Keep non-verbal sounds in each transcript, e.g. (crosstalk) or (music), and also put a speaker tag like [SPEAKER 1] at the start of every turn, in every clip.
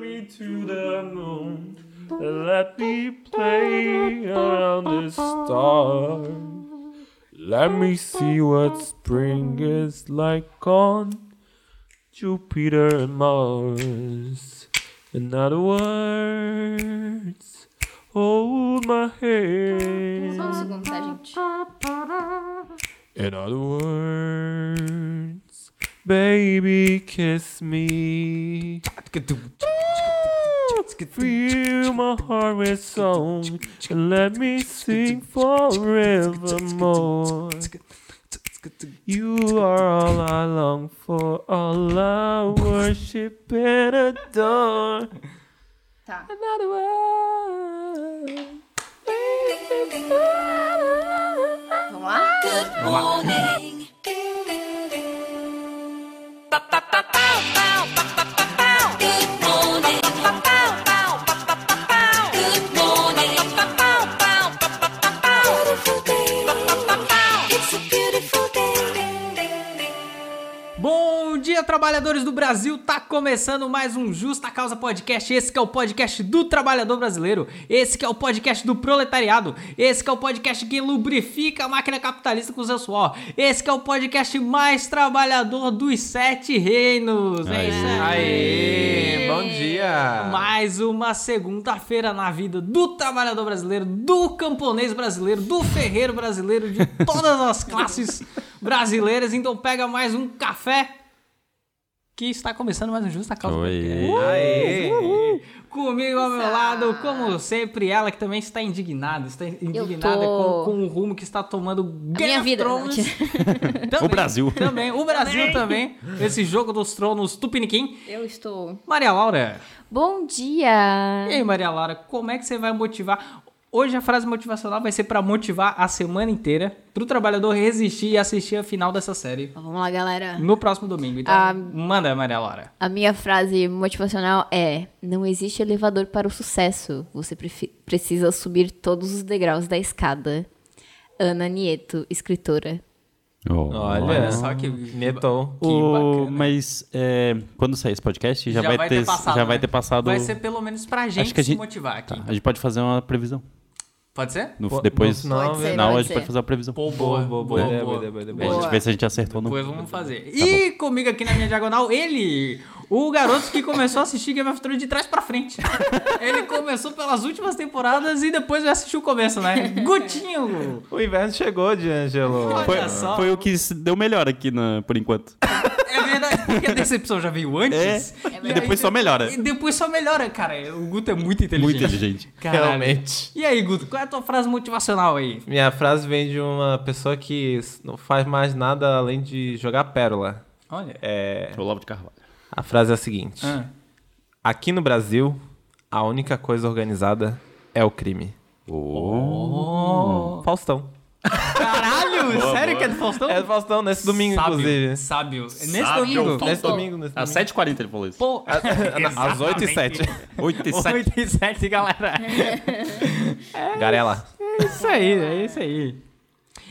[SPEAKER 1] me to the moon. Let me play around the stars. Let me see what spring is like on Jupiter and Mars. In other words, hold my
[SPEAKER 2] Só um
[SPEAKER 1] hand.
[SPEAKER 2] segundo, tá, gente?
[SPEAKER 1] In other words, baby, kiss me. Fill my heart with song and let me sing forevermore. You are all I long for, all I worship and adore.
[SPEAKER 2] Tá.
[SPEAKER 1] Another world.
[SPEAKER 2] Vamos lá?
[SPEAKER 3] Bom dia, trabalhadores do Brasil! Tá começando mais um Justa Causa Podcast. Esse que é o podcast do trabalhador brasileiro. Esse que é o podcast do proletariado. Esse que é o podcast que lubrifica a máquina capitalista com o seu suor. Esse que é o podcast mais trabalhador dos sete reinos. É isso aí!
[SPEAKER 4] Aê, bom dia!
[SPEAKER 3] Mais uma segunda-feira na vida do trabalhador brasileiro, do camponês brasileiro, do ferreiro brasileiro, de todas as classes brasileiras. Então pega mais um café que está começando mais um Justa Causa.
[SPEAKER 4] Oi!
[SPEAKER 3] Podcast. Uh,
[SPEAKER 4] Aê!
[SPEAKER 3] Comigo ao meu lado, como sempre, ela que também está indignada, está indignada
[SPEAKER 2] tô.
[SPEAKER 3] com, com o rumo que está tomando Game
[SPEAKER 2] minha
[SPEAKER 3] of
[SPEAKER 2] vida, não,
[SPEAKER 3] Thrones.
[SPEAKER 4] O Brasil.
[SPEAKER 3] (laughs) Também, o Brasil também. Esse jogo dos tronos tupiniquim.
[SPEAKER 2] Eu estou.
[SPEAKER 3] Maria Laura.
[SPEAKER 2] Bom dia!
[SPEAKER 3] E aí, Maria Laura, como é que você vai motivar? Hoje a frase motivacional vai ser pra motivar a semana inteira pro trabalhador resistir e assistir a final dessa série
[SPEAKER 2] Vamos lá, galera.
[SPEAKER 3] no próximo domingo. Então,
[SPEAKER 2] Ah.
[SPEAKER 3] manda, Maria Laura.
[SPEAKER 2] A minha frase motivacional é: Não existe elevador para o sucesso. Você prefi- precisa subir todos os degraus da escada. Ana Nieto, escritora.
[SPEAKER 4] Olha,
[SPEAKER 3] só que
[SPEAKER 4] Neto.
[SPEAKER 3] Que
[SPEAKER 5] O-
[SPEAKER 3] bacana.
[SPEAKER 5] mas é, quando sair esse podcast, já, vai, ter, já vai
[SPEAKER 3] né?
[SPEAKER 5] ter passado.
[SPEAKER 3] Vai ser pelo menos pra gente,
[SPEAKER 5] Acho que a
[SPEAKER 3] se
[SPEAKER 5] gente-
[SPEAKER 3] motivar aqui.
[SPEAKER 5] Tá, a gente pode fazer uma previsão.
[SPEAKER 3] Pode ser?
[SPEAKER 5] No-
[SPEAKER 4] Pô,
[SPEAKER 5] depois,
[SPEAKER 4] no final, né? Pode
[SPEAKER 2] ser,
[SPEAKER 5] no final a
[SPEAKER 2] pode
[SPEAKER 5] gente
[SPEAKER 2] ser.
[SPEAKER 5] pode fazer uma previsão.
[SPEAKER 3] Pô, boa, boa, boa.
[SPEAKER 4] boa,
[SPEAKER 3] boa.
[SPEAKER 4] boa, boa, boa.
[SPEAKER 5] Aí A gente vê se a gente acertou ou
[SPEAKER 3] Depois
[SPEAKER 5] não.
[SPEAKER 3] vamos fazer. e comigo aqui na minha diagonal, ele, o garoto que começou a assistir Game of Thrones de trás pra frente. ele começou pelas últimas temporadas e depois vai assistir o começo, né? Gutinho!
[SPEAKER 4] O inverno chegou,
[SPEAKER 5] (laughs)
[SPEAKER 4] D'Angelo.
[SPEAKER 3] Olha
[SPEAKER 5] Foi,
[SPEAKER 3] só.
[SPEAKER 5] foi o que se deu melhor aqui na- por enquanto.
[SPEAKER 3] É verdade, porque a decepção já veio antes.
[SPEAKER 5] É,
[SPEAKER 3] E
[SPEAKER 5] e depois só melhora.
[SPEAKER 3] E depois só melhora, cara. O Guto é muito inteligente.
[SPEAKER 5] Muito inteligente.
[SPEAKER 3] Caralho.
[SPEAKER 4] Realmente.
[SPEAKER 3] E aí, Guto, qual é a tua frase motivacional aí?
[SPEAKER 4] Minha frase vem de uma pessoa que não faz mais nada além de jogar pérola.
[SPEAKER 3] Olha.
[SPEAKER 4] É,
[SPEAKER 5] O Olavo de Carvalho.
[SPEAKER 4] a frase é a seguinte:
[SPEAKER 3] Ah.
[SPEAKER 4] Aqui no Brasil, a única coisa organizada é o crime.
[SPEAKER 5] Oh.
[SPEAKER 3] Oh.
[SPEAKER 4] Faustão.
[SPEAKER 3] Caralho, sério que é do Faustão?
[SPEAKER 4] É do Faustão, nesse domingo,
[SPEAKER 3] Sábio,
[SPEAKER 4] inclusive.
[SPEAKER 3] Sábio. Nesse
[SPEAKER 5] Sábio, é,
[SPEAKER 3] domingo.
[SPEAKER 4] Nesse domingo, nesse
[SPEAKER 5] Às
[SPEAKER 4] domingo.
[SPEAKER 5] 7h40 ele falou isso.
[SPEAKER 3] Pô, (laughs)
[SPEAKER 4] Às 8 e 7
[SPEAKER 5] 87.
[SPEAKER 3] 87, galera.
[SPEAKER 4] Garela.
[SPEAKER 3] É isso aí, é isso aí.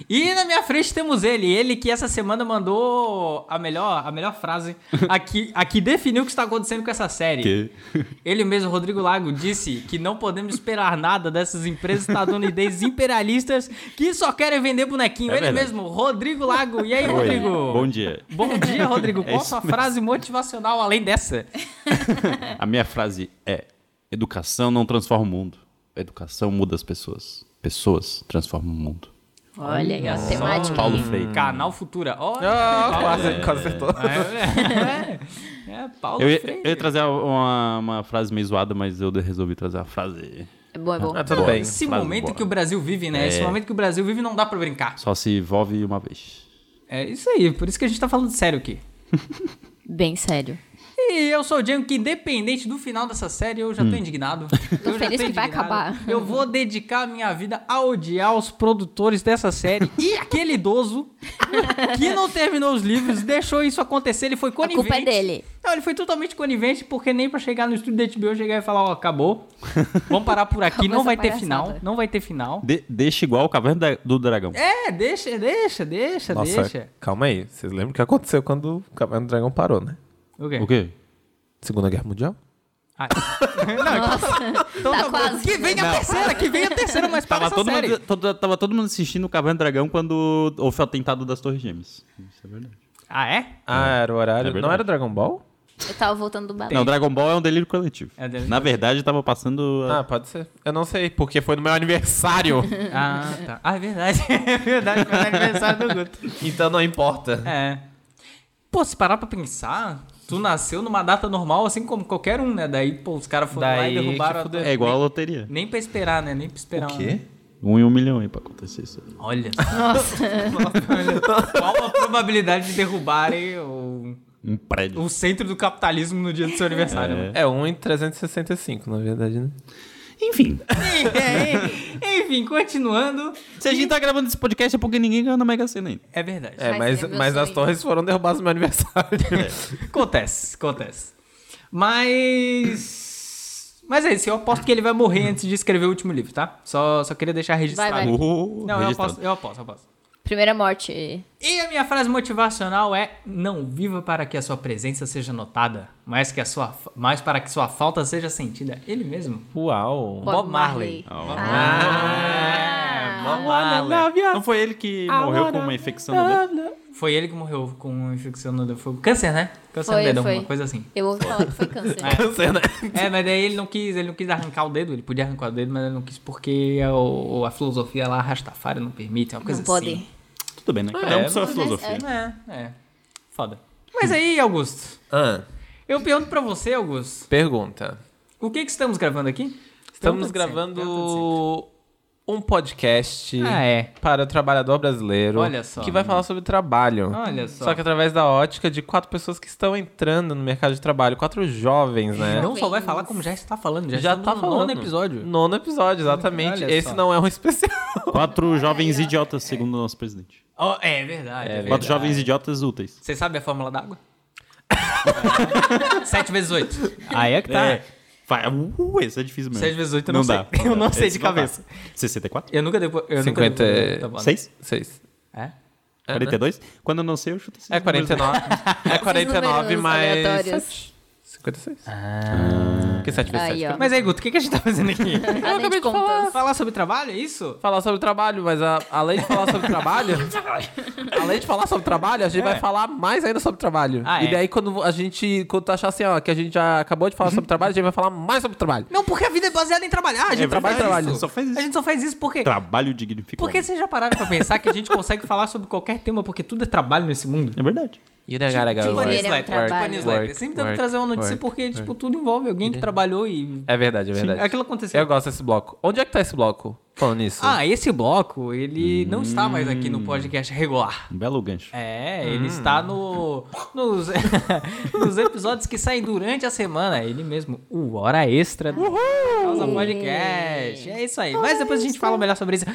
[SPEAKER 3] E na minha frente temos ele, ele que essa semana mandou a melhor, a melhor frase, a que, a que definiu o que está acontecendo com essa série.
[SPEAKER 5] Que-
[SPEAKER 3] Ele mesmo, Rodrigo Lago, disse que não podemos esperar nada dessas empresas estadunidenses imperialistas que só querem vender bonequinho.
[SPEAKER 5] É
[SPEAKER 3] ele
[SPEAKER 5] verdade.
[SPEAKER 3] mesmo, Rodrigo Lago. E aí,
[SPEAKER 5] Oi,
[SPEAKER 3] Rodrigo?
[SPEAKER 5] Bom dia.
[SPEAKER 3] Bom dia, Rodrigo. Qual
[SPEAKER 5] isso
[SPEAKER 3] sua frase motivacional além dessa?
[SPEAKER 5] A minha frase é: educação não transforma o mundo. Educação muda as pessoas. Pessoas transformam o mundo.
[SPEAKER 2] Olha, aí, ó, temática.
[SPEAKER 5] Paulo Freire.
[SPEAKER 3] Canal Futura. Olha.
[SPEAKER 4] Ah, quase, quase acertou.
[SPEAKER 3] Ah, É, é, é, Paulo
[SPEAKER 5] Eu ia,
[SPEAKER 3] Freire.
[SPEAKER 5] eu ia trazer uma, uma frase meio zoada, mas eu resolvi trazer a frase.
[SPEAKER 2] É bom, é bom.
[SPEAKER 4] (laughs) Ah, tudo
[SPEAKER 5] Boa.
[SPEAKER 4] bem.
[SPEAKER 3] Esse
[SPEAKER 5] frase
[SPEAKER 3] momento
[SPEAKER 5] boa.
[SPEAKER 3] que o Brasil vive, né? Esse momento que o Brasil vive não dá pra brincar.
[SPEAKER 5] Só se envolve uma vez.
[SPEAKER 3] É isso aí, por isso que a gente tá falando sério aqui.
[SPEAKER 2] Bem sério.
[SPEAKER 3] E eu sou o Diego, que independente do final dessa série, eu já
[SPEAKER 2] (laughs)
[SPEAKER 3] tô indignado. eu já
[SPEAKER 2] feliz que vai acabar.
[SPEAKER 3] Eu vou dedicar a minha vida a odiar os produtores dessa série
[SPEAKER 2] (laughs)
[SPEAKER 3] e aquele idoso que não terminou os livros, deixou isso acontecer, ele foi
[SPEAKER 2] A
[SPEAKER 3] conivente.
[SPEAKER 2] culpa é dele.
[SPEAKER 3] Não, ele foi totalmente conivente, porque nem pra chegar no estúdio da HBO, eu chegar e falar,
[SPEAKER 2] (laughs)
[SPEAKER 3] ó, acabou. Vamos parar por aqui,
[SPEAKER 2] Acabou
[SPEAKER 3] não
[SPEAKER 2] essa
[SPEAKER 3] vai ter
[SPEAKER 2] palhaçada.
[SPEAKER 3] final, não vai ter final.
[SPEAKER 5] De- deixa igual o Caverna da- do Dragão.
[SPEAKER 3] É, deixa, deixa, deixa,
[SPEAKER 4] Nossa, é.
[SPEAKER 3] deixa.
[SPEAKER 4] calma aí. Vocês lembram o que aconteceu quando o Caverna do Dragão parou, né?
[SPEAKER 3] O quê? Ah,
[SPEAKER 5] O quê?
[SPEAKER 4] Segunda Guerra Mundial?
[SPEAKER 3] (laughs) Ai. é
[SPEAKER 2] Nossa,
[SPEAKER 3] (laughs)
[SPEAKER 2] tá quase.
[SPEAKER 3] Então Que vem a terceira, que vem a terceira, mas para
[SPEAKER 5] Tava
[SPEAKER 3] essa
[SPEAKER 5] todo,
[SPEAKER 3] série.
[SPEAKER 5] mundo, todo- tava todo mundo assistindo o Caverna do Dragão quando houve o atentado das Torres Gêmeas. Isso é verdade.
[SPEAKER 3] Ah, é?
[SPEAKER 4] Ah, era o
[SPEAKER 5] É
[SPEAKER 4] horário.
[SPEAKER 5] verdade.
[SPEAKER 4] não era Dragon Ball?
[SPEAKER 2] Eu tava voltando do balé.
[SPEAKER 5] Não, Dragon Ball é um delírio coletivo.
[SPEAKER 3] É um delírio
[SPEAKER 5] Na verdade, tava passando. a-
[SPEAKER 4] Ah, pode ser. Eu não sei, porque foi no meu aniversário.
[SPEAKER 3] Ah, tá. Ah, é verdade. (laughs) É verdade, foi no aniversário do Guto.
[SPEAKER 4] (laughs) então não importa.
[SPEAKER 3] É. Pô, se parar pra pensar, tu nasceu numa data normal, assim como qualquer um, né? Daí, pô, os caras foram lá e
[SPEAKER 4] Daí que
[SPEAKER 3] derrubaram a tua-
[SPEAKER 5] é igual a loteria.
[SPEAKER 3] Nem pra esperar, né? Nem pra esperar. um-
[SPEAKER 5] Um em um milhão aí pra acontecer isso. aí.
[SPEAKER 3] Olha. Nossa. (laughs) Qual a probabilidade de derrubarem o,
[SPEAKER 5] Um prédio.
[SPEAKER 3] o centro do capitalismo no dia do seu aniversário? né?
[SPEAKER 4] É um em 365, na verdade, né?
[SPEAKER 3] É,
[SPEAKER 5] Enfim.
[SPEAKER 2] (laughs)
[SPEAKER 3] Enfim, continuando.
[SPEAKER 5] Se a gente tá gravando esse podcast é porque ninguém ganhou na Mega Sena ainda.
[SPEAKER 3] É verdade.
[SPEAKER 4] É,
[SPEAKER 2] Mas
[SPEAKER 4] mas,
[SPEAKER 2] é meu
[SPEAKER 4] mas as
[SPEAKER 2] sonho.
[SPEAKER 4] torres foram derrubadas no meu aniversário. (laughs)
[SPEAKER 3] Acontece, acontece. Mas. Mas é isso, eu aposto que ele vai morrer antes de escrever o último livro, tá? Só, só queria deixar registrado.
[SPEAKER 2] vai.
[SPEAKER 5] Uh,
[SPEAKER 3] É. Não, eu
[SPEAKER 5] registrado.
[SPEAKER 3] aposto, eu aposto, eu aposto.
[SPEAKER 2] Primeira morte.
[SPEAKER 3] E a minha frase motivacional é: não viva para que a sua presença seja notada, mas que a sua, mais para que sua falta seja sentida. Ele mesmo.
[SPEAKER 4] Uau.
[SPEAKER 2] Bob,
[SPEAKER 3] Bob Marley.
[SPEAKER 2] Ah.
[SPEAKER 5] Não foi ele que morreu com uma infecção
[SPEAKER 3] tá
[SPEAKER 5] no dedo?
[SPEAKER 3] Foi ele que morreu com uma infecção no dedo. Foi câncer, né? Câncer
[SPEAKER 2] Foi,
[SPEAKER 3] no dedão,
[SPEAKER 2] foi.
[SPEAKER 3] uma coisa assim.
[SPEAKER 2] Eu ouvi falar que foi câncer.
[SPEAKER 4] Câncer, né?
[SPEAKER 3] É, mas daí ele não quis, ele não quis arrancar o dedo, ele podia arrancar o dedo, mas ele não quis porque a, o- a filosofia lá, Rastafari, não permite, é uma coisa
[SPEAKER 2] Não pode.
[SPEAKER 3] assim.
[SPEAKER 5] Tudo bem, né? Cada
[SPEAKER 4] É,
[SPEAKER 5] um com sua
[SPEAKER 2] mas-
[SPEAKER 5] filosofia.
[SPEAKER 3] É, é. Foda. Mas aí, Augusto,
[SPEAKER 4] Ah,
[SPEAKER 3] eu pergunto pra você, Augusto,
[SPEAKER 4] pergunta.
[SPEAKER 3] o que que estamos gravando aqui?
[SPEAKER 4] Estamos
[SPEAKER 3] Pergunta de sempre, pergunta
[SPEAKER 4] gravando um podcast
[SPEAKER 3] de sempre. Ah, é.
[SPEAKER 4] para o trabalhador brasileiro.
[SPEAKER 3] Olha só.
[SPEAKER 4] Que vai falar sobre trabalho.
[SPEAKER 3] Olha só.
[SPEAKER 4] Só que através da ótica de quatro pessoas que estão entrando no mercado de trabalho. Quatro jovens, né?
[SPEAKER 3] Não só vai falar como já está falando, já,
[SPEAKER 4] Já
[SPEAKER 3] estamos
[SPEAKER 4] tá
[SPEAKER 3] no
[SPEAKER 4] falando.
[SPEAKER 3] nono episódio.
[SPEAKER 4] Nono episódio, exatamente.
[SPEAKER 3] Olha
[SPEAKER 4] Esse
[SPEAKER 3] só.
[SPEAKER 4] não é um especial. (laughs)
[SPEAKER 3] É,
[SPEAKER 5] Quatro jovens idiotas, segundo o nosso presidente.
[SPEAKER 3] Oh, é verdade.
[SPEAKER 4] É
[SPEAKER 5] Quatro jovens idiotas úteis.
[SPEAKER 3] Você sabe a fórmula da (laughs) água? 7 vezes 8. Aí é que
[SPEAKER 5] É. Vai, uh, esse é difícil mesmo.
[SPEAKER 3] Seis vezes oito eu
[SPEAKER 5] não
[SPEAKER 3] não
[SPEAKER 5] dá.
[SPEAKER 3] sei. (laughs) Eu não sei
[SPEAKER 5] Esse
[SPEAKER 3] de
[SPEAKER 5] dá.
[SPEAKER 3] cabeça.
[SPEAKER 5] 64?
[SPEAKER 3] Eu nunca dei. po- Eu
[SPEAKER 4] Cinquenta
[SPEAKER 3] nunca
[SPEAKER 4] e-
[SPEAKER 3] dei, tá bom.
[SPEAKER 5] 6?
[SPEAKER 4] Seis.
[SPEAKER 3] É?
[SPEAKER 4] É, né?
[SPEAKER 5] 42? Quando eu não sei, eu chuto esses
[SPEAKER 4] É
[SPEAKER 5] números.
[SPEAKER 4] 49. É 49
[SPEAKER 2] números
[SPEAKER 4] mais.
[SPEAKER 2] aleatórios.
[SPEAKER 4] sete. 56. Porque 7 vezes
[SPEAKER 2] Aí,
[SPEAKER 4] 7.
[SPEAKER 2] ó.
[SPEAKER 3] Mas aí, Guto, o que, que a gente tá fazendo aqui?
[SPEAKER 2] Além de contas.
[SPEAKER 3] falar, falar sobre trabalho, é isso?
[SPEAKER 4] Falar sobre trabalho, mas a- além de falar sobre (laughs) trabalho. É. além de falar sobre trabalho, a gente vai falar mais ainda sobre trabalho.
[SPEAKER 3] Ah,
[SPEAKER 4] e
[SPEAKER 3] é.
[SPEAKER 4] daí, quando a gente. Quando tu achar assim, ó, que a gente já acabou de falar sobre trabalho, a gente vai falar mais sobre trabalho.
[SPEAKER 3] Não, porque a vida é baseada em trabalhar. A gente
[SPEAKER 5] É
[SPEAKER 3] trabalha
[SPEAKER 5] verdade,
[SPEAKER 4] trabalho.
[SPEAKER 5] Só faz
[SPEAKER 3] A
[SPEAKER 5] isso. Tá.
[SPEAKER 3] gente só faz isso porque.
[SPEAKER 5] Trabalho dignificado.
[SPEAKER 3] Porque vocês já pararam pra pensar que a gente consegue falar sobre qualquer tema, porque tudo é trabalho nesse mundo?
[SPEAKER 5] É verdade.
[SPEAKER 4] You don't gotta
[SPEAKER 3] Tipo a
[SPEAKER 2] work,
[SPEAKER 3] newsletter,
[SPEAKER 2] work,
[SPEAKER 3] tipo a
[SPEAKER 2] work,
[SPEAKER 3] newsletter.
[SPEAKER 4] work,
[SPEAKER 3] Sempre tento
[SPEAKER 4] work,
[SPEAKER 3] trazer uma notícia
[SPEAKER 4] work,
[SPEAKER 3] porque, tipo, tudo envolve alguém que trabalhou e.
[SPEAKER 4] É verdade, é verdade.
[SPEAKER 3] Aquilo aconteceu.
[SPEAKER 4] Eu gosto desse bloco. Onde é que tá esse bloco? Falando nisso.
[SPEAKER 3] Ah, esse bloco, ele não está mais aqui no podcast regular.
[SPEAKER 5] Um belo gancho.
[SPEAKER 3] É, ele
[SPEAKER 5] Hum.
[SPEAKER 3] está no, nos, (laughs) nos episódios que saem durante a semana. Ele mesmo, o Hora Extra do Causa Podcast. É isso aí. Mas depois a gente fala melhor sobre isso.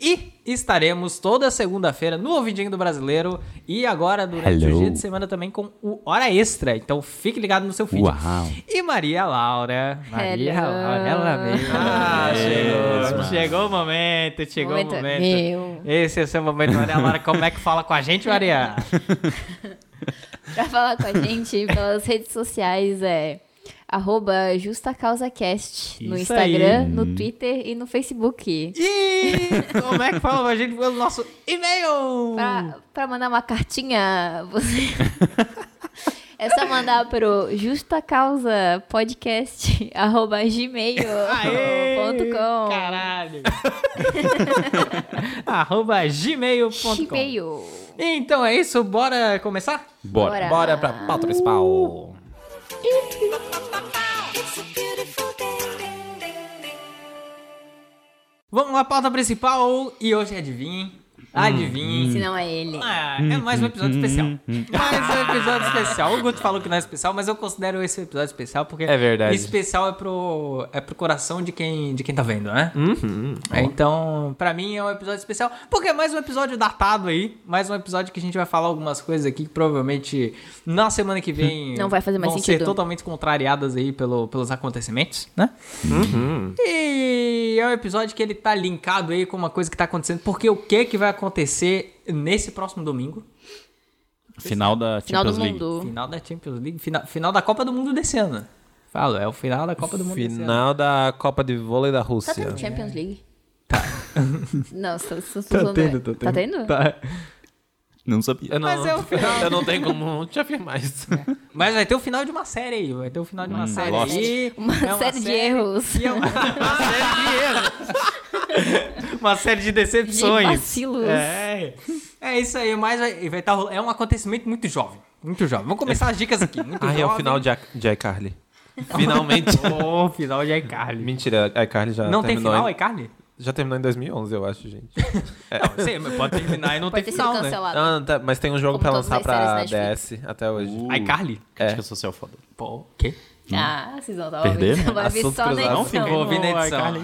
[SPEAKER 3] E estaremos toda segunda-feira no Ouvidinho do Brasileiro e agora durante
[SPEAKER 5] Hello.
[SPEAKER 3] o dia de semana também com o Hora Extra. Então fique ligado no seu feed.
[SPEAKER 5] Uau.
[SPEAKER 3] E Maria Laura. Maria
[SPEAKER 2] Hello.
[SPEAKER 3] Laura, ela mesmo.
[SPEAKER 4] Ah,
[SPEAKER 3] chegou. Chegou o momento, chegou
[SPEAKER 2] Momento é
[SPEAKER 3] o momento.
[SPEAKER 2] meu.
[SPEAKER 3] Esse é o seu momento, Maria Laura. Como é que fala com a gente, (laughs) Maria?
[SPEAKER 2] Pra falar com a gente pelas redes sociais é arroba JustaCausaCast no
[SPEAKER 3] Isso
[SPEAKER 2] Instagram,
[SPEAKER 3] aí.
[SPEAKER 2] no Twitter e no Facebook.
[SPEAKER 3] E como é que fala com a gente pelo nosso e-mail?
[SPEAKER 2] Pra, pra mandar uma cartinha, você. (laughs) É só mandar pro (laughs) justacausapodcast.gmail.com
[SPEAKER 3] Caralho. (laughs) Arroba gmail.com
[SPEAKER 2] Gmail.
[SPEAKER 3] Então é isso, bora começar?
[SPEAKER 5] Bora.
[SPEAKER 4] Bora pra pauta principal.
[SPEAKER 6] It's a beautiful day.
[SPEAKER 3] Vamos lá, pauta principal. E hoje adivinhe. Adivinhe.
[SPEAKER 2] Se não é ele.
[SPEAKER 3] Ah, é mais um episódio especial. Mais um episódio especial. O Guto falou que não é especial, mas eu considero esse episódio especial porque
[SPEAKER 4] É verdade.
[SPEAKER 3] especial é pro, é pro coração de quem, de quem tá vendo, né? É, Então, pra mim é um episódio especial porque é mais um episódio datado aí. Mais um episódio que a gente vai falar algumas coisas aqui que provavelmente na semana que vem
[SPEAKER 2] (laughs) Não vai fazer mais
[SPEAKER 3] vão ser
[SPEAKER 2] sentido.
[SPEAKER 3] totalmente contrariadas aí pelo, pelos acontecimentos, né? E é um episódio que ele tá linkado aí com uma coisa que tá acontecendo, porque o que que vai acontecer nesse próximo domingo?
[SPEAKER 5] Final da
[SPEAKER 2] Final do
[SPEAKER 5] Champions League.
[SPEAKER 2] mundo.
[SPEAKER 3] Final da Champions League, final, final da Copa do Mundo desse ano. Falo, é o final da Copa do Mundo. desse ano.
[SPEAKER 4] Final da Copa de Vôlei da
[SPEAKER 2] Tá
[SPEAKER 4] Rússia.
[SPEAKER 2] tendo Champions League? Tá. Não, você tá, você
[SPEAKER 3] É. Tá
[SPEAKER 2] zoando,
[SPEAKER 3] tendo,
[SPEAKER 2] né?
[SPEAKER 3] tá
[SPEAKER 2] Tá
[SPEAKER 3] tendo.
[SPEAKER 2] tendo?
[SPEAKER 3] Tá.
[SPEAKER 5] Não sabia.
[SPEAKER 4] Eu não,
[SPEAKER 3] Mas é o final. É.
[SPEAKER 4] Eu não tenho como te afirmar isso.
[SPEAKER 3] Mas vai ter o final de uma série aí. Vai ter o final de uma série
[SPEAKER 5] Lost.
[SPEAKER 3] aí.
[SPEAKER 2] Uma
[SPEAKER 3] é
[SPEAKER 2] série de erros.
[SPEAKER 3] e é uma, (laughs) uma série de erros. uma série de
[SPEAKER 2] De
[SPEAKER 3] decepções.
[SPEAKER 2] vacilos.
[SPEAKER 3] é. é isso aí, mas vai, vai tá, rol- é um acontecimento muito jovem. Muito jovem. Vamos começar as dicas aqui.
[SPEAKER 4] (laughs)
[SPEAKER 3] Muito
[SPEAKER 4] Ah,
[SPEAKER 3] jovem.
[SPEAKER 4] é o final de, I- de iCarly.
[SPEAKER 3] (laughs)
[SPEAKER 4] Finalmente.
[SPEAKER 3] Oh, final de iCarly.
[SPEAKER 4] Mentira, iCarly já
[SPEAKER 3] Não tem
[SPEAKER 4] terminou.
[SPEAKER 3] final,
[SPEAKER 4] em,
[SPEAKER 3] iCarly?
[SPEAKER 4] já terminou em 2011, eu acho,
[SPEAKER 3] (laughs)
[SPEAKER 4] gente.
[SPEAKER 3] Não, sei, mas pode terminar e não
[SPEAKER 2] Pode
[SPEAKER 3] tem
[SPEAKER 2] ter
[SPEAKER 3] final,
[SPEAKER 2] sido
[SPEAKER 3] né?
[SPEAKER 2] cancelado.
[SPEAKER 4] Não, não tá- mas tem um jogo
[SPEAKER 2] Como
[SPEAKER 4] pra
[SPEAKER 2] todas
[SPEAKER 4] lançar
[SPEAKER 2] as séries
[SPEAKER 4] pra
[SPEAKER 2] Netflix.
[SPEAKER 4] DS até hoje. É,
[SPEAKER 5] Uh.
[SPEAKER 3] iCarly?
[SPEAKER 5] Crítica social foda.
[SPEAKER 3] Pô, o quê?
[SPEAKER 2] Ah, vocês não estavam
[SPEAKER 5] Perder,
[SPEAKER 2] ouvindo.
[SPEAKER 5] né?
[SPEAKER 2] Vai vir
[SPEAKER 4] Assunto
[SPEAKER 2] só na
[SPEAKER 4] cruzado.
[SPEAKER 2] edição.
[SPEAKER 4] Não
[SPEAKER 3] Vou ouvir na
[SPEAKER 1] Oh,
[SPEAKER 3] edição.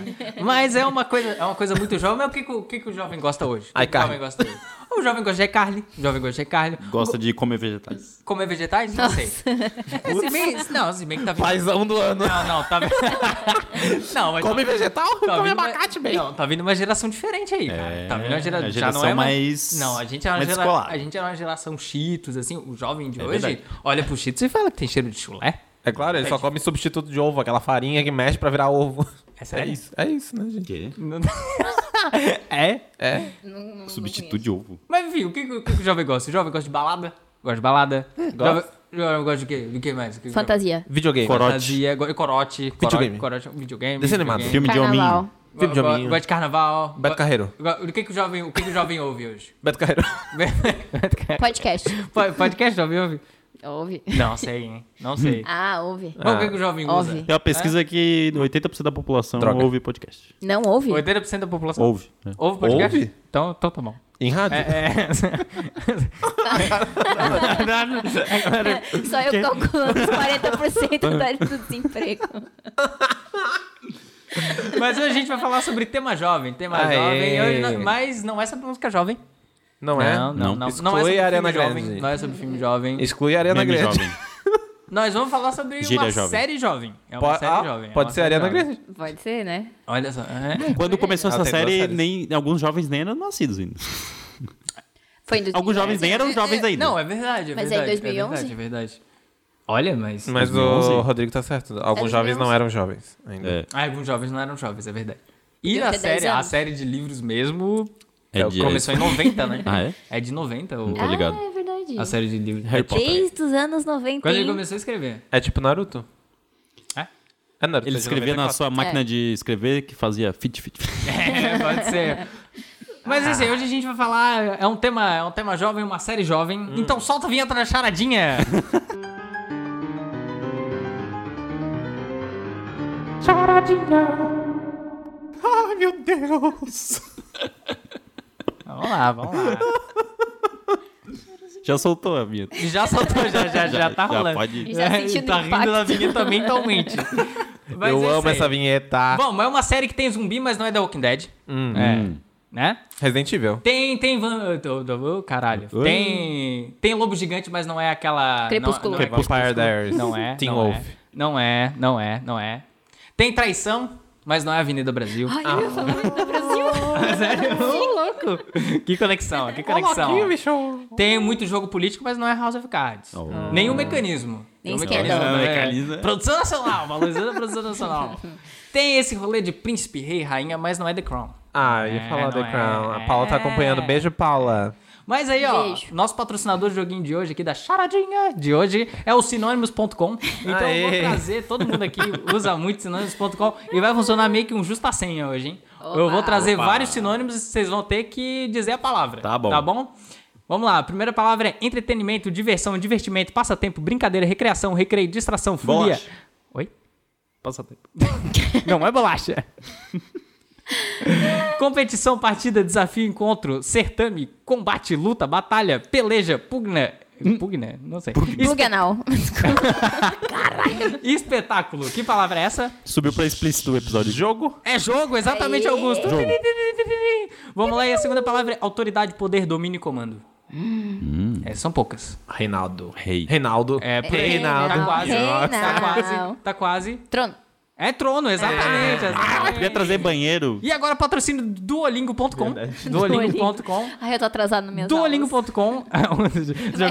[SPEAKER 3] Mas é uma coisa, é uma coisa muito jovem. Mas o que, que o- o que, que o jovem gosta hoje? O que que o
[SPEAKER 4] iCarly.
[SPEAKER 3] jovem gosta hoje? O jovem gosta de iCarly. O jovem gosta de iCarly.
[SPEAKER 5] Gosta de comer vegetais.
[SPEAKER 3] Comer vegetais? Não sei. É, se bem, não, se bem que tá vindo.
[SPEAKER 4] Paizão do ano.
[SPEAKER 3] Não, não, tá
[SPEAKER 4] (laughs)
[SPEAKER 3] vindo. não, mas
[SPEAKER 4] Come vegetal?
[SPEAKER 3] tá
[SPEAKER 4] Come
[SPEAKER 3] vindo uma-
[SPEAKER 4] abacate, bem.
[SPEAKER 3] Não, tá vindo uma geração diferente aí, cara. Tá vindo uma gera...
[SPEAKER 5] a
[SPEAKER 3] já
[SPEAKER 5] geração
[SPEAKER 3] não é
[SPEAKER 5] mais-
[SPEAKER 3] Não, a gente é uma
[SPEAKER 5] mais
[SPEAKER 3] geração.
[SPEAKER 5] descolada.
[SPEAKER 3] A gente é uma geração Cheetos, assim. O jovem de
[SPEAKER 5] É
[SPEAKER 3] hoje
[SPEAKER 5] verdade.
[SPEAKER 3] olha pro Cheetos e fala que tem cheiro de chulé.
[SPEAKER 4] É claro, ele só come substituto de ovo, aquela farinha que mexe pra virar ovo. (laughs)
[SPEAKER 3] É
[SPEAKER 4] É
[SPEAKER 3] sério?
[SPEAKER 4] isso, é isso, né, gente?
[SPEAKER 5] Que?
[SPEAKER 3] É?
[SPEAKER 5] Substituto de ovo.
[SPEAKER 3] Mas enfim, o que, o que que o jovem gosta? O jovem gosta de balada? Gosta de balada? Jovem, jovem gosta de quê? Do que mais? O que o jovem-
[SPEAKER 2] Fantasia.
[SPEAKER 4] Videogame.
[SPEAKER 3] Fantasia, go- corote,
[SPEAKER 4] Videogame.
[SPEAKER 3] corote, corote, videogame,
[SPEAKER 4] Desenho
[SPEAKER 3] videogame.
[SPEAKER 4] animado.
[SPEAKER 5] Filme de
[SPEAKER 2] Carnaval.
[SPEAKER 5] hominho.
[SPEAKER 3] Go-
[SPEAKER 4] Filme de
[SPEAKER 3] go-
[SPEAKER 4] hominho.
[SPEAKER 3] Gosta de carnaval.
[SPEAKER 4] Beto Carreiro.
[SPEAKER 3] Go- O que que o jovem, o que que o jovem ouve (laughs) hoje?
[SPEAKER 4] Beto Carreiro. (laughs)
[SPEAKER 2] Podcast.
[SPEAKER 3] Po- Podcast jovem ouve?
[SPEAKER 2] Ouve.
[SPEAKER 3] Não sei, hein? Não sei.
[SPEAKER 2] Ah, ouve.
[SPEAKER 3] Mas o que que o jovem usa?
[SPEAKER 2] Ouve.
[SPEAKER 5] É uma pesquisa que 80% da população
[SPEAKER 4] Droga.
[SPEAKER 5] ouve podcast.
[SPEAKER 2] Não ouve?
[SPEAKER 3] 80% da população
[SPEAKER 5] Ouve. né?
[SPEAKER 3] ouve podcast?
[SPEAKER 4] Ouve?
[SPEAKER 3] Então, então tá bom.
[SPEAKER 4] Em rádio?
[SPEAKER 3] É. (laughs)
[SPEAKER 2] Só eu calculando os 40% da- do desemprego.
[SPEAKER 3] Mas hoje a gente vai falar sobre tema jovem, tema
[SPEAKER 4] Aê.
[SPEAKER 3] jovem. Hoje não- mas não é sobre música jovem.
[SPEAKER 4] Não é?
[SPEAKER 3] Não, não, não.
[SPEAKER 4] Exclui
[SPEAKER 3] não é sobre
[SPEAKER 4] a Ariana
[SPEAKER 3] filme
[SPEAKER 4] Grande.
[SPEAKER 3] jovem. Não é sobre filme jovem.
[SPEAKER 4] Exclui a Ariana
[SPEAKER 5] Meme
[SPEAKER 4] Grande.
[SPEAKER 5] jovem.
[SPEAKER 3] Nós vamos falar sobre
[SPEAKER 5] Gíria
[SPEAKER 3] uma
[SPEAKER 5] jovem.
[SPEAKER 3] série jovem. É uma
[SPEAKER 4] Pode,
[SPEAKER 3] série
[SPEAKER 4] ah,
[SPEAKER 3] jovem. é
[SPEAKER 4] pode
[SPEAKER 3] uma
[SPEAKER 4] ser a
[SPEAKER 3] série
[SPEAKER 4] Ariana
[SPEAKER 3] jovem.
[SPEAKER 4] Grande.
[SPEAKER 2] Pode ser, né?
[SPEAKER 3] Olha só. é.
[SPEAKER 5] (laughs) Quando começou
[SPEAKER 4] Ela
[SPEAKER 5] essa
[SPEAKER 4] tem duas
[SPEAKER 5] série,
[SPEAKER 4] séries.
[SPEAKER 5] nem, alguns jovens nem eram nascidos ainda.
[SPEAKER 2] Foi em 2011.
[SPEAKER 5] Alguns jovens nem eram jovens ainda.
[SPEAKER 3] Não, é verdade, é
[SPEAKER 2] Mas é em
[SPEAKER 3] verdade.
[SPEAKER 2] 2011?
[SPEAKER 3] É verdade, é verdade. Olha, mas...
[SPEAKER 4] Mas
[SPEAKER 5] 2011?
[SPEAKER 4] o Rodrigo tá certo. Alguns
[SPEAKER 2] É
[SPEAKER 4] jovens
[SPEAKER 2] 2011.
[SPEAKER 4] não eram jovens ainda.
[SPEAKER 5] É,
[SPEAKER 3] Ah, alguns jovens não eram jovens, é verdade. E
[SPEAKER 2] Devia
[SPEAKER 3] a
[SPEAKER 2] ter
[SPEAKER 3] série,
[SPEAKER 2] 10
[SPEAKER 3] a
[SPEAKER 2] anos.
[SPEAKER 3] série de livros mesmo
[SPEAKER 5] É
[SPEAKER 3] é,
[SPEAKER 5] de-
[SPEAKER 3] começou em 90, né?
[SPEAKER 5] (laughs) Ah, é?
[SPEAKER 3] É de 90 o,
[SPEAKER 5] Tô ligado.
[SPEAKER 2] Ah, é verdade.
[SPEAKER 3] a série de livros.
[SPEAKER 5] Harry Potter.
[SPEAKER 2] Desde os anos um. 90.
[SPEAKER 3] Quando ele
[SPEAKER 2] hein?
[SPEAKER 3] começou a escrever. (laughs)
[SPEAKER 4] É tipo Naruto.
[SPEAKER 3] É?
[SPEAKER 4] É Naruto.
[SPEAKER 5] Ele
[SPEAKER 4] é de
[SPEAKER 5] escrevia na
[SPEAKER 4] 94.
[SPEAKER 5] sua máquina de escrever que fazia fit, fit, fit. (laughs)
[SPEAKER 3] É, pode ser. Mas assim, hoje a gente vai falar. É um tema, é um tema jovem, uma série jovem.
[SPEAKER 5] Hum.
[SPEAKER 3] Então solta a vinheta da
[SPEAKER 5] (laughs)
[SPEAKER 3] charadinha!
[SPEAKER 4] Ai, meu
[SPEAKER 5] (laughs)
[SPEAKER 4] Deus.
[SPEAKER 3] vamos lá, vamos lá.
[SPEAKER 5] Já soltou a minha.
[SPEAKER 3] Já soltou, já, já, já, tá rolando.
[SPEAKER 5] pode-
[SPEAKER 2] Já sentindo
[SPEAKER 3] tá rindo
[SPEAKER 2] impacto.
[SPEAKER 3] da
[SPEAKER 2] (laughs)
[SPEAKER 3] vinheta mentalmente. Mas é
[SPEAKER 4] Eu
[SPEAKER 3] isso
[SPEAKER 4] amo
[SPEAKER 3] aí.
[SPEAKER 4] essa Ah. vinheta.
[SPEAKER 3] Bom, mas é uma série que tem zumbi, mas não é The Walking Dead. É. Né?
[SPEAKER 4] Resident Evil.
[SPEAKER 3] Tem, tem van... do- do- oh, Caralho.
[SPEAKER 5] Oi.
[SPEAKER 3] Tem, tem lobo gigante, mas não é aquela...
[SPEAKER 2] Crepúsculo.
[SPEAKER 3] Não, não é
[SPEAKER 4] Vampire Diaries.
[SPEAKER 3] Não é.
[SPEAKER 4] Teen
[SPEAKER 3] não
[SPEAKER 4] Wolf.
[SPEAKER 3] É. Não é, não é, não é. Tem traição, mas não é Avenida Brasil.
[SPEAKER 2] Ai, eu ia falar do Brasil.
[SPEAKER 3] (laughs)
[SPEAKER 2] é (laughs)
[SPEAKER 3] Sério? louco. Que conexão, que conexão. Tem muito jogo político, mas não é House of Cards.
[SPEAKER 5] Oh.
[SPEAKER 3] Nenhum mecanismo.
[SPEAKER 2] Nem
[SPEAKER 3] Nenhum
[SPEAKER 2] esquerda.
[SPEAKER 3] mecanismo,
[SPEAKER 5] Não,
[SPEAKER 3] é.
[SPEAKER 5] mecanismo.
[SPEAKER 3] Produção nacional, valorizando a
[SPEAKER 2] (laughs)
[SPEAKER 3] produção nacional. Tem esse rolê de príncipe, rei, rainha, mas não é The Crown.
[SPEAKER 4] Ah, eu ia
[SPEAKER 3] É,
[SPEAKER 4] falar
[SPEAKER 3] não
[SPEAKER 4] The
[SPEAKER 3] é.
[SPEAKER 4] Crown. A Paula tá acompanhando. Beijo, Paula.
[SPEAKER 3] Mas aí, ó,
[SPEAKER 2] Beijo.
[SPEAKER 3] nosso patrocinador do joguinho de hoje aqui, da charadinha de hoje, é o sinônimos.com. Então eu vou
[SPEAKER 4] Aê.
[SPEAKER 3] trazer, todo mundo aqui usa muito sinônimos.com e vai funcionar meio que um justa senha hoje, hein? Eu vou trazer vários sinônimos e vocês vão ter que dizer a palavra.
[SPEAKER 5] Tá bom.
[SPEAKER 3] Tá bom? Vamos lá, a primeira palavra é entretenimento, diversão, divertimento, passatempo, brincadeira, recreação, recreio, distração, folia.
[SPEAKER 5] Bolacha.
[SPEAKER 3] Oi?
[SPEAKER 5] Passa tempo.
[SPEAKER 3] Não é bolacha. (laughs) Competição, partida, desafio, encontro, certame, combate, luta, batalha, peleja, pugna. Hum. Pugna? Não sei.
[SPEAKER 2] Pluganal.
[SPEAKER 3] Es- Espetáculo. Que palavra é essa?
[SPEAKER 5] Subiu pra explícito o episódio. Jogo?
[SPEAKER 3] É jogo, exatamente,
[SPEAKER 2] Aê.
[SPEAKER 3] Augusto.
[SPEAKER 5] Jogo.
[SPEAKER 3] Vamos lá, e a segunda palavra é autoridade, poder, domínio e comando. É, são poucas.
[SPEAKER 4] Reinaldo.
[SPEAKER 5] Rei.
[SPEAKER 4] Reinaldo.
[SPEAKER 3] É, por aí.
[SPEAKER 4] Reinaldo.
[SPEAKER 3] Tá quase.
[SPEAKER 2] Reinaldo.
[SPEAKER 3] Tá quase. Tá quase.
[SPEAKER 2] Trono.
[SPEAKER 3] É trono, exatamente.
[SPEAKER 2] É.
[SPEAKER 5] Ah,
[SPEAKER 3] exatamente.
[SPEAKER 5] podia trazer banheiro.
[SPEAKER 3] E agora patrocínio duolingo.com. Duolingo.com.
[SPEAKER 2] Ai, eu tô atrasado no meu.
[SPEAKER 3] Duolingo.com. já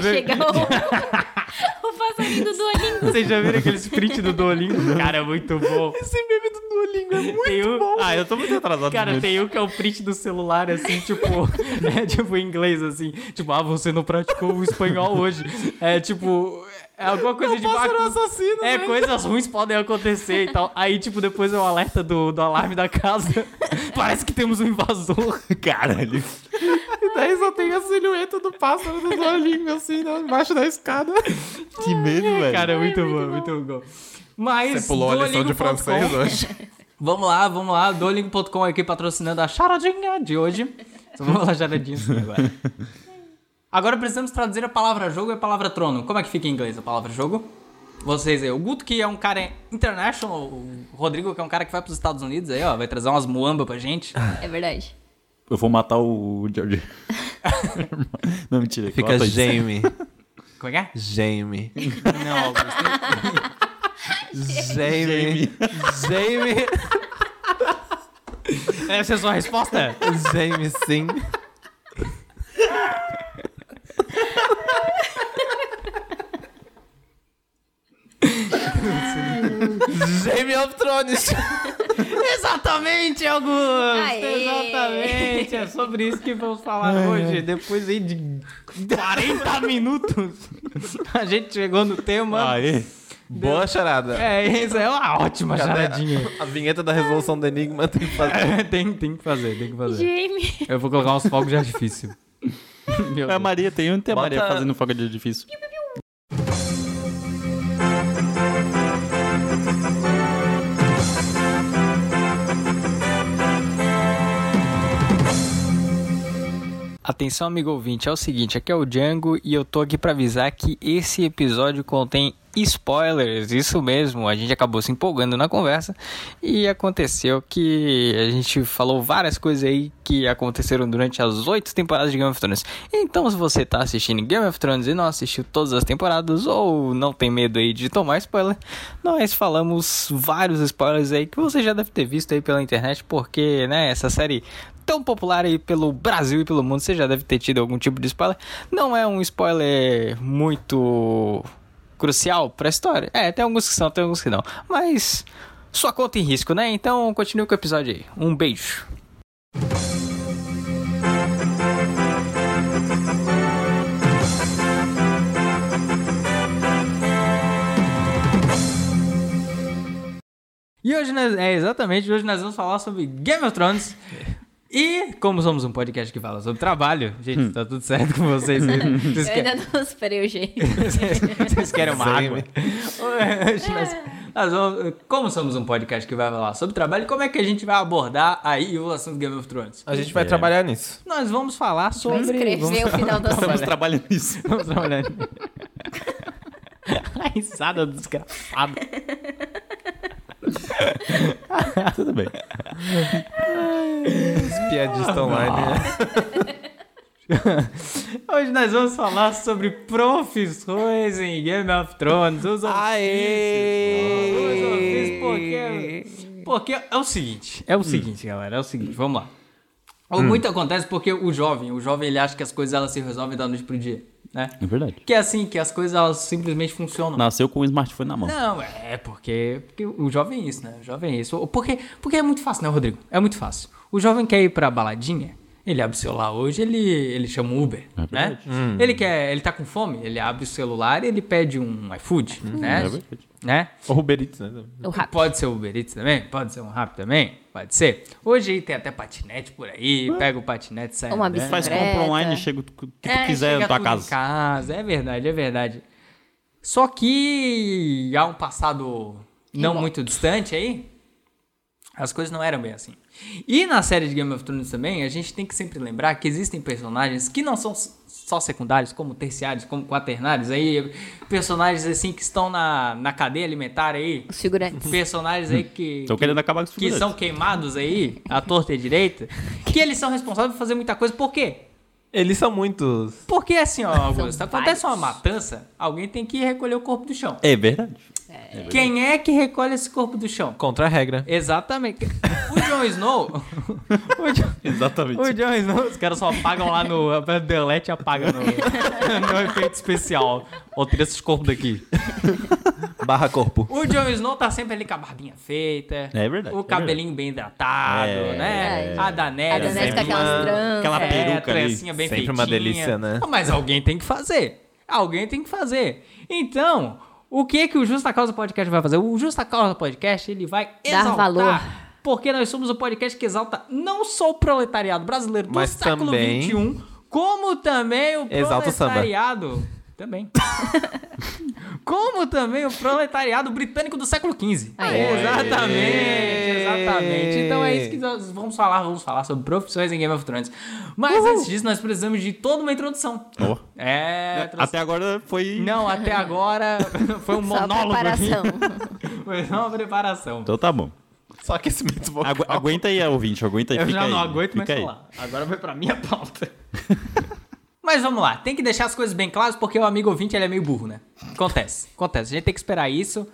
[SPEAKER 2] Vai
[SPEAKER 3] (laughs) viu-
[SPEAKER 2] chegar o, (laughs) o passarinho do Duolingo.
[SPEAKER 3] Vocês já viram aquele sprint do
[SPEAKER 4] (laughs)
[SPEAKER 3] Duolingo? Cara, é muito bom.
[SPEAKER 4] Esse meme do Duolingo é muito
[SPEAKER 3] Tem um-
[SPEAKER 5] Ah, eu tô muito atrasado.
[SPEAKER 3] Cara,
[SPEAKER 5] nisso.
[SPEAKER 3] tem um que é o print do celular, assim, tipo, (laughs) é tipo em inglês, assim, tipo, ah, você não praticou o espanhol hoje. É tipo, é alguma coisa de
[SPEAKER 4] pássaro
[SPEAKER 3] bagunça.
[SPEAKER 4] um assassino,
[SPEAKER 3] É,
[SPEAKER 4] velho.
[SPEAKER 3] coisas ruins podem acontecer e tal. Aí, tipo, depois é o alerta do, do alarme da casa. (laughs) Parece que temos um invasor.
[SPEAKER 5] Caralho.
[SPEAKER 4] E daí só tem a silhueta do pássaro do Duolingo, assim, né, embaixo da escada.
[SPEAKER 5] Que medo, velho.
[SPEAKER 3] Cara, é muito, bom, muito bom. Mas.
[SPEAKER 7] Você pulou a lição de
[SPEAKER 3] duolingo.com.
[SPEAKER 7] francês hoje.
[SPEAKER 3] Vamos lá, vamos lá. Duolingo.com aqui patrocinando a charadinha de hoje. Só vamos falar charadinha agora. Agora precisamos traduzir a palavra jogo e a palavra trono. Como é que fica em inglês a palavra jogo? Vocês aí. O Guto, que é um cara international. O Rodrigo, que é um cara que vai pros Estados Unidos aí, ó. Vai trazer umas muamba pra gente.
[SPEAKER 2] É verdade.
[SPEAKER 5] Eu vou matar o George. não, mentira.
[SPEAKER 4] Fica
[SPEAKER 5] corta isso.
[SPEAKER 4] Jamie.
[SPEAKER 3] Como é que é?
[SPEAKER 4] Jamie.
[SPEAKER 3] Não, Augusto.
[SPEAKER 4] Jamie. Jamie.
[SPEAKER 3] Essa é a sua resposta?
[SPEAKER 4] Jamie, sim. Jamie of Thrones.
[SPEAKER 3] Exatamente, Augusto!
[SPEAKER 2] Aê!
[SPEAKER 3] Exatamente! É sobre isso que vamos falar hoje. Depois aí de (laughs) 40 minutos, a gente chegou no tema.
[SPEAKER 5] Aê.
[SPEAKER 4] Boa charada.
[SPEAKER 3] É isso, é uma ótima charadinha.
[SPEAKER 4] A vinheta da resolução do Enigma tem que
[SPEAKER 3] (laughs)
[SPEAKER 4] fazer.
[SPEAKER 3] tem, tem que fazer, tem que fazer.
[SPEAKER 2] Jamie.
[SPEAKER 3] Eu vou colocar uns fogos de artifício. Meu
[SPEAKER 5] É (laughs) a
[SPEAKER 3] Deus.
[SPEAKER 5] Maria, tem um tem a
[SPEAKER 4] Bota-
[SPEAKER 5] Maria fazendo fogo de edifício.
[SPEAKER 3] Atenção, amigo ouvinte, é o seguinte, aqui é o Django e eu tô aqui pra avisar que esse episódio contém spoilers, isso mesmo, a gente acabou se empolgando na conversa e aconteceu que a gente falou várias coisas aí que aconteceram durante as oito temporadas de Game of Thrones. Então, se você tá assistindo Game of Thrones e não assistiu todas as temporadas ou não tem medo aí de tomar spoiler, nós falamos vários spoilers aí que você já deve ter visto aí pela internet, porque, né, essa série tão popular aí pelo Brasil e pelo mundo, você já deve ter tido algum tipo de spoiler. Não é um spoiler muito crucial pra história. É, tem alguns que são, tem alguns que não. Mas sua conta em risco, né? Então continue com o episódio aí. Um beijo. E hoje nós, é exatamente, hoje nós vamos falar sobre Game of Thrones. E como somos um podcast que fala sobre trabalho, gente, tá tudo certo com vocês. Vocês,
[SPEAKER 2] Eu
[SPEAKER 3] querem-
[SPEAKER 2] ainda não superei o Jamie.
[SPEAKER 3] vocês- vocês querem uma
[SPEAKER 4] Sim.
[SPEAKER 3] água? Hoje nós- nós vamos- como somos um podcast que vai falar sobre trabalho, como é que a gente vai abordar aí o assunto Game of Thrones?
[SPEAKER 4] A gente vai trabalhar nisso.
[SPEAKER 3] Nós vamos falar
[SPEAKER 2] Vai
[SPEAKER 3] sobre.
[SPEAKER 2] escrever o final da
[SPEAKER 5] Estamos
[SPEAKER 2] série.
[SPEAKER 5] trabalhando nisso.
[SPEAKER 3] Vamos trabalhar. A risada do desgraçado.
[SPEAKER 5] Tudo bem.
[SPEAKER 4] As piadinhas estão né? online.
[SPEAKER 3] (laughs) Hoje nós vamos falar sobre profissões em Game of Thrones. Os ofícios. Os ofícios, porque. Porque é o seguinte,
[SPEAKER 4] Hum.
[SPEAKER 3] é o seguinte, galera, é o seguinte, vamos lá. Ou Muito acontece porque o jovem, o jovem ele acha que as coisas elas se resolvem da noite pro dia, né?
[SPEAKER 5] (laughs) É verdade.
[SPEAKER 3] Que é assim, que as coisas elas simplesmente funcionam.
[SPEAKER 5] Nasceu com o smartphone na mão.
[SPEAKER 3] Não, é porque, porque o jovem é isso, né? O jovem é isso. Porque, porque é muito fácil, né, Rodrigo? É muito fácil. O jovem quer ir pra baladinha, ele abre o celular hoje, ele, ele chama o Uber, né? Ele quer, ele tá com fome, ele abre o celular e ele pede um iFood, né? né?
[SPEAKER 4] Ou Uber Eats, né?
[SPEAKER 2] O rap.
[SPEAKER 3] Pode ser o Uber Eats também, pode ser um rap também, pode ser. Hoje aí tem até patinete por aí, pega o patinete, sai
[SPEAKER 2] Uma
[SPEAKER 3] andando.
[SPEAKER 2] bicicleta.
[SPEAKER 5] Faz
[SPEAKER 2] Secreta.
[SPEAKER 5] compra online, chega o que tu
[SPEAKER 3] É,
[SPEAKER 5] quiser
[SPEAKER 3] chega
[SPEAKER 5] na tua
[SPEAKER 3] tudo em
[SPEAKER 5] casa.
[SPEAKER 3] casa. É verdade, é verdade. Só que há um passado não muito distante aí, as coisas não eram bem assim. E na série de Game of Thrones também, a gente tem que sempre lembrar que existem personagens que não são s- só secundários, como terciários, como quaternários, aí personagens assim que estão na, na cadeia alimentar aí,
[SPEAKER 2] Os figurantes.
[SPEAKER 3] personagens aí que
[SPEAKER 5] (laughs) Tô querendo acabar com os
[SPEAKER 3] que são queimados aí, à torta e à direita, que eles são responsáveis por fazer muita coisa. Por quê?
[SPEAKER 4] Eles são muitos.
[SPEAKER 3] Porque assim, ó, Augusto, acontece
[SPEAKER 2] vários.
[SPEAKER 3] uma matança, alguém tem que recolher o corpo do chão.
[SPEAKER 5] É verdade.
[SPEAKER 3] Quem é que recolhe esse corpo do chão?
[SPEAKER 4] Contra a regra.
[SPEAKER 3] Exatamente. O Jon Snow. o Jon-
[SPEAKER 5] (laughs)
[SPEAKER 3] (laughs)
[SPEAKER 5] Exatamente.
[SPEAKER 3] O Jon Snow, os caras só apagam lá no. aperta o Delete e apaga no, (laughs) no efeito especial. Ó, tira esses corpos daqui.
[SPEAKER 4] Barra corpo.
[SPEAKER 3] O Jon Snow tá sempre ali com a barbinha feita.
[SPEAKER 5] É verdade,
[SPEAKER 3] O
[SPEAKER 5] é
[SPEAKER 3] cabelinho bem hidratado,
[SPEAKER 5] É,
[SPEAKER 3] né?
[SPEAKER 2] é.
[SPEAKER 3] A Daenerys.
[SPEAKER 2] A Daenerys com
[SPEAKER 3] sempre
[SPEAKER 2] aquelas
[SPEAKER 3] uma-
[SPEAKER 2] tranças.
[SPEAKER 5] aquela
[SPEAKER 3] é,
[SPEAKER 5] peruca ali.
[SPEAKER 3] trancinha bem
[SPEAKER 4] Sempre uma
[SPEAKER 3] feitinha.
[SPEAKER 4] delícia, né?
[SPEAKER 3] Mas alguém tem que fazer. Alguém tem que fazer. Então, o que que o Justa Causa Podcast vai fazer? O Justa Causa Podcast, ele vai exaltar.
[SPEAKER 2] valor.
[SPEAKER 3] Porque nós somos o podcast que exalta não só o proletariado brasileiro do
[SPEAKER 4] Mas
[SPEAKER 3] século
[SPEAKER 4] também-
[SPEAKER 3] XXI, como também o
[SPEAKER 4] Exalta o samba.
[SPEAKER 3] proletariado... Também. como também o proletariado britânico do século XV.
[SPEAKER 2] Aí.
[SPEAKER 3] Exatamente, exatamente. Então é isso que nós vamos falar, vamos falar sobre profissões em Game of Thrones. Mas antes disso, nós precisamos de toda uma introdução.
[SPEAKER 5] Ó.
[SPEAKER 3] É, trouxe-
[SPEAKER 5] Até agora foi.
[SPEAKER 3] Não, até agora (laughs) foi um
[SPEAKER 2] Só a
[SPEAKER 3] monólogo.
[SPEAKER 2] preparação.
[SPEAKER 3] aqui. (laughs) Foi só uma preparação.
[SPEAKER 5] Então tá bom.
[SPEAKER 4] Aquecimento vocal.
[SPEAKER 5] Agu- aguenta aí, ouvinte, aguenta aí.
[SPEAKER 3] Eu
[SPEAKER 5] fica
[SPEAKER 3] já não
[SPEAKER 5] aí,
[SPEAKER 3] aguento mais
[SPEAKER 5] fica aí.
[SPEAKER 3] falar. Agora vai pra minha pauta. (laughs) Mas vamos lá, tem que deixar as coisas bem claras, porque o amigo ouvinte ele é meio burro, né? Acontece, acontece. A gente tem que esperar isso.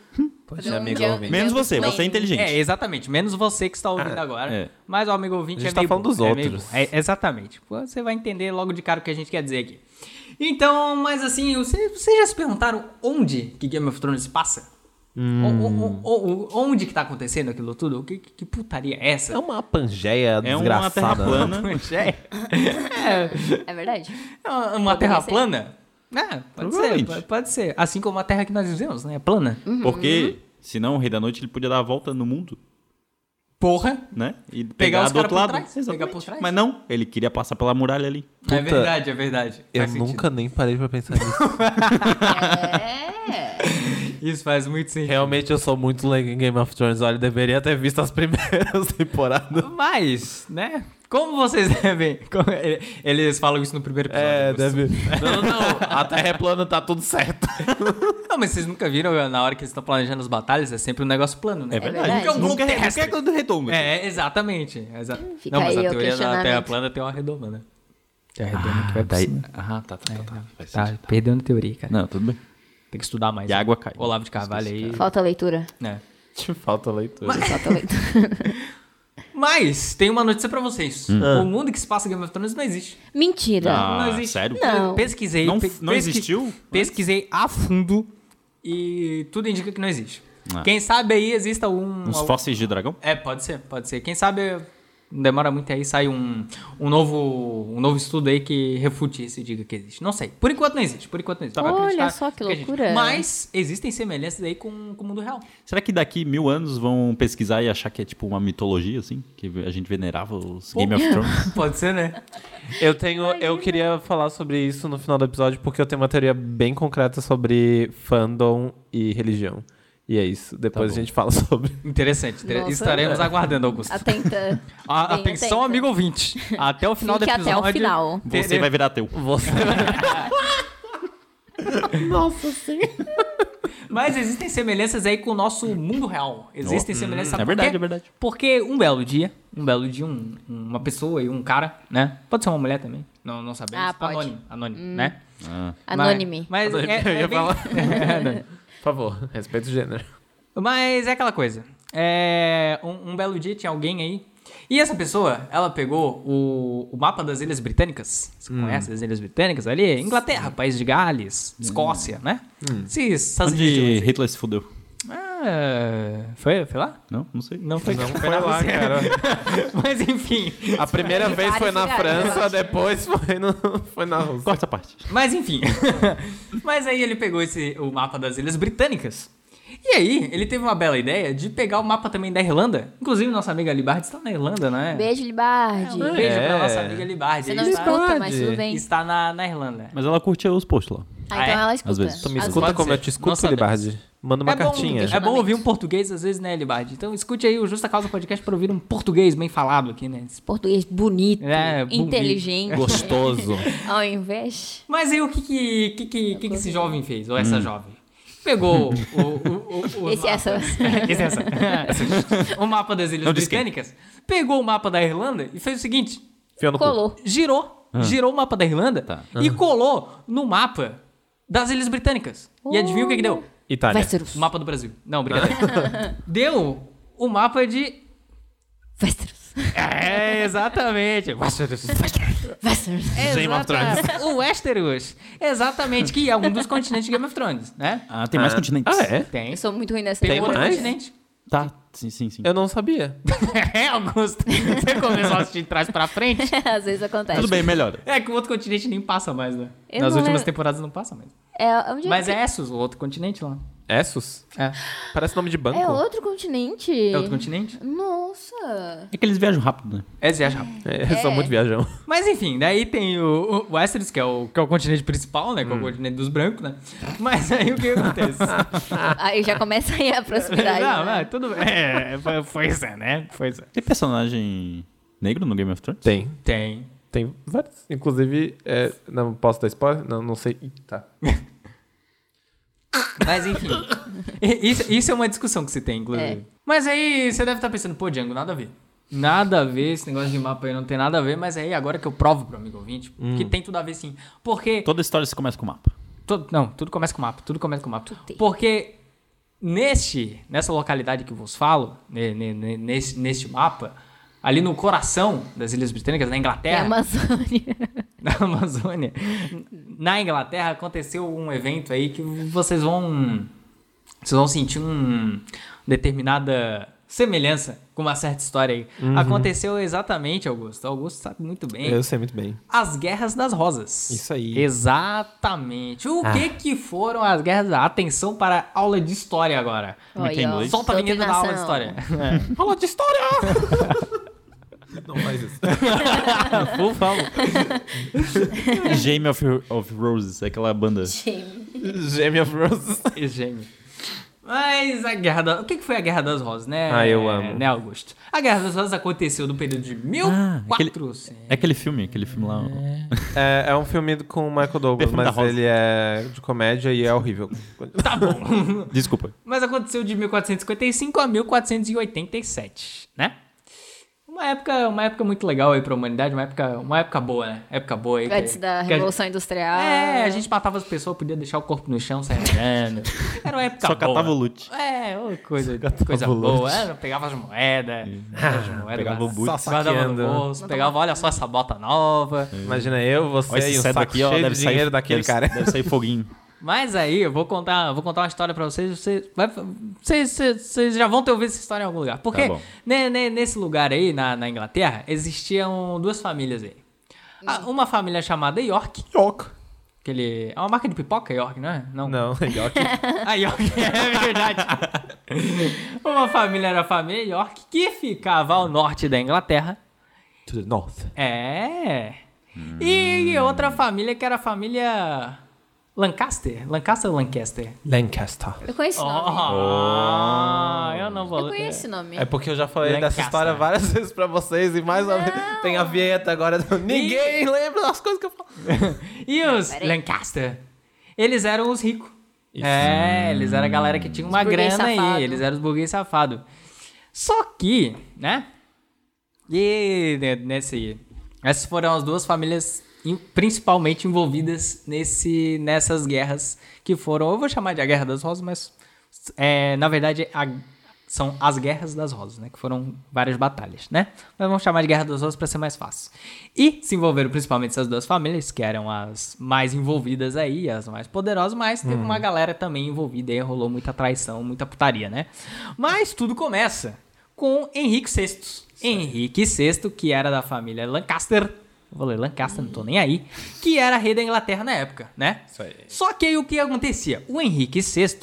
[SPEAKER 4] Poxa,
[SPEAKER 2] Não,
[SPEAKER 4] amigo
[SPEAKER 2] não.
[SPEAKER 4] ouvinte.
[SPEAKER 5] Menos você, você é inteligente.
[SPEAKER 3] É, exatamente. Menos você que está ouvindo agora.
[SPEAKER 5] é.
[SPEAKER 3] Mas o amigo ouvinte
[SPEAKER 4] Ah, A gente
[SPEAKER 3] é
[SPEAKER 4] tá
[SPEAKER 3] meio
[SPEAKER 4] falando
[SPEAKER 3] burro,
[SPEAKER 4] dos
[SPEAKER 3] é meio
[SPEAKER 4] outros.
[SPEAKER 3] burro. É, exatamente. Você vai entender logo de cara o que a gente quer dizer aqui. Então, mas assim, você- vocês já se perguntaram onde que Game of Thrones passa?
[SPEAKER 4] Hum.
[SPEAKER 3] O- o- o- o- onde que tá acontecendo aquilo tudo? O Que, que putaria é essa?
[SPEAKER 4] É uma pangeia
[SPEAKER 5] É uma terra
[SPEAKER 4] desgraçada. né?
[SPEAKER 3] (laughs)
[SPEAKER 5] plana.
[SPEAKER 3] É,
[SPEAKER 2] É verdade.
[SPEAKER 3] é uma, uma terra
[SPEAKER 2] ser.
[SPEAKER 3] plana? É, pode ser,
[SPEAKER 5] Provavelmente.
[SPEAKER 3] pode, pode ser. Assim como a terra que nós vivemos, né? É plana.
[SPEAKER 5] Porque senão o Rei da Noite ele podia dar a volta no mundo,
[SPEAKER 3] Porra!
[SPEAKER 5] né? E pegar,
[SPEAKER 3] Pegar os caras
[SPEAKER 5] do outro
[SPEAKER 3] por
[SPEAKER 5] lado.
[SPEAKER 3] trás,
[SPEAKER 5] Exatamente.
[SPEAKER 3] pegar por trás.
[SPEAKER 5] Mas não, ele queria passar pela muralha ali.
[SPEAKER 3] É verdade, é verdade.
[SPEAKER 4] Eu
[SPEAKER 3] Faz sentido.
[SPEAKER 4] nunca nem parei pra pensar nisso.
[SPEAKER 2] É.
[SPEAKER 3] Isso faz muito sentido.
[SPEAKER 4] Realmente eu sou muito leigo em Game of Thrones. Olha, eu deveria ter visto as (laughs) primeiras temporadas.
[SPEAKER 3] Mas, né? Como vocês (laughs) devem. como- ele- eles falam isso no primeiro episódio.
[SPEAKER 4] É,
[SPEAKER 3] Augusto.
[SPEAKER 4] deve. Não, não, não. A terra é plana, tá tudo certo.
[SPEAKER 3] (laughs) Não, mas vocês nunca viram na hora que eles estão planejando as batalhas, é sempre um negócio plano, né?
[SPEAKER 5] É verdade.
[SPEAKER 2] verdade.
[SPEAKER 5] Nunca-
[SPEAKER 3] Nunca
[SPEAKER 5] nunca
[SPEAKER 3] terrestre.
[SPEAKER 5] é tudo redondo.
[SPEAKER 3] É, exatamente. exa-
[SPEAKER 2] Fica
[SPEAKER 3] Não, mas a
[SPEAKER 2] aí o
[SPEAKER 3] teoria da Terra
[SPEAKER 2] questionamento.
[SPEAKER 3] plana tem uma redoma, né? Tem a redoma que vai
[SPEAKER 5] daí-
[SPEAKER 3] Ah, tá, tá, tá.
[SPEAKER 5] É, faz
[SPEAKER 3] Tá,
[SPEAKER 5] sentido.
[SPEAKER 3] perdendo teoria, cara.
[SPEAKER 5] Não, tudo bem.
[SPEAKER 3] Tem que estudar mais.
[SPEAKER 5] E a
[SPEAKER 3] né?
[SPEAKER 5] água cai.
[SPEAKER 3] Olavo de Carvalho aí.
[SPEAKER 2] Falta leitura.
[SPEAKER 3] né?
[SPEAKER 4] Te falta leitura.
[SPEAKER 2] Falta leitura.
[SPEAKER 3] Mas, tem uma notícia pra vocês.
[SPEAKER 5] Hum.
[SPEAKER 3] O mundo que se passa em Game of Thrones não existe.
[SPEAKER 2] Mentira.
[SPEAKER 5] Ah,
[SPEAKER 3] não existe.
[SPEAKER 5] sério?
[SPEAKER 2] Não.
[SPEAKER 3] Pesquisei.
[SPEAKER 5] Não-
[SPEAKER 3] pe-
[SPEAKER 5] não
[SPEAKER 3] pesqui-
[SPEAKER 5] existiu?
[SPEAKER 3] Pesquisei a fundo e tudo indica que não existe.
[SPEAKER 5] Ah.
[SPEAKER 3] Quem sabe aí exista um.
[SPEAKER 5] Uns
[SPEAKER 3] algum-
[SPEAKER 5] fósseis de dragão?
[SPEAKER 3] É, pode ser, pode ser. Quem sabe não demora muito aí, sai um, um, novo, um novo estudo aí que refute isso e diga que existe. Não sei. Por enquanto não existe. Por enquanto não existe. Vai
[SPEAKER 2] Olha
[SPEAKER 3] acreditar
[SPEAKER 2] só que
[SPEAKER 3] a gente-
[SPEAKER 2] loucura.
[SPEAKER 3] Mas existem semelhanças aí com, com o mundo real.
[SPEAKER 5] Será que daqui mil anos vão pesquisar e achar que é tipo uma mitologia, assim? Que a gente venerava os Game
[SPEAKER 3] (laughs)
[SPEAKER 5] of Thrones?
[SPEAKER 3] Pode ser, né?
[SPEAKER 4] Eu tenho. Eu queria falar sobre isso no final do episódio, porque eu tenho uma teoria bem concreta sobre fandom e religião. E é isso. Depois a gente fala (laughs) sobre.
[SPEAKER 3] Interessante. inter-
[SPEAKER 2] Nossa.
[SPEAKER 3] Estaremos aguardando, Augusto.
[SPEAKER 2] Atenta.
[SPEAKER 3] A-
[SPEAKER 2] Bem
[SPEAKER 3] atenção,
[SPEAKER 2] atenta.
[SPEAKER 3] um amigo ouvinte. Até o final
[SPEAKER 2] Fique
[SPEAKER 3] do
[SPEAKER 2] até o
[SPEAKER 3] episódio.
[SPEAKER 2] final.
[SPEAKER 5] Você vai virar teu.
[SPEAKER 4] Você. Nossa, sim.
[SPEAKER 3] Mas existem semelhanças aí com o nosso mundo real. Existem semelhanças. sabe
[SPEAKER 5] é
[SPEAKER 3] por quê?
[SPEAKER 5] verdade, é verdade.
[SPEAKER 3] Porque um belo dia, um belo dia, um- uma pessoa e um cara, né? Pode ser uma mulher também, não, não sabemos.
[SPEAKER 2] Ah, pode. Hum,
[SPEAKER 3] Anônimo, anônimo, né?
[SPEAKER 2] Anônime.
[SPEAKER 3] Mas, mas
[SPEAKER 4] Anônimo,
[SPEAKER 3] é,
[SPEAKER 4] eu
[SPEAKER 3] é
[SPEAKER 4] ia
[SPEAKER 3] bem-
[SPEAKER 4] falar.
[SPEAKER 3] É, anônimo.
[SPEAKER 4] Por favor, respeita o gênero.
[SPEAKER 3] Mas é aquela coisa. É, um, um belo dia tinha alguém aí. E essa pessoa, ela pegou o, o mapa das Ilhas Britânicas. Você
[SPEAKER 5] Hum.
[SPEAKER 3] conhece as Ilhas Britânicas ali? Inglaterra, País de Gales, Escócia, né? Se, essas
[SPEAKER 5] Hum. Onde
[SPEAKER 3] ilhas de-
[SPEAKER 5] Hitler se fudeu.
[SPEAKER 3] Ah, foi, foi lá?
[SPEAKER 5] Não, não sei.
[SPEAKER 3] Não foi,
[SPEAKER 4] Não (laughs) foi lá, cara.
[SPEAKER 3] (laughs) Mas enfim.
[SPEAKER 4] A primeira vez foi na
[SPEAKER 2] lugares, eu
[SPEAKER 4] França,
[SPEAKER 2] acho.
[SPEAKER 4] depois foi, no, (laughs) foi na Rússia.
[SPEAKER 5] Corta essa parte.
[SPEAKER 3] Mas enfim. (laughs) Mas aí ele pegou esse, o mapa das Ilhas Britânicas. E aí, ele teve uma bela ideia de pegar o mapa também da Irlanda. Inclusive, nossa amiga Libardi está na Irlanda, né?
[SPEAKER 2] Beijo, Libardi.
[SPEAKER 3] Um beijo pra
[SPEAKER 4] É.
[SPEAKER 3] nossa amiga Libardi.
[SPEAKER 2] Você não me
[SPEAKER 3] está,
[SPEAKER 2] escuta, mas tudo bem.
[SPEAKER 3] está na, na Irlanda.
[SPEAKER 5] Mas ela curtia os posts lá.
[SPEAKER 2] Ah, então
[SPEAKER 3] Ah, é?
[SPEAKER 2] ela escuta.
[SPEAKER 5] Às vezes.
[SPEAKER 4] Tu me
[SPEAKER 2] Às
[SPEAKER 4] escuta
[SPEAKER 3] vezes.
[SPEAKER 4] como eu te
[SPEAKER 3] Não
[SPEAKER 4] escuto,
[SPEAKER 3] sabemos.
[SPEAKER 4] Libardi? Manda uma
[SPEAKER 3] é
[SPEAKER 4] cartinha.
[SPEAKER 3] Bom, é bom ouvir um português às vezes, né, Libardi? Então escute aí o Justa Causa Podcast para ouvir um português bem falado aqui, né?
[SPEAKER 2] Português bonito,
[SPEAKER 3] É, bonito.
[SPEAKER 2] inteligente.
[SPEAKER 4] Gostoso.
[SPEAKER 3] (laughs)
[SPEAKER 2] Ao invés.
[SPEAKER 3] Mas aí o que que, que, que, que que esse jovem fez, ou
[SPEAKER 4] Hum.
[SPEAKER 3] essa jovem? Pegou o, o, o, o
[SPEAKER 2] Esse é essa.
[SPEAKER 3] Esse
[SPEAKER 2] (laughs)
[SPEAKER 3] é essa. (laughs) o mapa das Ilhas
[SPEAKER 5] Não disse quem.
[SPEAKER 3] Britânicas. Pegou o mapa da Irlanda e fez o seguinte:
[SPEAKER 4] Fio no cu.
[SPEAKER 2] Colou.
[SPEAKER 3] girou. Girou o mapa da Irlanda
[SPEAKER 5] Ah. Tá.
[SPEAKER 3] e colou no mapa das Ilhas Britânicas. E adivinha o que, que deu?
[SPEAKER 4] Itália.
[SPEAKER 2] Westeros.
[SPEAKER 3] Mapa do Brasil. Não, brincadeira. Deu o mapa de.
[SPEAKER 2] Westeros.
[SPEAKER 3] É, exatamente. Westeros.
[SPEAKER 2] Westeros.
[SPEAKER 5] Game of
[SPEAKER 3] Exata- O Westeros. Exatamente, que é um dos continentes de Game of Thrones, né?
[SPEAKER 5] Ah, tem mais continentes.
[SPEAKER 4] Ah, é?
[SPEAKER 3] Tem.
[SPEAKER 2] Eu sou muito ruim nessa
[SPEAKER 3] Tem
[SPEAKER 2] memória.
[SPEAKER 3] outro
[SPEAKER 4] mais?
[SPEAKER 3] continente. (laughs)
[SPEAKER 5] Tá, sim, sim, sim.
[SPEAKER 4] Eu não sabia.
[SPEAKER 3] É, Augusto. Você começou a assistir de trás pra frente.
[SPEAKER 2] (laughs) Às vezes acontece.
[SPEAKER 5] Tudo bem, melhora.
[SPEAKER 3] É que o outro continente nem passa mais, né?
[SPEAKER 2] Eu
[SPEAKER 3] Nas
[SPEAKER 2] não
[SPEAKER 3] últimas
[SPEAKER 2] lembro.
[SPEAKER 3] temporadas não passa mais.
[SPEAKER 2] É, onde
[SPEAKER 3] Mas
[SPEAKER 2] que-
[SPEAKER 3] é Essos, o outro continente lá.
[SPEAKER 4] Essos?
[SPEAKER 3] É.
[SPEAKER 4] Parece nome de banco.
[SPEAKER 2] É outro continente.
[SPEAKER 3] É outro continente?
[SPEAKER 2] Nossa.
[SPEAKER 5] É que eles viajam rápido, né?
[SPEAKER 3] É viaja rápido.
[SPEAKER 4] É, eu sou
[SPEAKER 2] É.
[SPEAKER 4] muito viajão.
[SPEAKER 3] Mas enfim, daí tem o, o Westeros, que é o, que é o continente principal, né? Que é o continente dos brancos, né? Mas aí o que
[SPEAKER 2] (laughs)
[SPEAKER 3] acontece?
[SPEAKER 2] Aí já começa aí a proximidade.
[SPEAKER 3] Ah. não,
[SPEAKER 2] né?
[SPEAKER 3] mas tudo bem. É, foi- pois é, né? Pois é.
[SPEAKER 5] Tem personagem negro no Game of Thrones?
[SPEAKER 4] Tem.
[SPEAKER 3] Tem.
[SPEAKER 4] Tem vários. Inclusive, é, não posso dar spoiler? Não, não sei. Ih, tá.
[SPEAKER 2] (laughs)
[SPEAKER 3] Mas enfim. I- isso, isso é uma discussão que se tem, inclusive.
[SPEAKER 2] É.
[SPEAKER 3] Mas aí você deve estar pensando, pô, Django, nada a ver. Nada a ver, esse negócio de mapa aí não tem nada a ver, mas aí agora que eu provo pro amigo ouvinte, que tem tudo a ver sim. Porque.
[SPEAKER 5] Toda história se começa com o
[SPEAKER 3] (laughs)
[SPEAKER 5] mapa.
[SPEAKER 3] Todo- não, tudo começa com o mapa, tudo começa com o mapa.
[SPEAKER 2] tem.
[SPEAKER 3] Porque neste, nessa localidade que eu vos falo, ne- ne- ne- nesse, neste mapa, ali no coração das Ilhas Britânicas, na
[SPEAKER 2] É a
[SPEAKER 3] Inglaterra,
[SPEAKER 2] Amazônia.
[SPEAKER 3] (laughs) na Amazônia, na Inglaterra aconteceu um evento aí que vocês vão vocês vão sentir um determinada semelhança com uma certa história aí. Aconteceu exatamente, Augusto. Augusto sabe muito bem.
[SPEAKER 4] Eu sei muito bem.
[SPEAKER 3] As Guerras das Rosas.
[SPEAKER 4] Isso aí. Ah.
[SPEAKER 3] Exatamente. O que que foram as Guerras da Atenção para a aula de história agora.
[SPEAKER 5] Como é que é em
[SPEAKER 2] Olha, ó,
[SPEAKER 5] inglês?
[SPEAKER 3] Solta a vinheta da aula de história.
[SPEAKER 2] doutrinação.
[SPEAKER 4] (laughs)
[SPEAKER 3] aula de (laughs) história!
[SPEAKER 4] Não faz isso.
[SPEAKER 3] Por favor.
[SPEAKER 5] Game of, of Roses, é aquela banda.
[SPEAKER 3] (laughs)
[SPEAKER 2] Gente,
[SPEAKER 4] Gêmea of Roses.
[SPEAKER 3] Esse Gêmeo. Mas a Guerra da... O que que foi a Guerra das Rosas, né?
[SPEAKER 4] Ah, eu amo.
[SPEAKER 3] Né, Augusto? A Guerra das Rosas aconteceu no período de
[SPEAKER 5] Ah, aquele-
[SPEAKER 3] 1400...
[SPEAKER 5] É aquele filme, aquele filme lá.
[SPEAKER 4] É, é um filme do- com o Michael Douglas,
[SPEAKER 5] Perfume da
[SPEAKER 4] mas
[SPEAKER 5] Rosa.
[SPEAKER 4] ele é de comédia e é (laughs) horrível.
[SPEAKER 3] Tá bom. (laughs)
[SPEAKER 5] Desculpa.
[SPEAKER 3] Mas aconteceu de 1455 a 1487, né? Uma época, uma época muito legal aí pra humanidade, uma época, uma época boa, né? Época boa aí. que-
[SPEAKER 2] antes da
[SPEAKER 3] que a-
[SPEAKER 2] Revolução Industrial.
[SPEAKER 3] É, a gente matava as pessoas, podia deixar o corpo no chão saindo. Era uma época
[SPEAKER 5] Só
[SPEAKER 3] boa.
[SPEAKER 5] catava
[SPEAKER 4] né?
[SPEAKER 5] o loot.
[SPEAKER 3] É, ô, coisa, coisa
[SPEAKER 5] volante.
[SPEAKER 3] boa. Era, pegava as moedas, (laughs) pegava as moedas,
[SPEAKER 5] Pegava o
[SPEAKER 3] guardava-
[SPEAKER 5] boot.
[SPEAKER 4] Só
[SPEAKER 3] guardava
[SPEAKER 4] saqueando.
[SPEAKER 3] no bolso, pegava, olha só essa bota nova.
[SPEAKER 5] É.
[SPEAKER 4] Imagina eu, você
[SPEAKER 5] Olha esse
[SPEAKER 4] e um
[SPEAKER 5] cérebro
[SPEAKER 4] saco
[SPEAKER 5] aqui, ó,
[SPEAKER 4] cheio
[SPEAKER 5] deve
[SPEAKER 4] de dinheiro
[SPEAKER 5] sair,
[SPEAKER 4] daquele
[SPEAKER 5] deve-
[SPEAKER 4] cara.
[SPEAKER 5] Deve sair foguinho.
[SPEAKER 3] Mas aí, eu vou contar, vou contar uma história pra vocês. Vocês, vai- vocês, vocês- vocês já vão ter ouvido essa história em algum lugar. Porque
[SPEAKER 5] Tá bom.
[SPEAKER 3] ne- ne- nesse lugar aí, na, na Inglaterra, existiam duas famílias aí. Ah, Uma família chamada York.
[SPEAKER 4] York.
[SPEAKER 3] Que ele, é uma marca de pipoca, York, não é? Não.
[SPEAKER 4] (laughs) Não, York.
[SPEAKER 3] A York, (laughs) é verdade. uma família era a família York, que ficava ao norte da Inglaterra.
[SPEAKER 4] to the north.
[SPEAKER 3] É. E outra família que era a família Lancaster. Lancaster ou Lancaster?
[SPEAKER 4] Lancaster.
[SPEAKER 2] Eu conheço o nome.
[SPEAKER 3] Ah, eu não vou.
[SPEAKER 2] Eu conheço esse nome.
[SPEAKER 4] É porque eu já falei
[SPEAKER 3] Lancaster.
[SPEAKER 4] dessa história várias (laughs) vezes pra vocês e mais uma vez tem a vinheta agora. Ninguém lembra das coisas que eu falo.
[SPEAKER 3] (laughs) E os
[SPEAKER 2] Peraí.
[SPEAKER 3] Lancaster? Eles eram os ricos. É, eles eram a galera que tinha uma
[SPEAKER 2] burguês
[SPEAKER 3] grana
[SPEAKER 2] safado.
[SPEAKER 3] aí. Eles eram os burguês safados. Só que, né? E né, nesse. Essas foram as duas famílias in- principalmente envolvidas nesse, nessas guerras que foram. Eu vou chamar de a Guerra das Rosas, mas é, na verdade a- são as Guerras das Rosas, né? Que foram várias batalhas, né? Mas vamos chamar de Guerra das Rosas para ser mais fácil. E se envolveram principalmente essas duas famílias, que eram as mais envolvidas aí, as mais poderosas, mas teve uma galera também envolvida aí, rolou muita traição, muita putaria, né? Mas tudo começa com Henrique VI. Henrique VI, que era da família Lancaster. Eu Vou ler Lancaster, não tô nem aí. Que era rei da Inglaterra na época, né?
[SPEAKER 4] Isso aí.
[SPEAKER 3] Só que aí o que acontecia? O Henrique VI,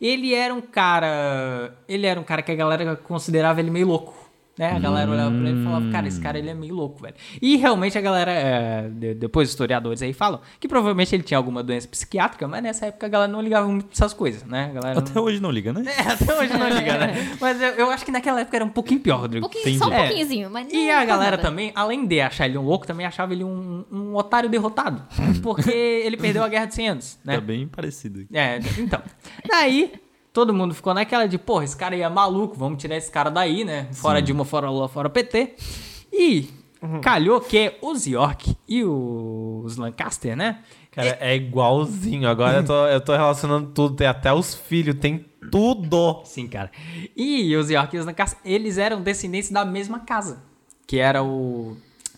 [SPEAKER 3] ele era um cara. Ele era um cara que a galera considerava ele meio louco. Né? A galera olhava pra ele e falava, cara, esse cara ele é meio louco, velho. E realmente a galera, é, de- depois os historiadores aí falam que provavelmente ele tinha alguma doença psiquiátrica, mas nessa época a galera não ligava muito pra essas coisas, né? A galera
[SPEAKER 5] Até hoje não liga, né?
[SPEAKER 3] é, até hoje não liga, né? (laughs) Mas eu, eu acho que naquela época era um pouquinho pior,
[SPEAKER 2] Um
[SPEAKER 3] Rodrigo.
[SPEAKER 2] pouquinho, só um
[SPEAKER 3] É.
[SPEAKER 2] pouquinhozinho. Mas
[SPEAKER 3] E
[SPEAKER 2] não
[SPEAKER 3] a
[SPEAKER 2] tá
[SPEAKER 3] galera
[SPEAKER 2] nada.
[SPEAKER 3] também, além de achar ele um louco, também achava ele um, um otário (laughs) derrotado. Porque ele perdeu a Guerra de 100 Anos, né?
[SPEAKER 5] Tá bem parecido.
[SPEAKER 3] É, então. Daí, todo mundo ficou naquela de, porra, esse cara aí é maluco, vamos tirar esse cara daí, né? Fora Dilma, fora Lula, fora PT. E Calhou que os York e os Lancaster, né?
[SPEAKER 4] Cara, é igualzinho. Agora eu tô, eu tô relacionando tudo. Tem até os filhos, tem tudo.
[SPEAKER 3] Sim, cara. E os York e os Lancaster, eles eram descendentes da mesma casa. Que era o.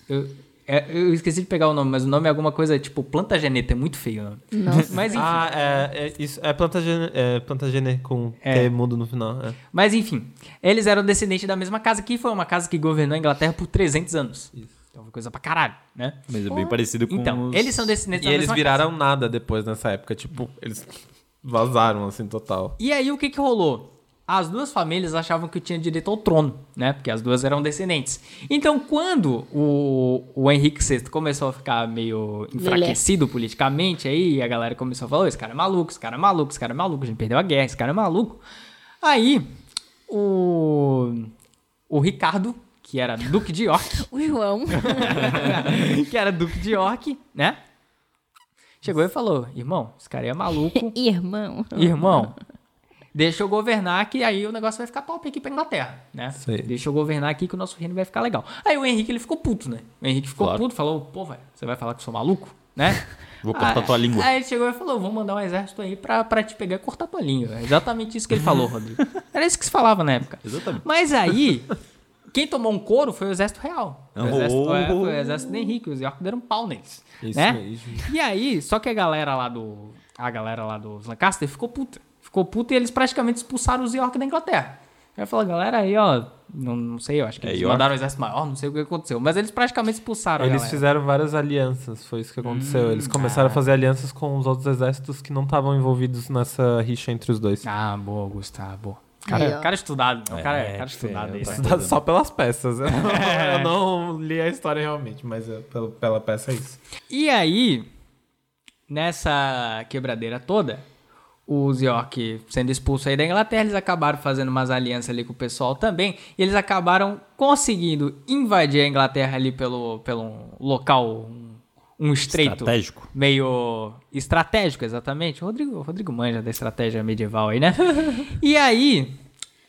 [SPEAKER 3] Eu, é, eu esqueci de pegar o nome, mas o nome é alguma coisa tipo Planta Geneta, é muito feio o nome. (laughs) Mas enfim.
[SPEAKER 4] Ah, é, é, isso, é Plantagenet é Plantagenet com
[SPEAKER 3] É.
[SPEAKER 4] T mudo no final. é.
[SPEAKER 3] Mas enfim, eles eram descendentes da mesma casa, que foi uma casa que governou a Inglaterra por 300 anos. Então foi coisa pra caralho, né?
[SPEAKER 5] Mas é bem parecido com
[SPEAKER 3] Então,
[SPEAKER 5] os-
[SPEAKER 3] eles são descendentes
[SPEAKER 4] Tipo E
[SPEAKER 3] da
[SPEAKER 4] eles
[SPEAKER 3] mesma
[SPEAKER 4] viraram nada depois nessa época. Tipo, eles vazaram assim total.
[SPEAKER 3] E aí o que que rolou? As duas famílias achavam que tinha direito ao trono, né? Porque as duas eram descendentes. Então, quando o, o Henrique VI começou a ficar meio enfraquecido politicamente, aí a galera começou a falar: "Ô, esse cara é maluco, esse cara é maluco, esse cara é maluco, a gente perdeu a guerra, esse cara é maluco. Aí, o, o Ricardo, que era Duque de
[SPEAKER 2] (laughs)
[SPEAKER 3] York,
[SPEAKER 2] O João.
[SPEAKER 3] que era Duque de York, né? Chegou e falou: irmão, esse cara é maluco,
[SPEAKER 2] Irmão.
[SPEAKER 3] Irmão, Então, (laughs) deixa eu governar que aí o negócio vai ficar top aqui pra Inglaterra, né?
[SPEAKER 4] Sei.
[SPEAKER 3] Deixa eu governar aqui que o nosso reino vai ficar legal. Aí o Henrique, ele ficou puto, né? O Henrique ficou
[SPEAKER 5] Claro.
[SPEAKER 3] puto, falou, pô, velho, você vai falar que eu sou maluco, né?
[SPEAKER 5] Vou cortar
[SPEAKER 3] Aí-
[SPEAKER 5] tua língua.
[SPEAKER 3] Aí ele chegou e falou, vou mandar um exército aí pra, pra te pegar e cortar tua língua. É Exatamente isso que ele falou, Rodrigo. Era isso que se falava na época.
[SPEAKER 5] Exatamente.
[SPEAKER 3] Mas aí, quem tomou um couro foi o exército real. O exército,
[SPEAKER 5] Oh.
[SPEAKER 3] é, foi o exército do Henrique, os York deram um pau neles.
[SPEAKER 4] Isso
[SPEAKER 3] né?
[SPEAKER 4] mesmo.
[SPEAKER 3] E aí, só que a galera lá do. A galera lá dos Lancaster ficou puta. Ficou puta e eles praticamente expulsaram os York da Inglaterra. Aí falou, galera, aí, ó. Não, não sei, eu acho que
[SPEAKER 5] É
[SPEAKER 3] eles
[SPEAKER 5] York?
[SPEAKER 3] mandaram um exército maior, não sei o que aconteceu. Mas eles praticamente expulsaram
[SPEAKER 4] Eles
[SPEAKER 3] a galera. Hum,
[SPEAKER 4] fizeram várias alianças, foi isso que aconteceu. Eles começaram a fazer alianças com os outros exércitos que não estavam envolvidos nessa rixa entre os dois.
[SPEAKER 3] Ah, boa, Gustavo, boa. Cara,
[SPEAKER 2] Aí, ó.
[SPEAKER 3] cara estudado, né? O cara,
[SPEAKER 5] É,
[SPEAKER 3] cara estudado.
[SPEAKER 5] é,
[SPEAKER 3] isso,
[SPEAKER 4] Isso
[SPEAKER 3] né?
[SPEAKER 4] dá tá só pelas peças. Eu não, eu não li a história realmente, mas eu- pela, pela peça é isso.
[SPEAKER 3] E aí, nessa quebradeira toda, os York sendo expulsos aí da Inglaterra, eles acabaram fazendo umas alianças ali com o pessoal também. E eles acabaram conseguindo invadir a Inglaterra ali pelo, pelo local, um, um estreito.
[SPEAKER 5] Estratégico.
[SPEAKER 3] Meio estratégico, exatamente. O Rodrigo, o Rodrigo manja da estratégia medieval aí, né? e aí,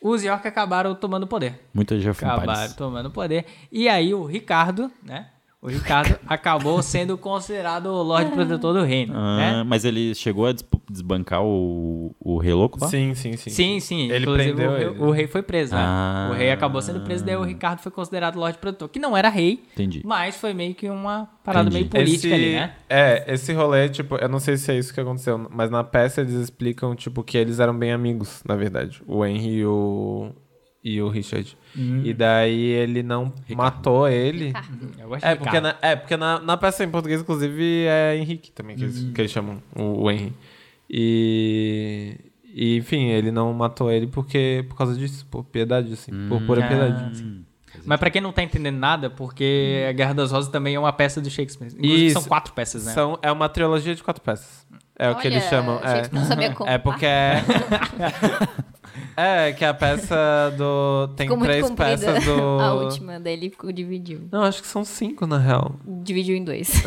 [SPEAKER 3] os York acabaram tomando o poder.
[SPEAKER 5] Muita gente
[SPEAKER 3] Acabaram tomando poder. E aí o Ricardo, né? O
[SPEAKER 5] (laughs)
[SPEAKER 3] Ricardo acabou sendo considerado o Lorde Protetor do Reino, né?
[SPEAKER 5] ah, Mas ele chegou a des- desbancar o, o rei louco lá?
[SPEAKER 4] Sim, sim, sim.
[SPEAKER 3] Sim, sim.
[SPEAKER 4] Ele
[SPEAKER 3] inclusive
[SPEAKER 4] prendeu
[SPEAKER 3] o rei,
[SPEAKER 4] ele.
[SPEAKER 3] o rei foi preso, né?
[SPEAKER 5] Ah.
[SPEAKER 3] O rei acabou sendo preso, daí o Ricardo foi considerado Lorde Protetor, que não era rei,
[SPEAKER 5] Entendi.
[SPEAKER 3] mas foi meio que uma parada
[SPEAKER 5] Entendi.
[SPEAKER 3] meio política ali, né?
[SPEAKER 4] É, esse rolê, tipo, eu não sei se é isso que aconteceu, mas na peça eles explicam, tipo, que eles eram bem amigos, na verdade. O Henry e o, e o Richard. E daí ele não matou ele.
[SPEAKER 3] Eu gosto de
[SPEAKER 4] É, porque,
[SPEAKER 3] Ricardo.
[SPEAKER 4] na, é, porque na, na peça em português, inclusive, é Henrique também, que, eles, que eles chamam o, o Henry. E, e, enfim, ele não matou ele porque, por causa disso, por piedade, assim,
[SPEAKER 3] Hum.
[SPEAKER 4] por pura piedade.
[SPEAKER 3] Ah. Mas pra quem não tá entendendo nada, porque a Guerra das Rosas também é uma peça do Shakespeare. Inclusive, são
[SPEAKER 4] Isso.
[SPEAKER 3] quatro peças, né?
[SPEAKER 4] São, é uma trilogia de quatro peças. É o que eles
[SPEAKER 2] Olha,
[SPEAKER 4] chamam. é.
[SPEAKER 2] gente, não sabia como. tá?
[SPEAKER 4] É
[SPEAKER 2] (laughs)
[SPEAKER 4] porque é. é, que a peça do. Tem
[SPEAKER 2] Ficou muito
[SPEAKER 4] três
[SPEAKER 2] comprida
[SPEAKER 4] peças do.
[SPEAKER 2] (laughs) a última, daí ele ficou- dividiu.
[SPEAKER 4] Não, acho que são cinco, na real.
[SPEAKER 2] Dividiu em dois.
[SPEAKER 3] (laughs)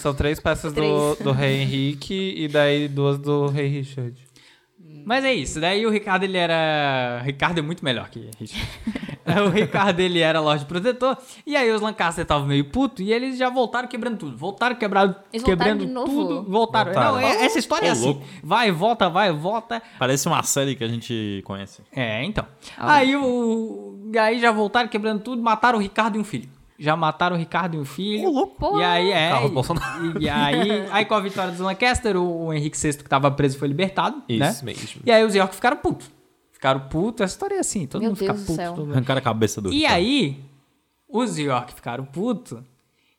[SPEAKER 4] São três peças
[SPEAKER 2] Três.
[SPEAKER 4] Do, do Rei Henrique e daí duas do Rei Richard.
[SPEAKER 3] Mas é isso, daí o Ricardo ele era. Ricardo é muito melhor que Richard. (laughs) o Ricardo ele era Lorde Protetor, e aí os Lancaster estavam meio puto e eles já voltaram quebrando tudo. Voltaram quebrando,
[SPEAKER 2] Eles voltaram
[SPEAKER 3] quebrando
[SPEAKER 2] de novo?
[SPEAKER 3] tudo. Voltaram.
[SPEAKER 4] Voltaram.
[SPEAKER 3] Não, é- essa história é
[SPEAKER 5] Ô,
[SPEAKER 3] assim.
[SPEAKER 5] louco.
[SPEAKER 3] Vai, volta, vai, volta.
[SPEAKER 5] Parece uma série que a gente conhece.
[SPEAKER 3] É, então.
[SPEAKER 2] Ah,
[SPEAKER 3] Aí o. Aí já voltaram quebrando tudo, mataram o Ricardo e um filho. Já mataram o Ricardo e um filho.
[SPEAKER 5] Ô, louco.
[SPEAKER 3] E aí, é.
[SPEAKER 4] Carlos
[SPEAKER 3] e-
[SPEAKER 4] Bolsonaro.
[SPEAKER 3] E, aí, aí, com a vitória dos Lancaster, o, o Henrique VI, que tava preso, foi libertado. né?
[SPEAKER 4] Isso mesmo.
[SPEAKER 3] E aí os York ficaram putos. Ficaram putos. Essa história é assim, todo
[SPEAKER 2] Meu
[SPEAKER 3] mundo
[SPEAKER 2] Deus do
[SPEAKER 3] fica puto.
[SPEAKER 2] céu.
[SPEAKER 3] todo mundo-
[SPEAKER 5] Arrancaram a cabeça do
[SPEAKER 3] E aí, os York ficaram putos.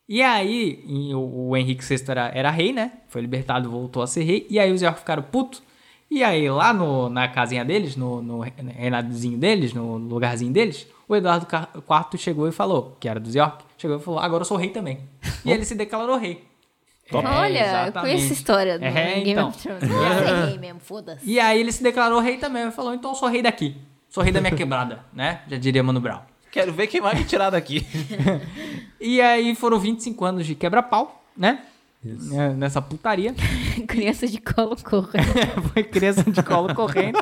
[SPEAKER 3] E aí, e o, o Henrique VI era, era rei, né? Foi libertado, voltou a ser rei. E aí os York ficaram putos. E aí, lá no- na casinha deles, no, no reinadozinho deles, no lugarzinho deles, o Eduardo Car- IV chegou e falou, que era dos York, chegou e falou, agora eu sou rei também. E ele se declarou rei. É,
[SPEAKER 2] Oh. Olha, eu conheço
[SPEAKER 3] exatamente.
[SPEAKER 2] a história do
[SPEAKER 3] É,
[SPEAKER 2] Game
[SPEAKER 3] então.
[SPEAKER 2] of Thrones. (laughs) Eu rei mesmo, foda-se.
[SPEAKER 3] E aí ele se declarou rei também. Ele falou, então eu sou rei daqui. Sou rei da
[SPEAKER 4] (laughs)
[SPEAKER 3] minha quebrada, né? Já diria Mano Brown.
[SPEAKER 4] Quero ver quem vai me tirar daqui.
[SPEAKER 3] (laughs) E aí foram 25 anos de quebra-pau, né? Né, Nessa
[SPEAKER 4] (laughs)
[SPEAKER 3] putaria.
[SPEAKER 2] Criança de colo corra.
[SPEAKER 3] Foi criança de colo correndo.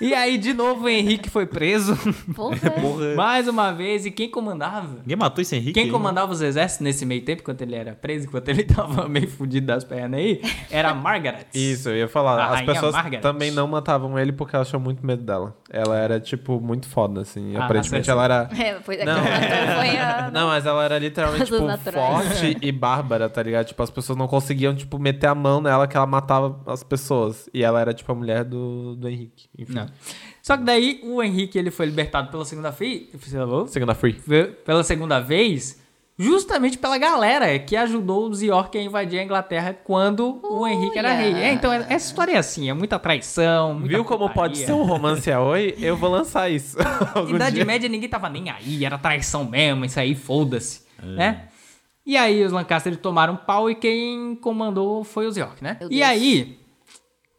[SPEAKER 3] E aí, de novo, o Henrique foi preso. (laughs)
[SPEAKER 2] Porra.
[SPEAKER 3] Mais uma vez. E quem comandava?
[SPEAKER 5] Ninguém matou esse Henrique.
[SPEAKER 3] Quem
[SPEAKER 5] hein?
[SPEAKER 3] comandava os exércitos nesse meio tempo, enquanto ele era preso, enquanto ele tava meio fudido das pernas aí, era a Margaret.
[SPEAKER 4] Isso, eu ia falar.
[SPEAKER 3] A
[SPEAKER 4] as
[SPEAKER 3] rainha
[SPEAKER 4] pessoas
[SPEAKER 3] Margaret.
[SPEAKER 4] também não matavam ele porque elas tinham muito medo dela. Ela era, tipo, muito foda, assim.
[SPEAKER 3] Ah,
[SPEAKER 4] Aparentemente
[SPEAKER 3] sim,
[SPEAKER 4] ela era.
[SPEAKER 2] É, foi,
[SPEAKER 4] Não.
[SPEAKER 2] foi
[SPEAKER 3] (laughs)
[SPEAKER 2] a...
[SPEAKER 4] (laughs) Não, mas ela era literalmente,
[SPEAKER 2] Casos
[SPEAKER 4] tipo,
[SPEAKER 2] naturais.
[SPEAKER 4] forte e bárbara, tá ligado? Tipo, as pessoas não conseguiam, tipo, meter a mão nela que ela matava as pessoas. E ela era, tipo, a mulher do, do Henrique. Enfim.
[SPEAKER 3] Não. Só que daí o Henrique ele foi libertado pela segunda vez. é
[SPEAKER 4] Segunda Free.
[SPEAKER 3] Pela segunda vez, justamente pela galera que ajudou os York a invadir a Inglaterra quando o Henrique era rei.
[SPEAKER 2] Olha.
[SPEAKER 3] É, então essa história é assim, é muita traição. muita
[SPEAKER 4] Viu como pode
[SPEAKER 3] putaria.
[SPEAKER 4] ser um romance aoi? Eu vou
[SPEAKER 2] (laughs)
[SPEAKER 4] lançar isso. algum
[SPEAKER 3] Idade
[SPEAKER 4] dia.
[SPEAKER 3] Média ninguém tava nem aí, era traição mesmo, isso aí, foda-se,
[SPEAKER 4] É.
[SPEAKER 3] né? E aí os Lancaster tomaram um pau e quem comandou foi os York, né?
[SPEAKER 2] Meu
[SPEAKER 3] E
[SPEAKER 2] Deus.
[SPEAKER 3] aí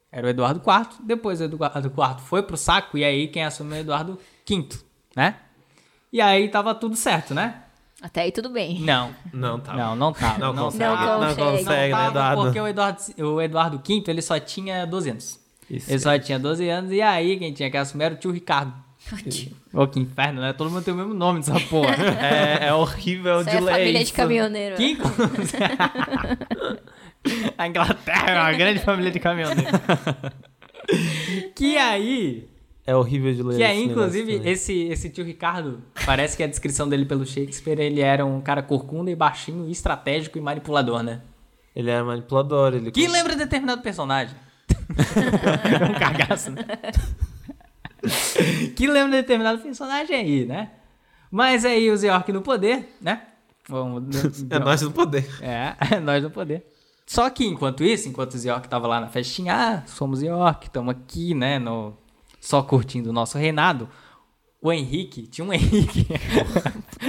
[SPEAKER 3] era o Eduardo IV, depois o Eduardo IV foi pro saco e aí quem assumiu é o Eduardo V, né? E aí tava tudo certo, né?
[SPEAKER 2] Até aí tudo
[SPEAKER 3] (laughs)
[SPEAKER 2] bem.
[SPEAKER 3] Não,
[SPEAKER 4] Não, tá.
[SPEAKER 3] não, não tava.
[SPEAKER 4] Não consegue,
[SPEAKER 3] tava.
[SPEAKER 2] Não
[SPEAKER 4] não
[SPEAKER 2] consegue.
[SPEAKER 4] consegue,
[SPEAKER 3] Não
[SPEAKER 4] né,
[SPEAKER 3] tava,
[SPEAKER 4] Eduardo?
[SPEAKER 3] Porque o Eduardo, o Eduardo V, ele só tinha 12 anos.
[SPEAKER 4] Isso.
[SPEAKER 3] Ele só tinha 12 anos e aí quem tinha que assumir era o tio Ricardo. Ô, que inferno, né? Todo mundo tem o mesmo nome dessa porra.
[SPEAKER 4] É, é horrível
[SPEAKER 2] Isso
[SPEAKER 4] de
[SPEAKER 2] é
[SPEAKER 4] ler
[SPEAKER 2] família de
[SPEAKER 4] isso.
[SPEAKER 2] caminhoneiro. é.
[SPEAKER 3] um Quem... (laughs) a Inglaterra é uma grande família de caminhoneiros.
[SPEAKER 2] (laughs)
[SPEAKER 3] que aí...
[SPEAKER 4] É horrível de ler
[SPEAKER 3] Que aí,
[SPEAKER 4] esse negócio
[SPEAKER 3] inclusive,
[SPEAKER 4] também.
[SPEAKER 3] esse, esse tio Ricardo, parece que a descrição dele pelo Shakespeare, ele era um cara corcunda e baixinho, estratégico e manipulador, né?
[SPEAKER 4] Ele era manipulador, ele...
[SPEAKER 3] Quem lembra de determinado
[SPEAKER 4] (laughs)
[SPEAKER 3] personagem? é um cagaço, né? Quem lembra de determinado personagem aí, né? Mas aí o York no poder, né?
[SPEAKER 4] (laughs)
[SPEAKER 3] Vamos,
[SPEAKER 4] É nós no poder.
[SPEAKER 3] (laughs) É, nós no poder. Só que enquanto isso, enquanto o York tava lá na festinha, ah, somos York, estamos aqui, né, no, só curtindo o nosso reinado. O Henrique, tinha um (laughs) Henrique.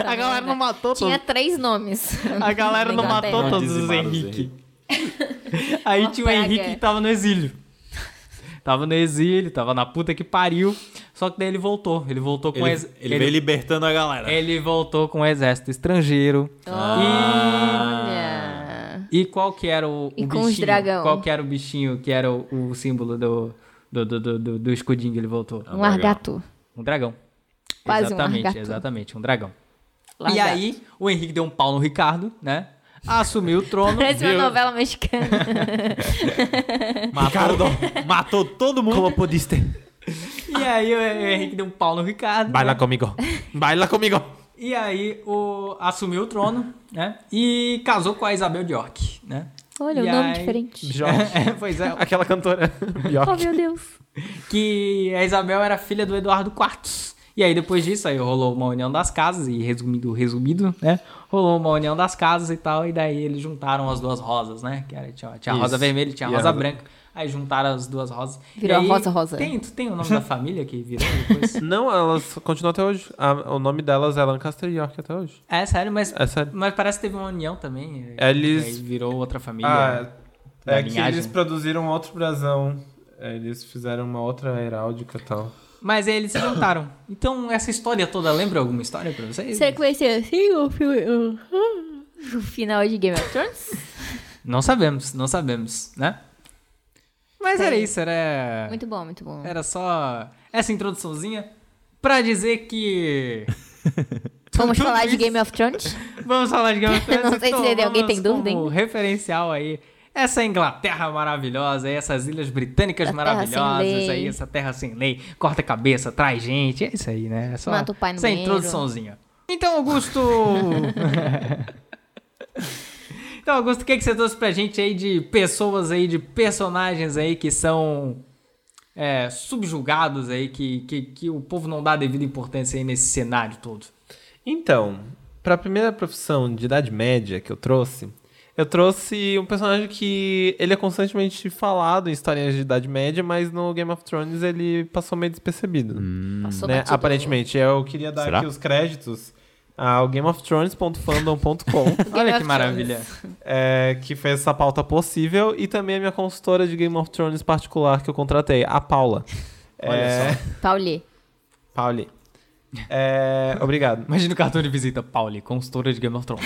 [SPEAKER 3] a galera não matou todo
[SPEAKER 2] né? Tinha três nomes.
[SPEAKER 3] a galera não
[SPEAKER 2] Na Inglaterra.
[SPEAKER 3] matou todos os
[SPEAKER 5] Dizimaram os
[SPEAKER 3] Henrique. (laughs) Aí
[SPEAKER 2] Uma
[SPEAKER 3] tinha o
[SPEAKER 2] praga.
[SPEAKER 3] Henrique que tava no exílio. Tava no exílio, tava na puta que pariu. Só que daí ele voltou. Ele É, voltou com
[SPEAKER 5] Ele,
[SPEAKER 3] ex-
[SPEAKER 5] ele veio libertando a galera.
[SPEAKER 3] ele voltou com um exército estrangeiro.
[SPEAKER 2] Ah. Olha.
[SPEAKER 3] E qual que era o, o
[SPEAKER 2] E com
[SPEAKER 3] bichinho?
[SPEAKER 2] os dragão.
[SPEAKER 3] Qual que era o bichinho que era o, o símbolo do, do, do, do, do- do escudinho que ele voltou?
[SPEAKER 2] Um largato.
[SPEAKER 3] Um dragão.
[SPEAKER 2] Quase um
[SPEAKER 3] exatamente,
[SPEAKER 2] largato.
[SPEAKER 3] exatamente, um dragão. E
[SPEAKER 2] Largato.
[SPEAKER 3] aí, o Henrique deu um pau no Ricardo, né? Assumiu o trono.
[SPEAKER 2] Parece uma
[SPEAKER 3] viu?
[SPEAKER 2] novela
[SPEAKER 3] (laughs)
[SPEAKER 2] mexicana.
[SPEAKER 5] Matou, matou todo mundo.
[SPEAKER 4] Como pudiste?
[SPEAKER 3] E aí o Henrique deu um pau no Ricardo.
[SPEAKER 4] Baila comigo.
[SPEAKER 2] (laughs)
[SPEAKER 4] Baila comigo.
[SPEAKER 3] E aí o, assumiu o trono, né? E casou com a Isabel de York, né?
[SPEAKER 2] Olha,
[SPEAKER 3] E
[SPEAKER 2] um nome
[SPEAKER 3] aí-
[SPEAKER 2] diferente.
[SPEAKER 3] É, pois é.
[SPEAKER 4] Aquela cantora.
[SPEAKER 2] Oh,
[SPEAKER 4] Bjork.
[SPEAKER 2] meu Deus.
[SPEAKER 3] Que a Isabel era filha do Eduardo IV. E aí depois disso, aí rolou uma união das casas, e resumido, resumido, né? Rolou uma união das casas e tal, e daí eles juntaram as duas rosas, né? Que era, tinha, tinha a
[SPEAKER 4] Isso.
[SPEAKER 3] rosa vermelha e tinha a
[SPEAKER 4] E a
[SPEAKER 3] rosa
[SPEAKER 4] rosa-
[SPEAKER 3] branca. Aí juntaram as duas rosas.
[SPEAKER 2] Virou
[SPEAKER 3] E aí,
[SPEAKER 2] a rosa rosa.
[SPEAKER 3] Tem, tu tem o nome da família que virou
[SPEAKER 4] (laughs)
[SPEAKER 3] depois?
[SPEAKER 4] Não, elas continuam até hoje. A- o nome delas é Lancaster York até hoje.
[SPEAKER 3] É sério, mas
[SPEAKER 4] É sério.
[SPEAKER 3] Mas parece que teve uma união também.
[SPEAKER 4] Eles-
[SPEAKER 3] Aí virou outra família.
[SPEAKER 4] É Ah,
[SPEAKER 3] Da
[SPEAKER 4] é que
[SPEAKER 3] linhagem.
[SPEAKER 4] eles produziram outro brasão. É, Eles fizeram uma outra heráldica e tal.
[SPEAKER 3] Mas aí eles se juntaram. Então, essa história toda lembra alguma história pra vocês?
[SPEAKER 2] Será que vai ser assim o filme? Uhum. O final de Game of Thrones?
[SPEAKER 3] Não sabemos, não sabemos, né? Mas era isso, era.
[SPEAKER 2] Muito bom, muito bom.
[SPEAKER 3] Era só essa introduçãozinha pra
[SPEAKER 2] (laughs)
[SPEAKER 3] dizer que.
[SPEAKER 2] Vamos falar de
[SPEAKER 3] isso.
[SPEAKER 2] Game of Thrones?
[SPEAKER 3] Vamos falar de Game of Thrones.
[SPEAKER 2] Não sei se
[SPEAKER 3] tomamos
[SPEAKER 2] alguém tem dúvida,
[SPEAKER 3] Como referencial aí. Essa Inglaterra maravilhosa, aí, essas ilhas britânicas
[SPEAKER 2] Essa terra sem
[SPEAKER 3] maravilhosas,
[SPEAKER 2] lei.
[SPEAKER 3] aí, essa terra sem lei, corta a cabeça, traz gente, é isso aí, né? É só
[SPEAKER 2] Mata o pai no
[SPEAKER 3] essa
[SPEAKER 2] banheiro.
[SPEAKER 3] introduçãozinha. Então, Augusto. então, Augusto, o que, que você trouxe pra gente aí de pessoas aí, de personagens aí que são é, subjugados aí, que, que, que o povo não dá a devida importância aí nesse cenário todo?
[SPEAKER 4] Então, pra primeira profissão de Idade Média que eu trouxe, eu trouxe um personagem que ele é constantemente falado em historinhas de Idade Média, mas no Game of Thrones ele passou meio despercebido.
[SPEAKER 3] Hum,
[SPEAKER 2] Passou
[SPEAKER 4] né?
[SPEAKER 2] batido.
[SPEAKER 4] Aparentemente, eu queria dar
[SPEAKER 5] Será?
[SPEAKER 4] aqui os créditos
[SPEAKER 5] (laughs)
[SPEAKER 4] ao gameofthrones.fandom.com
[SPEAKER 2] Game
[SPEAKER 3] Olha
[SPEAKER 2] of
[SPEAKER 3] que
[SPEAKER 2] Thrones.
[SPEAKER 3] maravilha.
[SPEAKER 4] é, que fez essa pauta possível e também a minha consultora de Game of Thrones particular que eu contratei, a Paula.
[SPEAKER 5] Olha
[SPEAKER 4] É,
[SPEAKER 2] Pauli.
[SPEAKER 4] Pauli. É, obrigado.
[SPEAKER 3] Imagina o cartão de visita, Pauli, consultora de Game of (laughs) Thrones.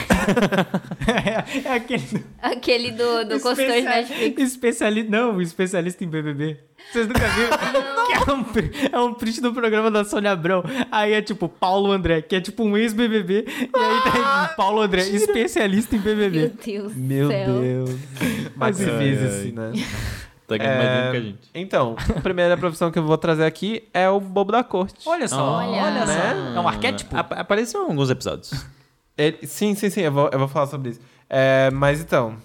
[SPEAKER 3] é, é aquele do-
[SPEAKER 2] Aquele do, do consultor de Netflix.
[SPEAKER 3] especiali- Não, o especialista em BBB. Vocês nunca (laughs) viram? Que é, um, pri- é um print do programa da Sônia Abrão. Aí é tipo Paulo André, que é tipo um ex-BBB. E aí tá aí, Paulo André, especialista em
[SPEAKER 2] Meu
[SPEAKER 3] BBB.
[SPEAKER 2] Deus
[SPEAKER 4] Meu
[SPEAKER 2] do céu.
[SPEAKER 4] Deus. Maximize-se, né?
[SPEAKER 5] Tá aqui mais
[SPEAKER 4] É,
[SPEAKER 5] lindo que a gente.
[SPEAKER 4] Então, a primeira profissão que eu vou trazer aqui é o bobo da corte.
[SPEAKER 3] Olha só, olha,
[SPEAKER 2] Olha.
[SPEAKER 3] só. É um arquétipo?
[SPEAKER 5] Ah, Apa- Apareceram alguns episódios.
[SPEAKER 4] Ele- sim, sim, sim, eu vou, eu vou falar sobre isso. É, mas então,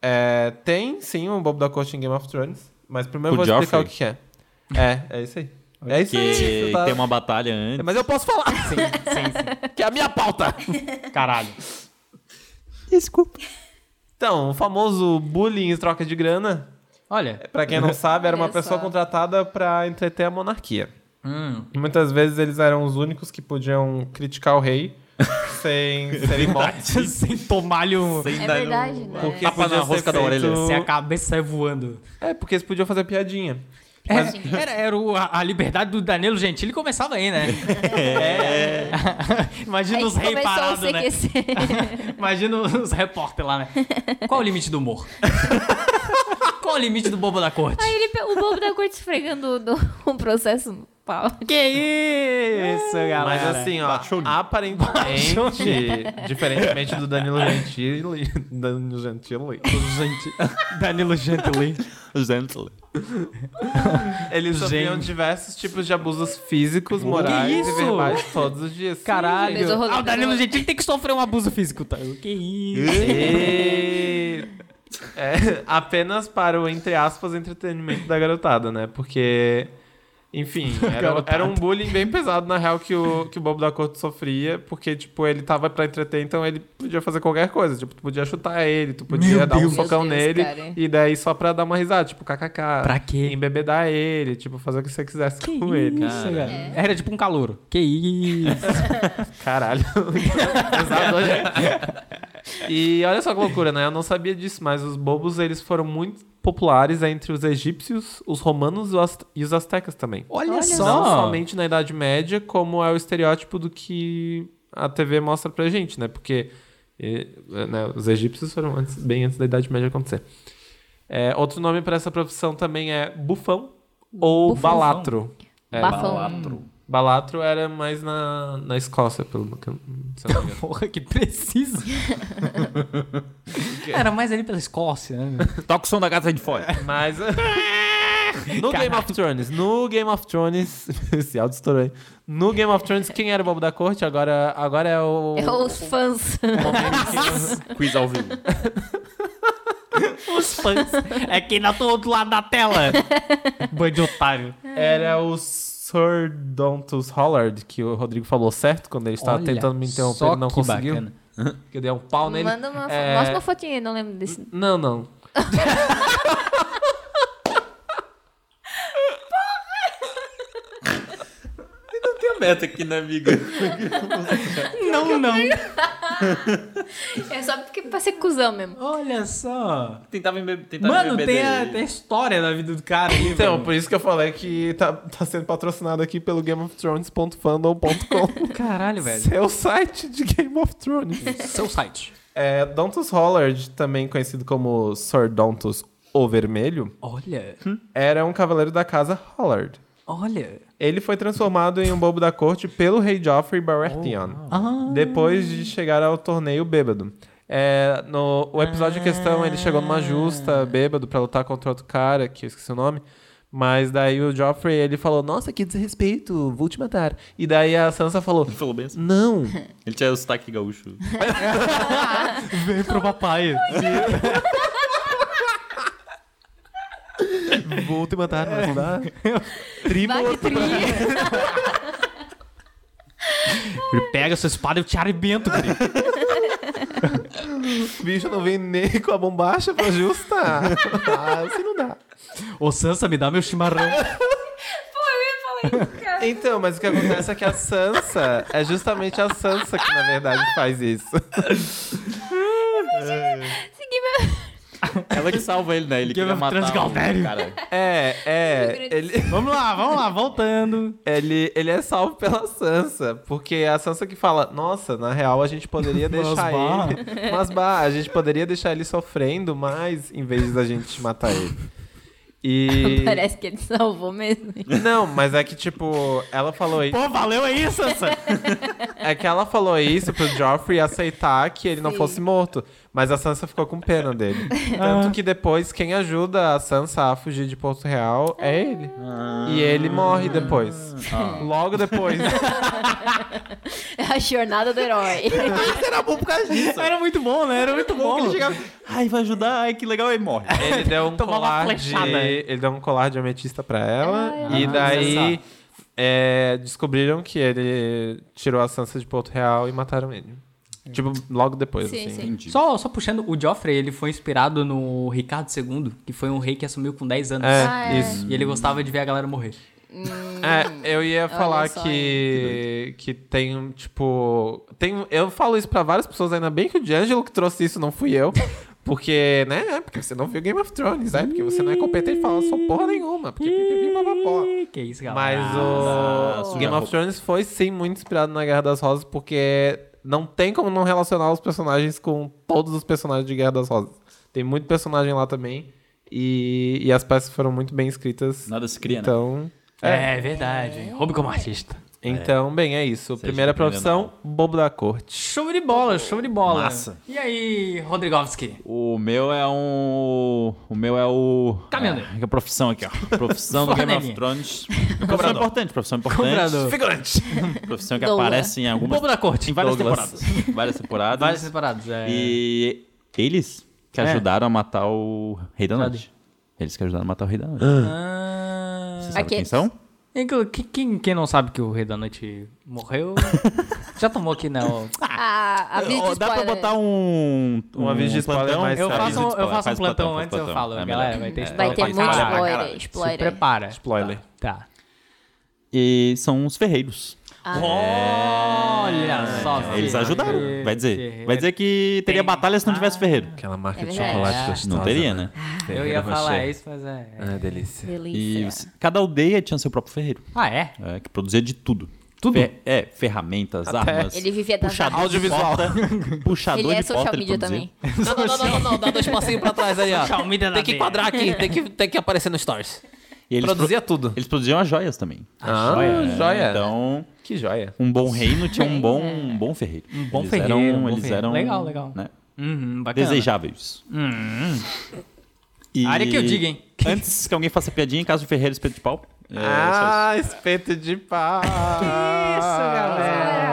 [SPEAKER 4] é, tem sim um bobo da corte em Game of Thrones, mas primeiro eu
[SPEAKER 5] O
[SPEAKER 4] vou explicar o
[SPEAKER 5] Joffrey?
[SPEAKER 4] que que é. É, é isso aí. É isso aí.
[SPEAKER 5] Que
[SPEAKER 4] tá-
[SPEAKER 5] tem uma batalha antes.
[SPEAKER 4] Mas eu posso falar,
[SPEAKER 3] Sim, sim,
[SPEAKER 4] que é a minha pauta.
[SPEAKER 3] sim. Caralho.
[SPEAKER 4] Então, o famoso bullying e troca de grana,
[SPEAKER 3] Olha.
[SPEAKER 4] pra quem não sabe, era uma
[SPEAKER 2] Olha
[SPEAKER 4] pessoa
[SPEAKER 2] só.
[SPEAKER 4] contratada pra entreter a monarquia.
[SPEAKER 3] Hum,
[SPEAKER 4] E Muitas vezes eles eram os únicos que podiam criticar o rei
[SPEAKER 5] (laughs) É
[SPEAKER 4] sem serem mortos.
[SPEAKER 3] (laughs) sem tomar-lhe um.
[SPEAKER 5] Sem
[SPEAKER 2] É
[SPEAKER 5] dar um-
[SPEAKER 2] verdade, né?
[SPEAKER 4] Porque
[SPEAKER 5] Tapa na
[SPEAKER 4] podia ser
[SPEAKER 5] rosca da orelha.
[SPEAKER 4] feito-
[SPEAKER 3] Se a cabeça sai voando.
[SPEAKER 4] É, porque eles podiam fazer piadinha.
[SPEAKER 2] assim,
[SPEAKER 3] É, era era o- a, a liberdade do Danilo Gentili começava aí, né? É. (laughs) Imagina
[SPEAKER 2] Aí
[SPEAKER 3] os reis
[SPEAKER 2] começou o
[SPEAKER 3] parados, né?
[SPEAKER 2] CQC.
[SPEAKER 3] Imagina os repórter lá, né? Qual o limite
[SPEAKER 2] (laughs)
[SPEAKER 3] do humor? Qual o limite do bobo da corte?
[SPEAKER 2] Aí (laughs) ele, pe- o bobo da corte esfregando do, (laughs) um processo no pau.
[SPEAKER 3] Que isso, galera?
[SPEAKER 4] Mas assim, ó, aparentemente, (laughs) diferentemente do Danilo Gentili, Danilo Gentili,
[SPEAKER 3] Danilo Gentili.
[SPEAKER 5] Gentle.
[SPEAKER 4] eles sofriam diversos tipos de abusos físicos, morais e
[SPEAKER 3] isso?
[SPEAKER 4] verbais todos os dias.
[SPEAKER 3] Caralho.
[SPEAKER 2] Besouro
[SPEAKER 3] Ah, o
[SPEAKER 2] rodando.
[SPEAKER 3] Danilo Gentili tem que sofrer um abuso físico. Tá? Que isso?
[SPEAKER 4] E... É, apenas para o, entre aspas, entretenimento da garotada, né? Porque,
[SPEAKER 3] (laughs)
[SPEAKER 4] enfim, era, era um bullying bem pesado, na real, que o, que o Bobo da Corte sofria, porque, tipo, ele tava pra entreter, então ele podia fazer qualquer coisa. Tipo, tu podia chutar ele, tu podia dar um
[SPEAKER 3] Deus.
[SPEAKER 4] socão
[SPEAKER 2] Meu Deus,
[SPEAKER 4] nele,
[SPEAKER 2] cara.
[SPEAKER 4] e daí só pra dar uma risada, tipo, kkk.
[SPEAKER 3] Pra quê?
[SPEAKER 4] Embebedar ele, tipo, fazer o que você quisesse com ele.
[SPEAKER 3] Isso, cara. Era tipo um calouro. Que isso?
[SPEAKER 4] Caralho. (laughs) Pesado, né? E olha só que loucura, né? Eu não sabia disso, mas os bobos eles foram muito populares entre os egípcios, os romanos e os az- e os astecas também.
[SPEAKER 3] (laughs) Olha,
[SPEAKER 4] Não
[SPEAKER 3] só.
[SPEAKER 4] somente na Idade Média, como é o estereótipo do que a TV mostra pra gente, né? Porque eh, né, os egípcios foram antes- bem antes da Idade Média acontecer. É, outro nome pra essa profissão também é bufão ou
[SPEAKER 2] Bufãozão.
[SPEAKER 4] balatro. É,
[SPEAKER 2] Bafão.
[SPEAKER 4] Balatro era mais na, na Escócia, pelo que eu- se eu não me engano.
[SPEAKER 3] Porra, que preciso. (laughs) Era mais ali pela Escócia, né?
[SPEAKER 5] Toca o som da gata aí de fora.
[SPEAKER 4] Mas. no Game of Thrones, no Game of Thrones. esse áudio estourou aí. No Game of Thrones, quem era o Bobo da Corte? Agora, agora é o.
[SPEAKER 2] É os fãs.
[SPEAKER 5] Quiz ao vivo.
[SPEAKER 3] Os fãs. É quem tá do outro lado da tela. Bande otário.
[SPEAKER 4] Era o Sir Dontus Hollard, que o Rodrigo falou certo quando ele estava
[SPEAKER 3] Olha,
[SPEAKER 4] tentando me interromper,
[SPEAKER 3] só
[SPEAKER 4] ele não
[SPEAKER 3] que
[SPEAKER 4] conseguiu.
[SPEAKER 3] bacana.
[SPEAKER 4] Que eu dei um pau nele.
[SPEAKER 2] Manda uma, fo-
[SPEAKER 4] É,
[SPEAKER 2] Mostra uma fotinha aí, não lembro desse.
[SPEAKER 4] Não, não.
[SPEAKER 5] Tem a meta aqui, né, amiga?
[SPEAKER 3] Não, não.
[SPEAKER 2] É só porque pra ser cuzão mesmo.
[SPEAKER 3] Olha só.
[SPEAKER 5] Tentava embebe- tentava
[SPEAKER 3] Mano,
[SPEAKER 5] embeber
[SPEAKER 3] tem a,
[SPEAKER 5] dele.
[SPEAKER 3] tem a história da vida do cara aí,
[SPEAKER 4] Então, por isso que eu falei que tá, tá sendo patrocinado aqui pelo GameOfThrones.fandom.com,
[SPEAKER 3] velho. Caralho, velho.
[SPEAKER 4] seu é site de Game of Thrones.
[SPEAKER 3] Seu site.
[SPEAKER 4] É, Dontus Hollard, também conhecido como Sir Dontus o Vermelho,
[SPEAKER 3] Olha.
[SPEAKER 5] Hum?
[SPEAKER 4] era um cavaleiro da casa Hollard.
[SPEAKER 3] Olha.
[SPEAKER 4] Ele foi transformado em um bobo da corte pelo rei Joffrey Baratheon, depois de chegar ao torneio bêbado. É, no o episódio em questão, ele chegou numa justa, bêbado, pra lutar contra outro cara, que eu esqueci o nome. Mas daí o Joffrey, ele falou, nossa, que desrespeito, vou te matar. E daí a Sansa falou,
[SPEAKER 5] Ele falou bem assim.
[SPEAKER 4] não,
[SPEAKER 5] Ele tinha o sotaque gaúcho.
[SPEAKER 3] Vem pro
[SPEAKER 4] (laughs)
[SPEAKER 3] papai.
[SPEAKER 4] vou te matar, mas não dá.
[SPEAKER 2] Vai que tri.
[SPEAKER 3] Ele pega sua espada e eu te arrebento, querido.
[SPEAKER 4] O bicho não vem nem (laughs) com a bombacha pra ajustar. ah, assim não dá.
[SPEAKER 3] Ô, Sansa, me dá meu chimarrão.
[SPEAKER 2] (laughs) Pô, eu ia falar isso, cara.
[SPEAKER 4] Então, mas o que acontece é que a Sansa, é justamente a Sansa que na verdade faz isso.
[SPEAKER 2] (laughs) Segui meu.
[SPEAKER 5] Ela que salva ele, né? Ele queria matar o cara.
[SPEAKER 4] É,
[SPEAKER 2] Rio
[SPEAKER 4] é.
[SPEAKER 2] Grande
[SPEAKER 4] (laughs) Ele,
[SPEAKER 5] Vamos lá, vamos lá, voltando.
[SPEAKER 4] ele, ele é salvo pela Sansa. Porque é a Sansa que fala, nossa, na real a
[SPEAKER 5] (laughs)
[SPEAKER 4] gente poderia deixar
[SPEAKER 5] bah."
[SPEAKER 4] ele. (laughs) Mas bah, a gente poderia deixar ele sofrendo mais em vez da gente matar ele. E.
[SPEAKER 2] (laughs) Parece que ele salvou mesmo.
[SPEAKER 4] Não, mas é que, tipo, ela falou isso.
[SPEAKER 5] Pô, valeu aí, Sansa.
[SPEAKER 4] É que ela falou isso pro Joffrey aceitar que ele não
[SPEAKER 2] Sim.
[SPEAKER 4] fosse morto. Mas a Sansa ficou com pena dele. Tanto que depois, quem ajuda a Sansa a fugir de Porto Real é ele. E ele morre depois. Logo depois.
[SPEAKER 2] É a jornada do (laughs) herói.
[SPEAKER 5] Era bom por causa disso. Era muito bom, né? Era muito bom.
[SPEAKER 4] ele chegava-
[SPEAKER 5] Ai, vai ajudar. Ai, que legal. E morre.
[SPEAKER 4] Ele deu um
[SPEAKER 5] Tomava uma
[SPEAKER 4] colar de...
[SPEAKER 5] flechada.
[SPEAKER 4] Ele deu um colar de ametista pra ela.
[SPEAKER 5] Ai,
[SPEAKER 4] e
[SPEAKER 5] olha
[SPEAKER 4] daí... é, descobriram que ele tirou a Sansa de Porto Real e mataram ele. Tipo, logo depois,
[SPEAKER 2] Sim,
[SPEAKER 4] assim.
[SPEAKER 2] sim.
[SPEAKER 5] Entendi.
[SPEAKER 3] Só, só puxando, o Joffrey, ele foi inspirado no Ricardo II, que foi um rei que assumiu com 10 anos.
[SPEAKER 4] É,
[SPEAKER 2] Ah, é.
[SPEAKER 4] isso.
[SPEAKER 3] E ele gostava de ver a galera morrer.
[SPEAKER 2] Hum,
[SPEAKER 4] É, eu ia falar
[SPEAKER 2] só,
[SPEAKER 4] que, que tem, tipo. Tem, eu falo isso pra várias pessoas, ainda bem que o D'Angelo que trouxe isso, não fui eu. Porque, né? É porque você não viu Game of Thrones, é porque você não é competente falar só porra nenhuma. Porque pipipi, papapó.
[SPEAKER 3] Ih, Que é isso, galera.
[SPEAKER 4] Mas o
[SPEAKER 5] suja
[SPEAKER 4] Game
[SPEAKER 5] roupa.
[SPEAKER 4] of Thrones foi sim muito inspirado na Guerra das Rosas, porque não tem como não relacionar os personagens com todos os personagens de Guerra das Rosas. Tem muito personagem lá também. E, e as peças foram muito bem escritas.
[SPEAKER 5] Nada se cria, né?
[SPEAKER 4] Então.
[SPEAKER 3] É, verdade. Roube como artista.
[SPEAKER 4] Então, bem, é isso.
[SPEAKER 5] Seja
[SPEAKER 4] Primeira
[SPEAKER 5] dependendo.
[SPEAKER 4] profissão, bobo da corte.
[SPEAKER 3] Show de bola, show de bola.
[SPEAKER 5] Massa.
[SPEAKER 3] E aí, Rodrigovski?
[SPEAKER 5] O meu é um. O meu é o.
[SPEAKER 3] Caminhoneiro.
[SPEAKER 5] É, que é a profissão aqui, ó. Profissão do Game
[SPEAKER 3] Flanelinha.
[SPEAKER 5] of (laughs) Thrones. Profissão importante, profissão importante.
[SPEAKER 3] Cobrador.
[SPEAKER 5] Figurante. Profissão que
[SPEAKER 2] Doula.
[SPEAKER 5] aparece em algumas.
[SPEAKER 3] Bobo da corte.
[SPEAKER 5] Em várias
[SPEAKER 3] Douglas.
[SPEAKER 5] temporadas. (laughs) Várias temporadas.
[SPEAKER 3] Várias separadas. É.
[SPEAKER 5] E eles que
[SPEAKER 3] É.
[SPEAKER 5] ajudaram a matar o Rei da Noite. Eles que ajudaram a matar o Rei da Noite.
[SPEAKER 3] Ah,
[SPEAKER 5] Vocês sabem
[SPEAKER 2] Aqui.
[SPEAKER 5] quem são?
[SPEAKER 3] inclu- que- quem, quem não sabe que o Rei da Noite (laughs) morreu? já tomou aqui, não.
[SPEAKER 2] Ah, a vida
[SPEAKER 5] Ó,
[SPEAKER 2] de
[SPEAKER 5] dá pra
[SPEAKER 2] spoiler.
[SPEAKER 5] botar um.
[SPEAKER 4] Um aviso de spoiler mais
[SPEAKER 3] Eu
[SPEAKER 4] Faz
[SPEAKER 3] faço, um-
[SPEAKER 5] aviso de
[SPEAKER 3] eu
[SPEAKER 5] spoiler,
[SPEAKER 3] faço um
[SPEAKER 5] faz
[SPEAKER 3] plantão,
[SPEAKER 5] faz
[SPEAKER 3] antes, eu
[SPEAKER 5] plantão.
[SPEAKER 3] falo.
[SPEAKER 5] É
[SPEAKER 3] galera,
[SPEAKER 5] melhor.
[SPEAKER 3] vai ter
[SPEAKER 5] É,
[SPEAKER 2] Vai
[SPEAKER 3] um spoiler.
[SPEAKER 2] ter
[SPEAKER 5] Faz
[SPEAKER 2] muito
[SPEAKER 5] pra
[SPEAKER 3] caralho.
[SPEAKER 2] spoiler.
[SPEAKER 5] caralho. Se
[SPEAKER 3] Se
[SPEAKER 2] Spoiler.
[SPEAKER 3] prepara.
[SPEAKER 4] Spoiler.
[SPEAKER 3] Tá.
[SPEAKER 5] E são os ferreiros.
[SPEAKER 3] Olha só.
[SPEAKER 5] Eles
[SPEAKER 3] filho.
[SPEAKER 5] ajudaram. Vai dizer.
[SPEAKER 3] Ferreiro.
[SPEAKER 5] Vai dizer que teria batalha se não tivesse ferreiro.
[SPEAKER 4] Aquela marca
[SPEAKER 2] É de verdade. chocolate
[SPEAKER 5] Não teria, né?
[SPEAKER 3] Eu ia falar isso, mas é.
[SPEAKER 4] Ah, delícia.
[SPEAKER 5] E
[SPEAKER 2] Delícia.
[SPEAKER 5] você- cada aldeia tinha seu próprio ferreiro.
[SPEAKER 3] Ah, é?
[SPEAKER 5] é, que produzia de tudo.
[SPEAKER 3] Tudo?
[SPEAKER 5] é, ferramentas, armas.
[SPEAKER 2] Ele vivia das
[SPEAKER 5] puxador
[SPEAKER 2] armas.
[SPEAKER 5] de porta. (laughs) Puxador
[SPEAKER 2] Ele é
[SPEAKER 5] de porta,
[SPEAKER 2] social
[SPEAKER 5] ele
[SPEAKER 2] media
[SPEAKER 5] produzia.
[SPEAKER 2] também.
[SPEAKER 7] Não, não, não, não, não, não, dá dois passinhos pra trás aí, ó.
[SPEAKER 3] Social media na
[SPEAKER 7] Tem que
[SPEAKER 3] veia.
[SPEAKER 7] enquadrar aqui, tem que, tem que aparecer no stories.
[SPEAKER 5] E eles
[SPEAKER 7] Produzia tudo.
[SPEAKER 5] Eles produziam as joias também.
[SPEAKER 4] Ah,
[SPEAKER 5] É,
[SPEAKER 4] joia.
[SPEAKER 5] Então,
[SPEAKER 4] Que joia.
[SPEAKER 5] um bom reino tinha
[SPEAKER 2] É.
[SPEAKER 5] um bom, um bom ferreiro. Um
[SPEAKER 3] bom ferreiro, um bom
[SPEAKER 5] eles
[SPEAKER 3] ferreiro.
[SPEAKER 5] eram
[SPEAKER 3] Legal, legal.
[SPEAKER 5] né,
[SPEAKER 3] Uhum, bacana.
[SPEAKER 5] desejáveis. E-
[SPEAKER 3] Área que eu diga, hein?
[SPEAKER 5] (laughs) Antes que alguém faça piadinha, em caso de ferreiro, espeto de pau. É,
[SPEAKER 4] Ah, espeto de pau. que isso, galera.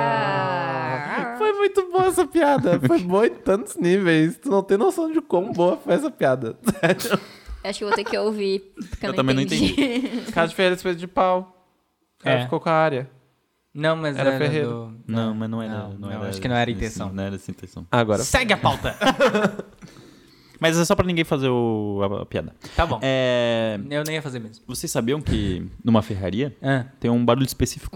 [SPEAKER 4] Foi muito boa essa piada. (laughs) Foi boa em tantos níveis. Tu não tem noção de quão boa foi essa (laughs) piada. Sério.
[SPEAKER 2] Acho que eu vou ter que ouvir. Porque eu
[SPEAKER 5] Eu também não
[SPEAKER 4] Caso de ferreiro, espeto de pau. O cara
[SPEAKER 3] É.
[SPEAKER 4] ficou com a área.
[SPEAKER 3] Não, mas
[SPEAKER 4] Era
[SPEAKER 3] era,
[SPEAKER 4] ferreiro.
[SPEAKER 3] do...
[SPEAKER 5] Não, mas não era.
[SPEAKER 3] Não,
[SPEAKER 5] Não,
[SPEAKER 3] não,
[SPEAKER 5] era
[SPEAKER 3] acho que não era a
[SPEAKER 5] esse-
[SPEAKER 3] intenção.
[SPEAKER 5] Não era essa a intenção.
[SPEAKER 4] Agora.
[SPEAKER 3] Segue a pauta.
[SPEAKER 5] Mas é só pra ninguém fazer o- a, a piada.
[SPEAKER 3] (laughs) Tá bom.
[SPEAKER 5] É,
[SPEAKER 3] Eu nem ia fazer mesmo.
[SPEAKER 5] vocês sabiam que numa ferraria
[SPEAKER 3] Ah,
[SPEAKER 5] tem um barulho específico?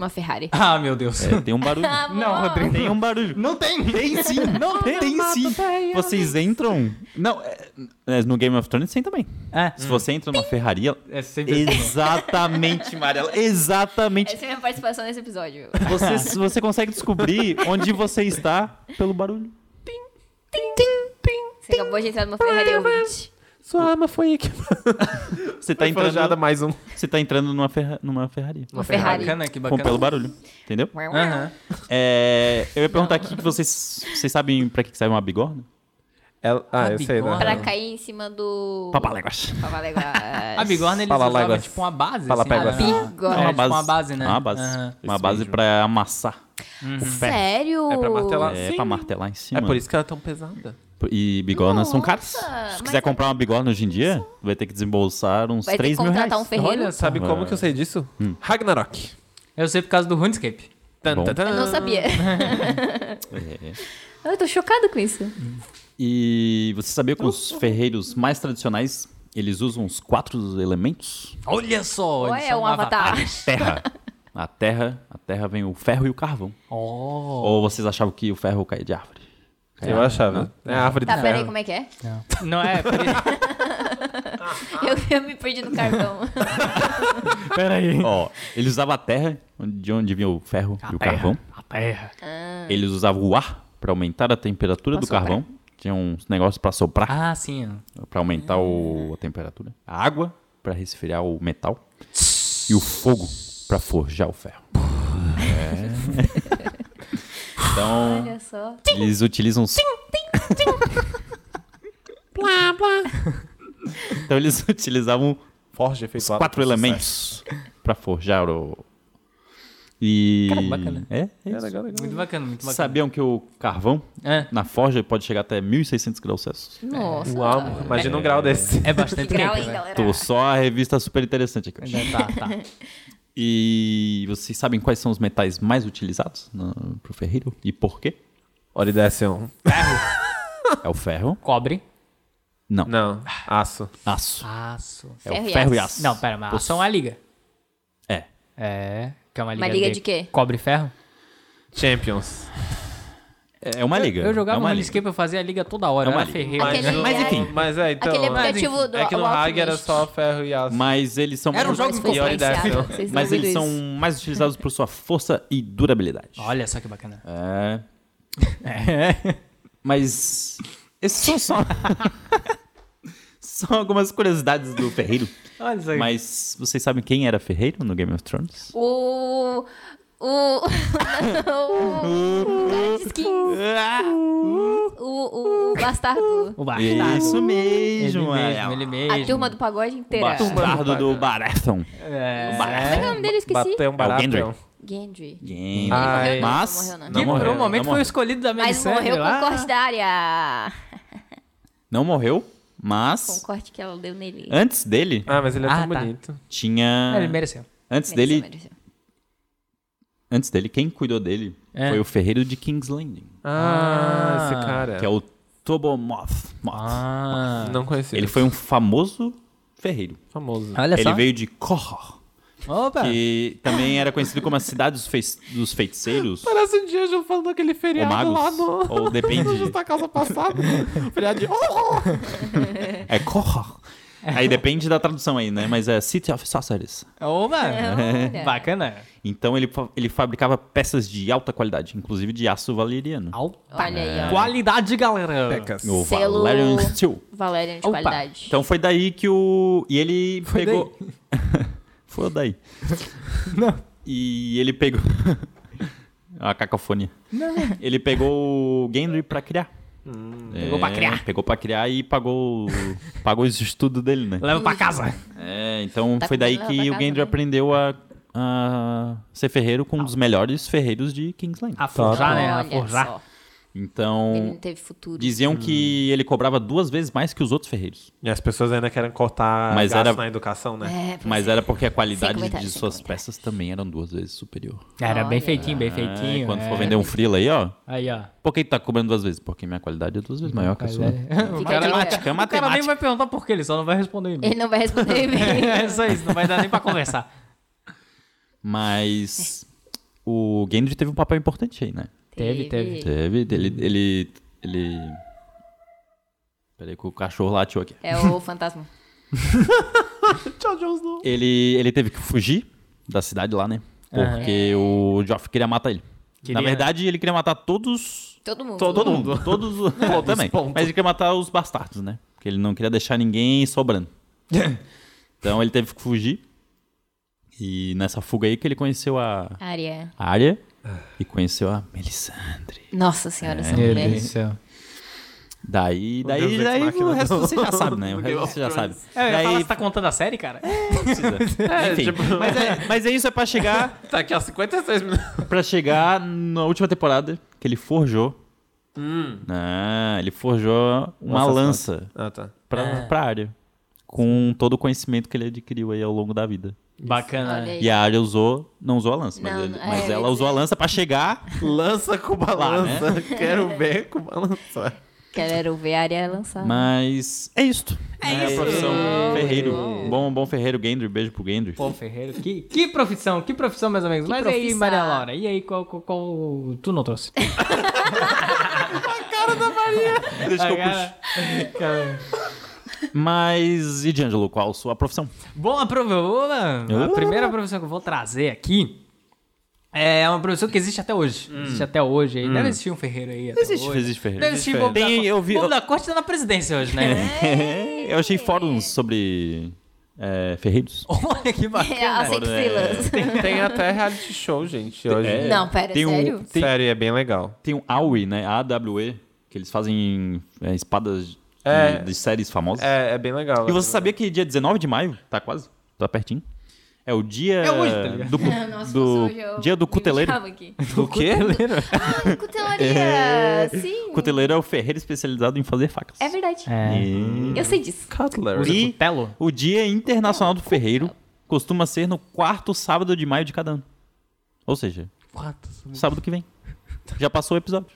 [SPEAKER 2] (laughs) Uma Ferrari.
[SPEAKER 3] (laughs) Ah, meu Deus.
[SPEAKER 5] É, tem um barulho.
[SPEAKER 4] Ah,
[SPEAKER 3] Não, Rodrigo.
[SPEAKER 5] Tem um barulho.
[SPEAKER 3] Não tem.
[SPEAKER 5] Tem sim, não tem, um sim. Vocês entram. Não, é- é, no Game of Thrones tem também.
[SPEAKER 3] É.
[SPEAKER 5] Se você entra numa Ferrari, ela-
[SPEAKER 3] É sempre assim.
[SPEAKER 5] exatamente, Mariela, exatamente.
[SPEAKER 2] Essa é a minha participação nesse episódio.
[SPEAKER 5] Você, você consegue descobrir onde você está pelo barulho.
[SPEAKER 2] Você acabou de entrar numa Ferrari ouvinte.
[SPEAKER 4] Sua arma foi equipada.
[SPEAKER 5] Você tá
[SPEAKER 4] Tá entrando
[SPEAKER 5] entrando,
[SPEAKER 4] mais um.
[SPEAKER 5] você tá entrando numa, ferra, numa Ferrari.
[SPEAKER 2] Uma Ferrari.
[SPEAKER 3] Bacana, que
[SPEAKER 5] Com,
[SPEAKER 3] bacana.
[SPEAKER 5] pelo barulho, entendeu?
[SPEAKER 3] Aham.
[SPEAKER 5] É, eu ia perguntar aqui que vocês, vocês sabem pra que, que serve uma bigorna?
[SPEAKER 4] Ela- Ah, eu
[SPEAKER 3] Sabe
[SPEAKER 4] sei, né?
[SPEAKER 3] como?
[SPEAKER 2] Pra cair em cima do.
[SPEAKER 5] Papaléguas.
[SPEAKER 2] Papaléguas.
[SPEAKER 3] A bigorna eles
[SPEAKER 4] Fala,
[SPEAKER 3] usavam
[SPEAKER 4] Léguas.
[SPEAKER 3] tipo uma base.
[SPEAKER 4] Fala,
[SPEAKER 3] assim, né?
[SPEAKER 4] Péguas.
[SPEAKER 2] Bigorna.
[SPEAKER 3] É, tipo uma base, né?
[SPEAKER 5] Uma base.
[SPEAKER 3] Aham.
[SPEAKER 5] Uma base pra amassar. O ferro.
[SPEAKER 2] Sério?
[SPEAKER 4] É pra
[SPEAKER 3] Ah,
[SPEAKER 4] martelar.
[SPEAKER 5] É
[SPEAKER 4] Sim.
[SPEAKER 5] pra martelar em cima.
[SPEAKER 4] É por isso que ela é tão pesada.
[SPEAKER 5] E bigornas são caras.
[SPEAKER 2] Nossa,
[SPEAKER 5] Se
[SPEAKER 2] mas
[SPEAKER 5] quiser comprar uma bigorna hoje em dia, vai ter que desembolsar uns
[SPEAKER 2] Vai ter que
[SPEAKER 5] 3 mil reais.
[SPEAKER 2] contratar um ferreiro.
[SPEAKER 4] Olha, sabe como que eu sei disso? Ragnarok.
[SPEAKER 3] Eu sei por causa do RuneScape.
[SPEAKER 4] Tan,
[SPEAKER 5] Bom.
[SPEAKER 4] tan, tan.
[SPEAKER 2] Eu não sabia.
[SPEAKER 5] É.
[SPEAKER 2] Eu tô chocada com isso.
[SPEAKER 5] E você sabia que
[SPEAKER 2] Uhum.
[SPEAKER 5] os ferreiros mais tradicionais, eles usam os quatro elementos?
[SPEAKER 3] Olha só.
[SPEAKER 2] Ou
[SPEAKER 3] eles
[SPEAKER 2] é
[SPEAKER 3] são
[SPEAKER 2] um avatar?
[SPEAKER 5] Terra. (laughs) a terra, a terra vem o ferro e o carvão.
[SPEAKER 3] Oh.
[SPEAKER 5] Ou vocês achavam que o ferro caía de árvore?
[SPEAKER 4] Eu achava. É a árvore
[SPEAKER 2] Tá,
[SPEAKER 4] do
[SPEAKER 2] peraí,
[SPEAKER 4] ferro.
[SPEAKER 2] como é que é?
[SPEAKER 3] Não é?
[SPEAKER 4] Ah.
[SPEAKER 2] Eu, eu me perdi no cartão.
[SPEAKER 3] Peraí.
[SPEAKER 5] Ó, eles usavam a terra, onde- de onde vinha o ferro e o carvão.
[SPEAKER 3] A terra.
[SPEAKER 5] Eles usavam o ar pra aumentar a temperatura do
[SPEAKER 2] Pra soprar.
[SPEAKER 5] carvão. Tinha uns negócios pra soprar,
[SPEAKER 3] (laughs) Ah, sim. ó.
[SPEAKER 5] pra aumentar o- a temperatura. A água pra resfriar o metal. E o fogo pra forjar o ferro. É. Então,
[SPEAKER 2] Olha só.
[SPEAKER 5] eles utilizam. (laughs) Então, eles (laughs) utilizavam
[SPEAKER 4] Forja feito lá-
[SPEAKER 5] quatro elementos pra forjar o. E.
[SPEAKER 3] bacana.
[SPEAKER 5] É,
[SPEAKER 4] É legal, legal.
[SPEAKER 3] Muito bacana, muito bacana.
[SPEAKER 5] Sabiam que o carvão
[SPEAKER 3] É.
[SPEAKER 5] na forja pode chegar até 1600 graus Celsius?
[SPEAKER 2] Nossa.
[SPEAKER 4] Uau, imagina um grau desse.
[SPEAKER 3] É
[SPEAKER 2] Que
[SPEAKER 3] bastante
[SPEAKER 2] grau,
[SPEAKER 3] quente,
[SPEAKER 2] hein,
[SPEAKER 3] né?
[SPEAKER 2] galera?
[SPEAKER 5] Tô só a revista super interessante aqui. hoje.
[SPEAKER 3] É, Tá, tá.
[SPEAKER 5] E vocês sabem quais são os metais mais utilizados no, pro ferreiro e por quê?
[SPEAKER 4] Oridação.
[SPEAKER 5] É o ferro?
[SPEAKER 3] Cobre.
[SPEAKER 5] Não.
[SPEAKER 4] Não, aço.
[SPEAKER 5] Aço.
[SPEAKER 3] Ah, Aço.
[SPEAKER 5] É o
[SPEAKER 2] Ferro e
[SPEAKER 5] ferro e
[SPEAKER 2] aço.
[SPEAKER 5] aço.
[SPEAKER 3] Não, pera, mas
[SPEAKER 5] Pô,
[SPEAKER 3] aço é uma liga.
[SPEAKER 5] É.
[SPEAKER 3] É. Que é uma liga,
[SPEAKER 2] Uma liga de quê?
[SPEAKER 3] Cobre e ferro?
[SPEAKER 4] Champions.
[SPEAKER 5] É uma liga.
[SPEAKER 3] Eu jogava
[SPEAKER 5] é
[SPEAKER 3] no
[SPEAKER 5] uma liga.
[SPEAKER 3] Escape, eu fazia a liga toda hora.
[SPEAKER 5] É uma
[SPEAKER 3] era né?
[SPEAKER 5] liga.
[SPEAKER 3] ferreiro.
[SPEAKER 2] Aquele-
[SPEAKER 3] Mas-
[SPEAKER 2] Mas enfim.
[SPEAKER 4] Mas é, então.
[SPEAKER 2] Aquele
[SPEAKER 4] é,
[SPEAKER 2] aplicativo do
[SPEAKER 4] é que no
[SPEAKER 2] o
[SPEAKER 4] Hag era
[SPEAKER 2] Alchemist.
[SPEAKER 4] só ferro e aço.
[SPEAKER 5] Mas eles são.
[SPEAKER 3] Era um jogo
[SPEAKER 2] Mas
[SPEAKER 3] com
[SPEAKER 2] foi
[SPEAKER 4] pior ideia,
[SPEAKER 2] influenciado,
[SPEAKER 4] não.
[SPEAKER 2] vocês
[SPEAKER 5] Mas
[SPEAKER 2] não
[SPEAKER 5] eles são um
[SPEAKER 2] ouviram isso.
[SPEAKER 5] mais utilizados por sua força e durabilidade.
[SPEAKER 3] Olha só que
[SPEAKER 5] (laughs)
[SPEAKER 3] bacana.
[SPEAKER 5] É. Mas. Esses são só. (laughs) são algumas curiosidades do ferreiro.
[SPEAKER 3] Olha isso
[SPEAKER 5] Mas vocês sabem quem era ferreiro no Game of Thrones?
[SPEAKER 2] O... O... o... o cara de skin. O, o, o bastardo.
[SPEAKER 3] O bastardo.
[SPEAKER 5] É Isso
[SPEAKER 3] Ele
[SPEAKER 5] mesmo,
[SPEAKER 3] mesmo, ele
[SPEAKER 2] A
[SPEAKER 3] mesmo.
[SPEAKER 2] turma do pagode
[SPEAKER 5] O
[SPEAKER 2] inteira.
[SPEAKER 5] bastardo do Baratheon.
[SPEAKER 3] É.
[SPEAKER 2] Como é que é o nome dele? Eu Esqueci.
[SPEAKER 4] Bateu um barato.
[SPEAKER 5] Gendry.
[SPEAKER 2] Gendry.
[SPEAKER 5] Game.
[SPEAKER 4] Ah, é.
[SPEAKER 5] né? Mas
[SPEAKER 2] Não morreu, né? não.
[SPEAKER 5] não
[SPEAKER 3] Que por
[SPEAKER 5] morreu.
[SPEAKER 3] um momento
[SPEAKER 5] não
[SPEAKER 3] foi o
[SPEAKER 5] morreu.
[SPEAKER 3] escolhido da
[SPEAKER 2] Mas
[SPEAKER 3] Melisandre
[SPEAKER 2] morreu
[SPEAKER 3] lá.
[SPEAKER 2] com corte da área.
[SPEAKER 5] Não morreu,
[SPEAKER 2] Com o
[SPEAKER 5] mas
[SPEAKER 2] corte que ela deu nele.
[SPEAKER 5] antes dele
[SPEAKER 4] Ah, mas ele é
[SPEAKER 3] Ah,
[SPEAKER 4] tão
[SPEAKER 3] tá.
[SPEAKER 4] bonito.
[SPEAKER 5] tinha.
[SPEAKER 3] É, Ele mereceu.
[SPEAKER 5] Antes
[SPEAKER 2] Mereceu,
[SPEAKER 5] dele,
[SPEAKER 2] mereceu.
[SPEAKER 5] antes dele, quem cuidou dele
[SPEAKER 3] É.
[SPEAKER 5] foi o ferreiro de King's Landing,
[SPEAKER 4] Ah,
[SPEAKER 3] Ah,
[SPEAKER 4] esse cara. é
[SPEAKER 5] que é o Tobomoth. Moth.
[SPEAKER 3] Ah.
[SPEAKER 4] Não conheci.
[SPEAKER 5] Ele foi um famoso ferreiro.
[SPEAKER 4] famoso.
[SPEAKER 3] Olha
[SPEAKER 5] Ele
[SPEAKER 3] É só. É.
[SPEAKER 5] veio de Kohor,
[SPEAKER 3] Opa.
[SPEAKER 5] que também era conhecido como a cidade dos, fei- dos feiticeiros
[SPEAKER 4] Parece um dia eu falando aquele
[SPEAKER 5] ou
[SPEAKER 4] feriado lá
[SPEAKER 5] magos.
[SPEAKER 4] no.
[SPEAKER 5] Ou
[SPEAKER 4] (laughs)
[SPEAKER 5] depende.
[SPEAKER 4] Justa causa passada. feriado de.
[SPEAKER 5] É Kohor. Aí depende da tradução aí, né? Mas é City of Sorceries.
[SPEAKER 3] Opa.
[SPEAKER 2] Olha.
[SPEAKER 3] Bacana.
[SPEAKER 5] Então ele, fa- ele fabricava peças de alta qualidade, inclusive de aço valeriano.
[SPEAKER 3] Alta
[SPEAKER 2] Olha aí, ó.
[SPEAKER 3] qualidade, galera.
[SPEAKER 5] O
[SPEAKER 2] Selo-
[SPEAKER 5] Valerian Steel.
[SPEAKER 2] Valéria é de
[SPEAKER 3] Opa.
[SPEAKER 2] qualidade.
[SPEAKER 5] Então foi daí que o. E ele
[SPEAKER 3] Foi
[SPEAKER 5] pegou. (laughs) foi daí. Não. E ele pegou. (laughs) a cacofonia. Ele pegou o Gendry pra criar.
[SPEAKER 3] Hum.
[SPEAKER 5] É,
[SPEAKER 3] pegou pra criar.
[SPEAKER 5] Pegou pra criar e pagou. pagou os estudos dele, né?
[SPEAKER 3] Leva pra casa.
[SPEAKER 5] É, então
[SPEAKER 2] Tá
[SPEAKER 5] foi
[SPEAKER 2] com problema
[SPEAKER 5] daí que
[SPEAKER 2] pra
[SPEAKER 5] o
[SPEAKER 2] casa,
[SPEAKER 5] Gendry
[SPEAKER 2] né?
[SPEAKER 5] aprendeu a, a ser ferreiro com um dos melhores ferreiros de Kingsland.
[SPEAKER 3] A forjar, né? A
[SPEAKER 2] Olha
[SPEAKER 3] forjar.
[SPEAKER 2] só. Ele não
[SPEAKER 5] Então.
[SPEAKER 2] teve futuro.
[SPEAKER 5] Diziam que ele cobrava duas vezes mais que os outros ferreiros.
[SPEAKER 4] E as pessoas ainda querem cortar
[SPEAKER 5] Mas
[SPEAKER 4] gasto
[SPEAKER 5] era-
[SPEAKER 4] na educação, né?
[SPEAKER 2] É, pois
[SPEAKER 5] Mas
[SPEAKER 2] é.
[SPEAKER 5] era porque a
[SPEAKER 2] Sem
[SPEAKER 5] qualidade
[SPEAKER 2] comentário,
[SPEAKER 5] de
[SPEAKER 2] sem
[SPEAKER 5] suas
[SPEAKER 2] comentário.
[SPEAKER 5] peças também eram duas vezes superior.
[SPEAKER 3] Era bem
[SPEAKER 2] Olha.
[SPEAKER 3] feitinho, bem
[SPEAKER 5] É,
[SPEAKER 3] feitinho.
[SPEAKER 5] quando
[SPEAKER 3] é.
[SPEAKER 5] for vender um frila aí, ó.
[SPEAKER 3] Aí, ó.
[SPEAKER 5] Por que tu tá cobrando duas vezes? Porque minha qualidade é duas vezes maior que a sua. é
[SPEAKER 3] O
[SPEAKER 2] Fica a
[SPEAKER 3] cara,
[SPEAKER 2] dica.
[SPEAKER 3] matemática, (laughs) o cara nem
[SPEAKER 5] matemática.
[SPEAKER 3] vai perguntar por que, ele só não vai responder o e-mail.
[SPEAKER 2] Ele não vai responder o e-mail.
[SPEAKER 3] É só isso, não vai dar nem pra conversar.
[SPEAKER 5] Mas o Gendry teve um papel importante aí, né?
[SPEAKER 3] Teve, teve.
[SPEAKER 5] Teve, ele... ele, ele... Peraí que o cachorro latiu aqui.
[SPEAKER 2] É o fantasma.
[SPEAKER 5] Ele, ele teve que fugir da cidade lá, né? Porque o Joff queria matar ele.
[SPEAKER 3] Queria,
[SPEAKER 5] Na verdade, ele queria matar todos...
[SPEAKER 2] Todo mundo.
[SPEAKER 5] Todo mundo. Todos, os- também. Mas ele queria matar os bastardos, né? Porque ele não queria deixar ninguém sobrando. então ele teve que fugir. E nessa fuga aí que ele conheceu a...
[SPEAKER 2] Área.
[SPEAKER 5] Arya e conheceu a Melisandre.
[SPEAKER 2] Nossa
[SPEAKER 3] É,
[SPEAKER 2] senhora, essa mulher.
[SPEAKER 3] céu.
[SPEAKER 5] Daí,
[SPEAKER 4] Deus
[SPEAKER 5] daí,
[SPEAKER 4] Ex
[SPEAKER 5] daí
[SPEAKER 4] Machina
[SPEAKER 5] o resto
[SPEAKER 4] do-
[SPEAKER 5] você já sabe, né? O
[SPEAKER 4] do
[SPEAKER 5] resto
[SPEAKER 4] Game
[SPEAKER 5] você já
[SPEAKER 4] of
[SPEAKER 5] sabe.
[SPEAKER 4] Thrones.
[SPEAKER 3] É, eu ia falar,
[SPEAKER 5] daí,
[SPEAKER 3] você tá contando a série, cara?
[SPEAKER 5] enfim. (laughs) mas, é, mas é isso, é pra chegar,
[SPEAKER 4] Tá aqui, ó, 56 minutos.
[SPEAKER 5] pra chegar na última temporada que ele forjou. Ah, ele forjou uma
[SPEAKER 4] Nossa,
[SPEAKER 5] lança
[SPEAKER 4] Ah, tá.
[SPEAKER 5] pra, pra área. Com todo o conhecimento que ele adquiriu aí ao longo da vida.
[SPEAKER 3] Bacana.
[SPEAKER 2] Olha aí.
[SPEAKER 5] E a área usou, não usou a lança, mas,
[SPEAKER 2] Não,
[SPEAKER 5] ele-
[SPEAKER 2] é,
[SPEAKER 5] mas
[SPEAKER 2] eu
[SPEAKER 5] ela
[SPEAKER 2] ia
[SPEAKER 5] usou a lança pra chegar.
[SPEAKER 4] Lança com balança. Quero ver com balança.
[SPEAKER 2] Quero ver a área lançar. (laughs)
[SPEAKER 5] Mas é isto. É, a profissão ferreiro. Bom, bom ferreiro Gendry, beijo pro Gendry.
[SPEAKER 3] Pô, Ferreiro, que, que profissão, que profissão, meus amigos. Mas aí,
[SPEAKER 2] profissão.
[SPEAKER 3] (laughs) Maria Laura, e aí, qual, qual, qual tu não trouxe?
[SPEAKER 5] Deixa que eu puxo.
[SPEAKER 3] Cara, (laughs) cara.
[SPEAKER 5] Mas, e D'Angelo, qual a sua profissão?
[SPEAKER 3] Bom, a, prova- a primeira profissão que eu vou trazer aqui é uma profissão que existe até hoje. Existe até hoje aí. Deve existir um Ferreiro aí. até
[SPEAKER 5] Hum. existe-
[SPEAKER 3] hoje.
[SPEAKER 5] existe Ferreiro.
[SPEAKER 3] Deve existir
[SPEAKER 5] Existe
[SPEAKER 3] Bob da
[SPEAKER 5] Ferreiro.
[SPEAKER 3] Corte.
[SPEAKER 5] Tem- eu vi-
[SPEAKER 3] Bob
[SPEAKER 5] eu-
[SPEAKER 3] da Corte tá na presidência hoje, né?
[SPEAKER 5] Eu achei fóruns sobre é, ferreiros.
[SPEAKER 3] (laughs) Olha que
[SPEAKER 2] É,
[SPEAKER 3] bacana.
[SPEAKER 2] as axilas.
[SPEAKER 4] Tem até reality show, gente, hoje.
[SPEAKER 5] É.
[SPEAKER 2] Não, pera,
[SPEAKER 5] Tem um-
[SPEAKER 2] sério?
[SPEAKER 5] tem-
[SPEAKER 4] Sério, e é bem legal.
[SPEAKER 5] Tem um AWE, né? AWE, que eles fazem é, espadas de,
[SPEAKER 4] É.
[SPEAKER 5] de séries famosas.
[SPEAKER 4] É, é bem legal.
[SPEAKER 5] E você sabia que dia 19 de maio, tá quase, tá pertinho, é o dia
[SPEAKER 3] É hoje, tá ligado?
[SPEAKER 5] do, cu-
[SPEAKER 2] Ah, (laughs) nossa,
[SPEAKER 5] do
[SPEAKER 2] nossa, eu-
[SPEAKER 5] dia do
[SPEAKER 2] eu
[SPEAKER 5] cuteleiro.
[SPEAKER 2] mijava (laughs) aqui.
[SPEAKER 4] o quê?
[SPEAKER 3] (laughs)
[SPEAKER 2] Cutelaria, sim.
[SPEAKER 5] Cuteleiro é o ferreiro especializado em fazer facas.
[SPEAKER 2] É verdade.
[SPEAKER 5] E
[SPEAKER 2] Eu sei disso.
[SPEAKER 4] Cutler.
[SPEAKER 3] Usa
[SPEAKER 5] E-
[SPEAKER 3] cutelo?
[SPEAKER 5] o Dia Internacional do Ferreiro costuma ser no quarto sábado de maio de cada ano. Ou seja,
[SPEAKER 3] Quatro.
[SPEAKER 5] sábado que vem. Já passou o episódio.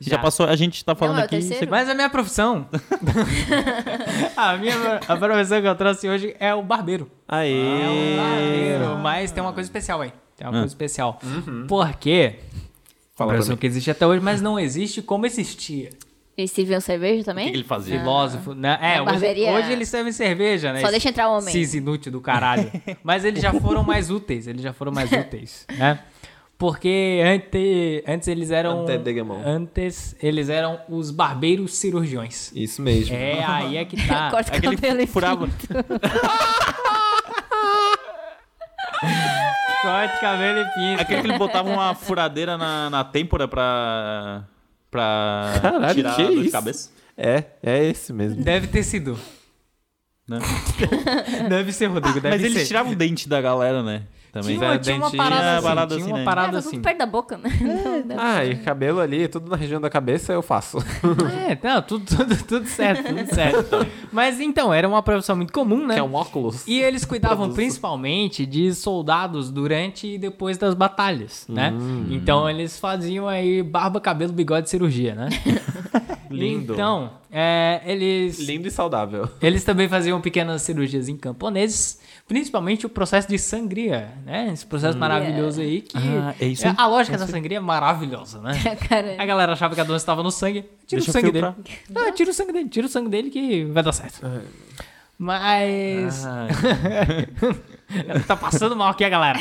[SPEAKER 5] Já,
[SPEAKER 3] Já.
[SPEAKER 5] passou, a gente tá falando
[SPEAKER 2] Não, é o
[SPEAKER 5] aqui.
[SPEAKER 2] terceiro?
[SPEAKER 3] Mas a minha profissão. (laughs) a minha a profissão que eu trouxe hoje é o barbeiro.
[SPEAKER 4] Aí.
[SPEAKER 3] Barbeiro, Uhum. mas tem uma coisa especial aí. Tem uma
[SPEAKER 5] Ah.
[SPEAKER 3] coisa especial. Porque. Uma
[SPEAKER 4] pra
[SPEAKER 3] profissão que existe até hoje, mas não existe como existia.
[SPEAKER 2] Eles serviam é um cerveja
[SPEAKER 5] O que, que
[SPEAKER 2] também?
[SPEAKER 5] ele fazia?
[SPEAKER 3] Filósofo, né? É,
[SPEAKER 2] Na
[SPEAKER 3] hoje,
[SPEAKER 2] barbearia.
[SPEAKER 3] hoje eles servem cerveja, né?
[SPEAKER 2] Só deixa entrar homem.
[SPEAKER 3] Cis inútil
[SPEAKER 2] (laughs)
[SPEAKER 3] do caralho. Mas eles já foram mais úteis, eles já foram mais úteis, né? Porque ante, antes eles eram.
[SPEAKER 4] Antedegemon.
[SPEAKER 3] Antes eles eram os barbeiros cirurgiões.
[SPEAKER 4] Isso mesmo.
[SPEAKER 3] (laughs) É, aí é que
[SPEAKER 2] (laughs)
[SPEAKER 3] tá.
[SPEAKER 2] Corta o
[SPEAKER 5] Aquele
[SPEAKER 2] cabelo é e
[SPEAKER 5] furava.
[SPEAKER 3] Corte, cabelo e pinta.
[SPEAKER 5] Aquele É que ele botava uma furadeira na, na têmpora pra. pra
[SPEAKER 4] Caralho,
[SPEAKER 5] tirar
[SPEAKER 4] que
[SPEAKER 5] a dor de
[SPEAKER 4] isso?
[SPEAKER 5] cabeça.
[SPEAKER 4] É, é esse mesmo.
[SPEAKER 3] Deve ter sido. (laughs)
[SPEAKER 5] Né?
[SPEAKER 3] Deve ser, Rodrigo. Deve
[SPEAKER 5] Mas
[SPEAKER 3] ser.
[SPEAKER 5] eles tiravam o dente da galera, né? Também.
[SPEAKER 3] Tinha, uma-
[SPEAKER 4] Zero
[SPEAKER 3] tinha uma
[SPEAKER 4] dentinho,
[SPEAKER 3] parada
[SPEAKER 5] é,
[SPEAKER 3] assim.
[SPEAKER 5] parada
[SPEAKER 3] tinha
[SPEAKER 5] assim,
[SPEAKER 3] uma
[SPEAKER 5] né?
[SPEAKER 2] Ah,
[SPEAKER 3] parada
[SPEAKER 2] tá tudo
[SPEAKER 3] assim.
[SPEAKER 2] perto da boca, né? Não, não.
[SPEAKER 4] Ah, e cabelo ali, tudo na região da cabeça eu (laughs) faço.
[SPEAKER 3] (laughs) É, tá, tudo, tudo, tudo certo, tudo (laughs) certo. Mas então, era uma profissão muito comum, né?
[SPEAKER 4] Que é um óculos.
[SPEAKER 3] (laughs) E eles cuidavam
[SPEAKER 4] Produto.
[SPEAKER 3] principalmente de soldados durante e depois das batalhas, né?
[SPEAKER 4] Hum.
[SPEAKER 3] Então eles faziam aí barba, cabelo, bigode, cirurgia, né?
[SPEAKER 4] (laughs) Lindo.
[SPEAKER 3] Então, é, eles
[SPEAKER 4] Lindo e saudável.
[SPEAKER 3] eles também faziam pequenas cirurgias em camponeses, principalmente o processo de sangria, né? Esse
[SPEAKER 4] Hum.
[SPEAKER 3] processo maravilhoso aí que
[SPEAKER 5] Ah, é isso aí.
[SPEAKER 3] a lógica da sangria é maravilhosa, né? A
[SPEAKER 2] Cara,
[SPEAKER 3] galera achava que a doença estava no sangue. Tira
[SPEAKER 5] Deixa
[SPEAKER 3] o sangue dele.
[SPEAKER 5] filtrar.
[SPEAKER 3] Ah, tira o sangue dele, tira o sangue dele que vai dar certo. Mas.
[SPEAKER 5] Ah.
[SPEAKER 3] (laughs) tá passando mal aqui, a galera.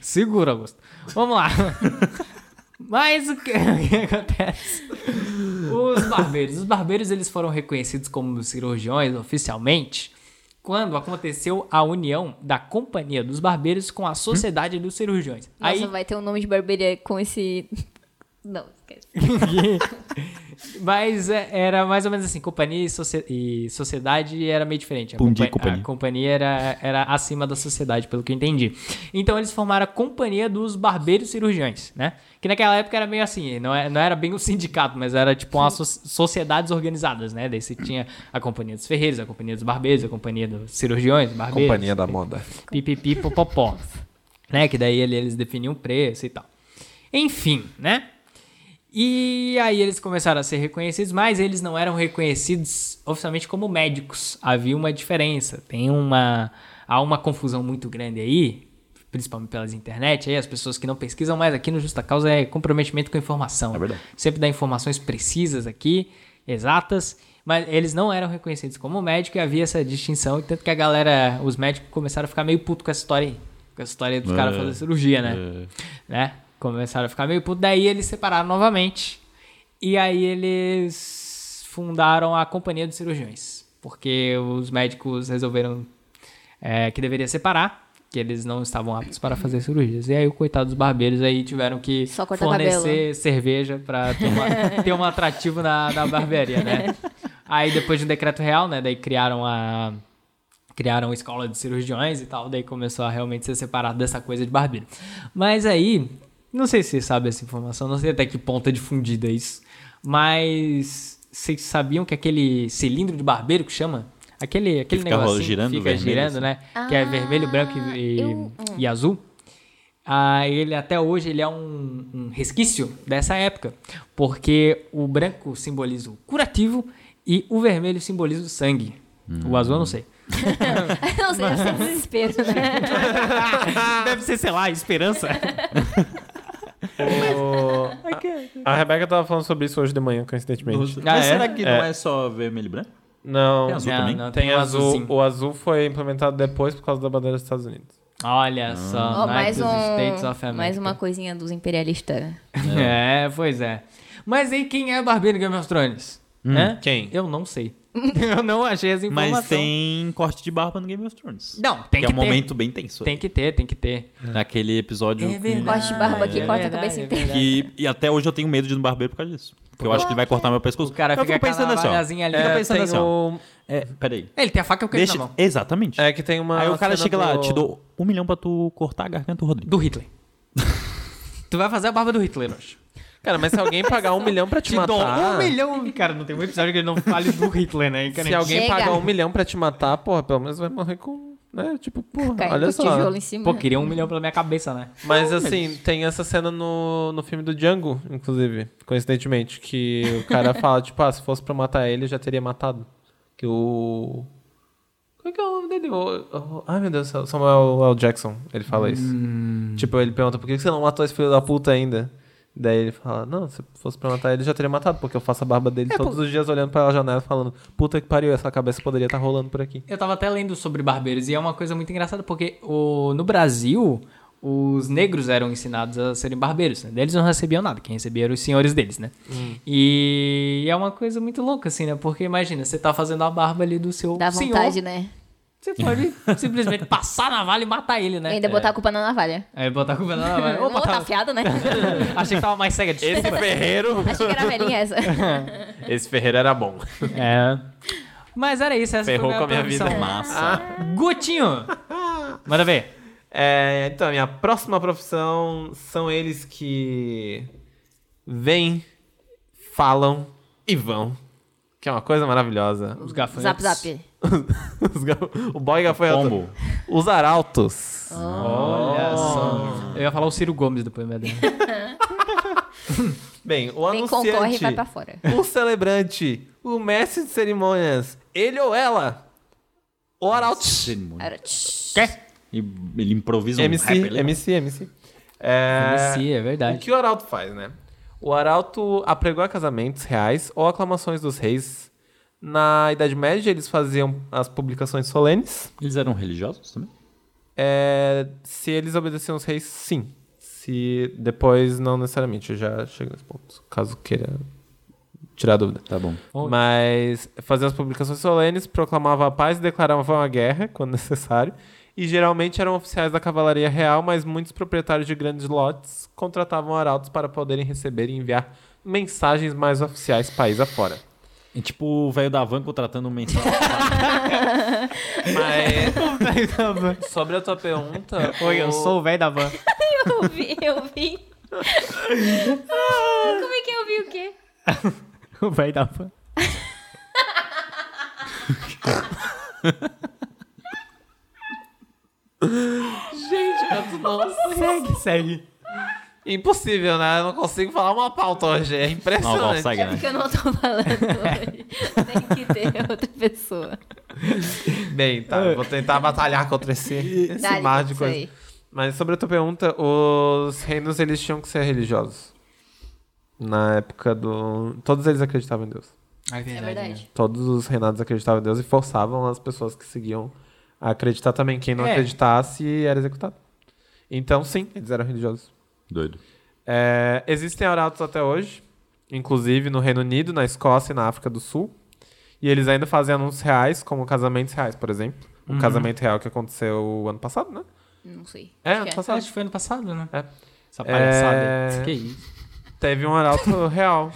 [SPEAKER 3] Segura, Augusto. Vamos lá. Mas o que, o que acontece? Os barbeiros. Os barbeiros eles foram reconhecidos como cirurgiões oficialmente quando aconteceu a união da Companhia dos Barbeiros com a Sociedade dos Cirurgiões.
[SPEAKER 2] nossa,
[SPEAKER 3] Aí
[SPEAKER 2] vai ter um nome de barbearia com esse... Não, esquece. (laughs)
[SPEAKER 3] (laughs) Mas é, era mais ou menos assim, companhia e, socie- e sociedade era meio diferente. A,
[SPEAKER 5] Bom dia,
[SPEAKER 3] a
[SPEAKER 5] companhia.
[SPEAKER 3] companhia era, era acima da sociedade, pelo que eu entendi. Então eles formaram a Companhia dos Barbeiros Cirurgiões, né? Que naquela época era meio assim, não é- não era, bem um sindicato, mas era tipo umas so- sociedades organizadas, né? Daí você tinha a Companhia dos Ferreiros, a Companhia dos Barbeiros, a Companhia dos Cirurgiões, Barbeiros
[SPEAKER 4] (laughs) Companhia da moda.
[SPEAKER 3] pipipi popopó. né? Que daí ele- eles definiam o preço e tal. Enfim, né? E aí eles começaram a ser reconhecidos, mas eles não eram reconhecidos oficialmente como médicos. Havia uma diferença. Tem uma há uma confusão muito grande aí, principalmente pelas internet, aí as pessoas que não pesquisam mais aqui no Justa Causa é comprometimento com a informação. É
[SPEAKER 5] verdade.
[SPEAKER 3] Sempre dá informações precisas aqui, exatas, mas eles não eram reconhecidos como médico e havia essa distinção, e tanto que a galera, os médicos começaram a ficar meio puto com essa história aí. Com essa história dos caras fazendo cirurgia, né? né? Começaram a ficar meio puto, daí eles separaram novamente. E aí eles fundaram a Companhia dos Cirurgiões, porque os médicos resolveram é, que deveria separar, que eles não estavam aptos para fazer cirurgias. E aí o coitado dos barbeiros aí tiveram que
[SPEAKER 2] Só cortar
[SPEAKER 3] fornecer cerveja para
[SPEAKER 2] (laughs)
[SPEAKER 3] ter, uma- ter um atrativo na, na barbearia, né? Aí depois de um decreto real, né? Daí criaram a criaram a escola de cirurgiões e tal, daí começou a realmente ser separado dessa coisa de barbeiro. Mas aí, não sei se vocês sabem essa informação, não sei até que ponto é difundida isso, mas vocês sabiam que aquele cilindro de barbeiro que chama? Aquele, aquele
[SPEAKER 5] fica
[SPEAKER 3] negocinho
[SPEAKER 5] girando,
[SPEAKER 3] que fica
[SPEAKER 5] vermelho,
[SPEAKER 3] girando,
[SPEAKER 5] assim.
[SPEAKER 3] né? que é
[SPEAKER 2] Ah,
[SPEAKER 3] vermelho, branco e, e-
[SPEAKER 2] eu-
[SPEAKER 3] e azul. Ah, ele até hoje ele é um, um resquício dessa época, porque o branco simboliza o curativo e o vermelho simboliza o sangue. O azul eu
[SPEAKER 5] Hum.
[SPEAKER 3] não sei.
[SPEAKER 2] Não sei, eu sei desespero, né?
[SPEAKER 3] (laughs) Deve ser, sei lá, esperança.
[SPEAKER 4] O- a, a Rebeca tava falando sobre isso hoje de manhã, coincidentemente.
[SPEAKER 5] Mas
[SPEAKER 3] Ah, é?
[SPEAKER 5] será que não
[SPEAKER 4] É.
[SPEAKER 5] é só vermelho e branco?
[SPEAKER 4] Não,
[SPEAKER 5] Tem azul também?
[SPEAKER 4] tem
[SPEAKER 3] um
[SPEAKER 4] azul.
[SPEAKER 3] azulzinho.
[SPEAKER 4] O azul foi implementado depois por causa da bandeira dos Estados Unidos.
[SPEAKER 3] Olha só,
[SPEAKER 2] Ó, mais,
[SPEAKER 3] United States of
[SPEAKER 2] um,
[SPEAKER 3] America.
[SPEAKER 2] mais uma coisinha dos imperialistas.
[SPEAKER 3] (laughs)
[SPEAKER 2] né?
[SPEAKER 3] É, pois é. Mas aí quem é barbeiro em Game of Thrones? Hã?
[SPEAKER 4] Quem?
[SPEAKER 3] Eu não sei. (laughs) Eu não achei essa
[SPEAKER 5] Mas
[SPEAKER 3] informação.
[SPEAKER 5] tem corte de barba no Game of Thrones.
[SPEAKER 3] Não, tem
[SPEAKER 5] que
[SPEAKER 3] que,
[SPEAKER 5] é um
[SPEAKER 3] ter.
[SPEAKER 5] momento bem tenso.
[SPEAKER 3] Tem É que ter, tem que ter.
[SPEAKER 5] Naquele
[SPEAKER 2] É
[SPEAKER 5] episódio. que-
[SPEAKER 2] Corte de barba que
[SPEAKER 3] É
[SPEAKER 2] corta a
[SPEAKER 3] verdade,
[SPEAKER 2] cabeça
[SPEAKER 3] é
[SPEAKER 2] inteira.
[SPEAKER 5] que- e até hoje eu tenho medo de ir no barbeiro por causa disso. Porque eu acho que ele vai cortar meu pescoço.
[SPEAKER 3] O cara
[SPEAKER 5] eu
[SPEAKER 3] fica
[SPEAKER 5] fico pensando assim, ó.
[SPEAKER 3] assim, ali.
[SPEAKER 5] Fica
[SPEAKER 3] É,
[SPEAKER 5] pensando
[SPEAKER 4] tem
[SPEAKER 5] assim, ó.
[SPEAKER 4] o-
[SPEAKER 5] É, peraí.
[SPEAKER 3] (laughs) Ele tem a faca e o queijo
[SPEAKER 5] Deixa,
[SPEAKER 3] na mão.
[SPEAKER 5] exatamente.
[SPEAKER 4] É que tem uma.
[SPEAKER 5] Aí o cara
[SPEAKER 4] cena
[SPEAKER 5] chega lá,
[SPEAKER 4] do-
[SPEAKER 5] te dou um milhão pra tu cortar a garganta do Rodrigo.
[SPEAKER 3] Do Hitler. tu vai fazer a barba do Hitler hoje.
[SPEAKER 4] Cara, mas se alguém pagar um milhão pra te,
[SPEAKER 3] Te dou
[SPEAKER 4] matar.
[SPEAKER 3] um milhão. Cara, não tem um episódio que ele não fale do Hitler, né? Cara,
[SPEAKER 4] Se alguém
[SPEAKER 2] Chega.
[SPEAKER 4] pagar um milhão pra te matar, porra, pelo menos vai morrer com. Né? Tipo, porra,
[SPEAKER 2] Caindo
[SPEAKER 4] olha
[SPEAKER 2] com
[SPEAKER 4] só.
[SPEAKER 2] tijolo em cima.
[SPEAKER 3] Pô, queria um milhão pela minha cabeça, né?
[SPEAKER 4] Mas assim, tem essa cena no, no filme do Django, inclusive, coincidentemente, que o cara fala, (laughs) tipo, ah, se fosse pra matar ele, eu já teria matado. Que o. Qual que é o nome dele? O- o- Ai, meu Deus, do céu, Samuel L. Jackson, ele fala isso. Tipo, ele pergunta, por que você não matou esse filho da puta ainda? Daí ele fala, não, se fosse pra matar ele, eu já teria matado, porque eu faço a barba dele todos os dias olhando pra janela falando, puta que pariu, essa cabeça poderia estar rolando por aqui.
[SPEAKER 3] Eu tava até lendo sobre barbeiros e é uma coisa muito engraçada porque o, no Brasil os negros eram ensinados a serem barbeiros, né? Daí Eles não recebiam nada, quem recebia eram os senhores deles, né?
[SPEAKER 4] Hum.
[SPEAKER 3] E é uma coisa muito louca, assim, né? Porque imagina, você tá fazendo a barba ali do seu
[SPEAKER 2] Dá
[SPEAKER 3] senhor,
[SPEAKER 2] vontade, né?
[SPEAKER 3] você
[SPEAKER 4] (laughs)
[SPEAKER 3] pode simplesmente passar na navalha e matar ele, né?
[SPEAKER 2] E ainda botar a culpa na navalha.
[SPEAKER 3] Aí botar a culpa na
[SPEAKER 2] (laughs)
[SPEAKER 3] navalha.
[SPEAKER 2] Não
[SPEAKER 3] Ou
[SPEAKER 2] botar
[SPEAKER 3] botar...
[SPEAKER 2] afiada, né?
[SPEAKER 3] tá- (laughs) Achei que tava mais cega, (laughs) desculpa.
[SPEAKER 4] Ferreiro!
[SPEAKER 2] Achei que era velhinha essa.
[SPEAKER 4] Esse Ferreiro era bom.
[SPEAKER 3] É. Mas era isso, essa
[SPEAKER 4] Ferrou
[SPEAKER 3] foi
[SPEAKER 4] com a minha vida.
[SPEAKER 3] profissão.
[SPEAKER 5] Massa.
[SPEAKER 2] (laughs)
[SPEAKER 3] Gutinho! Manda ver.
[SPEAKER 4] É, então, a minha próxima profissão são eles que vêm, falam e vão. Que é uma coisa maravilhosa. (laughs)
[SPEAKER 3] Os
[SPEAKER 2] Zap,
[SPEAKER 3] gafanhotos.
[SPEAKER 2] zap.
[SPEAKER 4] Os ga- o boy gafanhoto.
[SPEAKER 5] Pombo.
[SPEAKER 4] Os arautos.
[SPEAKER 2] Oh.
[SPEAKER 3] Olha só. Eu ia falar o Ciro Gomes depois, é meu Deus.
[SPEAKER 4] Bem, o
[SPEAKER 2] Quem
[SPEAKER 4] anunciante,
[SPEAKER 2] concorre vai pra fora.
[SPEAKER 4] o celebrante, o mestre de cerimônias, ele ou ela, o arauto.
[SPEAKER 5] Cerimônia.
[SPEAKER 2] Era tch.
[SPEAKER 5] E ele improvisa um
[SPEAKER 4] MC,
[SPEAKER 5] rap. ali.
[SPEAKER 4] MC, MC. É...
[SPEAKER 3] Sim, é (laughs)
[SPEAKER 4] O
[SPEAKER 3] verdade.
[SPEAKER 4] que o arauto faz, né? O arauto apregou casamentos reais ou aclamações dos reis. Na Idade Média, eles faziam as publicações solenes.
[SPEAKER 5] Eles eram religiosos também?
[SPEAKER 4] É, se eles obedeciam os reis, sim. Se depois, não necessariamente. Eu já chego nesse ponto, caso queira tirar dúvida.
[SPEAKER 5] Tá bom.
[SPEAKER 4] Mas faziam as publicações solenes, proclamava a paz e declaravam a guerra, (laughs) quando necessário. E geralmente eram oficiais da cavalaria real, mas muitos proprietários de grandes lotes contratavam arautos para poderem receber e enviar mensagens mais oficiais país afora.
[SPEAKER 5] É tipo o velho da van contratando um
[SPEAKER 4] (laughs)
[SPEAKER 5] mensal.
[SPEAKER 4] Mas sobre a tua pergunta,
[SPEAKER 3] Oi, eu sou o velho da van.
[SPEAKER 2] Eu vi, eu vi. Ah, Como é que eu vi o quê?
[SPEAKER 3] (laughs) O velho da van. Segue, segue.
[SPEAKER 4] Impossível, né? Eu não consigo falar uma pauta hoje. É
[SPEAKER 5] Não,
[SPEAKER 4] impressionante.
[SPEAKER 5] consegue, né?
[SPEAKER 2] Porque eu não tô falando hoje. Tem que ter outra pessoa.
[SPEAKER 4] Bem, tá. eu Vou tentar batalhar contra esse, esse
[SPEAKER 2] Dá-lhe
[SPEAKER 4] mar de
[SPEAKER 2] isso
[SPEAKER 4] coisa.
[SPEAKER 2] aí.
[SPEAKER 4] Mas sobre a tua pergunta, os reinos eles tinham que ser religiosos. Na época do. Todos eles acreditavam em Deus.
[SPEAKER 3] Ah,
[SPEAKER 2] É
[SPEAKER 3] né?
[SPEAKER 2] verdade.
[SPEAKER 4] Todos os reinados acreditavam em Deus e forçavam as pessoas que seguiam a acreditar também. Quem não
[SPEAKER 3] É.
[SPEAKER 4] acreditasse era executado. Então, sim, eles eram religiosos.
[SPEAKER 5] Doido.
[SPEAKER 4] É, existem arautos até hoje, inclusive no Reino Unido, na Escócia e na África do Sul. E eles ainda fazem anúncios reais, como casamentos reais, por exemplo. O casamento real que aconteceu ano passado, né?
[SPEAKER 2] Não sei.
[SPEAKER 4] É,
[SPEAKER 2] Acho
[SPEAKER 4] ano
[SPEAKER 2] que
[SPEAKER 4] passado.
[SPEAKER 3] Acho que foi ano passado, né?
[SPEAKER 4] É.
[SPEAKER 3] Essa palhaçada.
[SPEAKER 4] É.
[SPEAKER 3] Que isso.
[SPEAKER 4] Teve
[SPEAKER 2] (laughs)
[SPEAKER 4] um arauto real.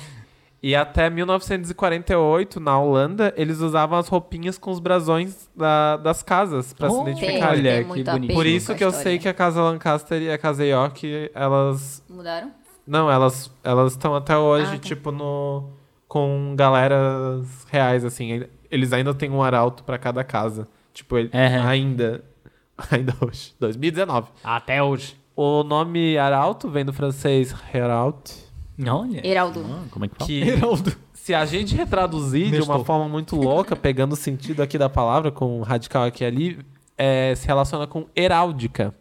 [SPEAKER 4] E até 1948, na Holanda, eles usavam as roupinhas com os brasões da- das casas pra se
[SPEAKER 3] Oh,
[SPEAKER 2] Tem,
[SPEAKER 4] identificar.
[SPEAKER 3] Olha,
[SPEAKER 2] tem
[SPEAKER 3] que
[SPEAKER 2] muito a
[SPEAKER 3] bonito.
[SPEAKER 2] ver
[SPEAKER 4] Por
[SPEAKER 2] com
[SPEAKER 4] isso
[SPEAKER 2] a
[SPEAKER 4] é. que eu
[SPEAKER 2] história.
[SPEAKER 4] sei que é- a casa Lancaster e a casa York, elas.
[SPEAKER 2] Mudaram?
[SPEAKER 4] Não, elas elas estão até hoje,
[SPEAKER 2] Ah, tá.
[SPEAKER 4] tipo, no. com galeras reais, assim. Eles ainda têm um arauto pra cada casa. Tipo, ele-
[SPEAKER 3] É.
[SPEAKER 4] ainda. (laughs) Ainda hoje. 2019.
[SPEAKER 3] Até hoje.
[SPEAKER 4] O nome arauto vem do francês heraut.
[SPEAKER 3] Olha.
[SPEAKER 2] Heraldo.
[SPEAKER 5] Ah, como é que fala?
[SPEAKER 4] que se a gente retraduzir de uma
[SPEAKER 3] Nestor.
[SPEAKER 4] forma muito louca, pegando o sentido aqui da palavra com o radical aqui e ali, é, se relaciona com heráldica.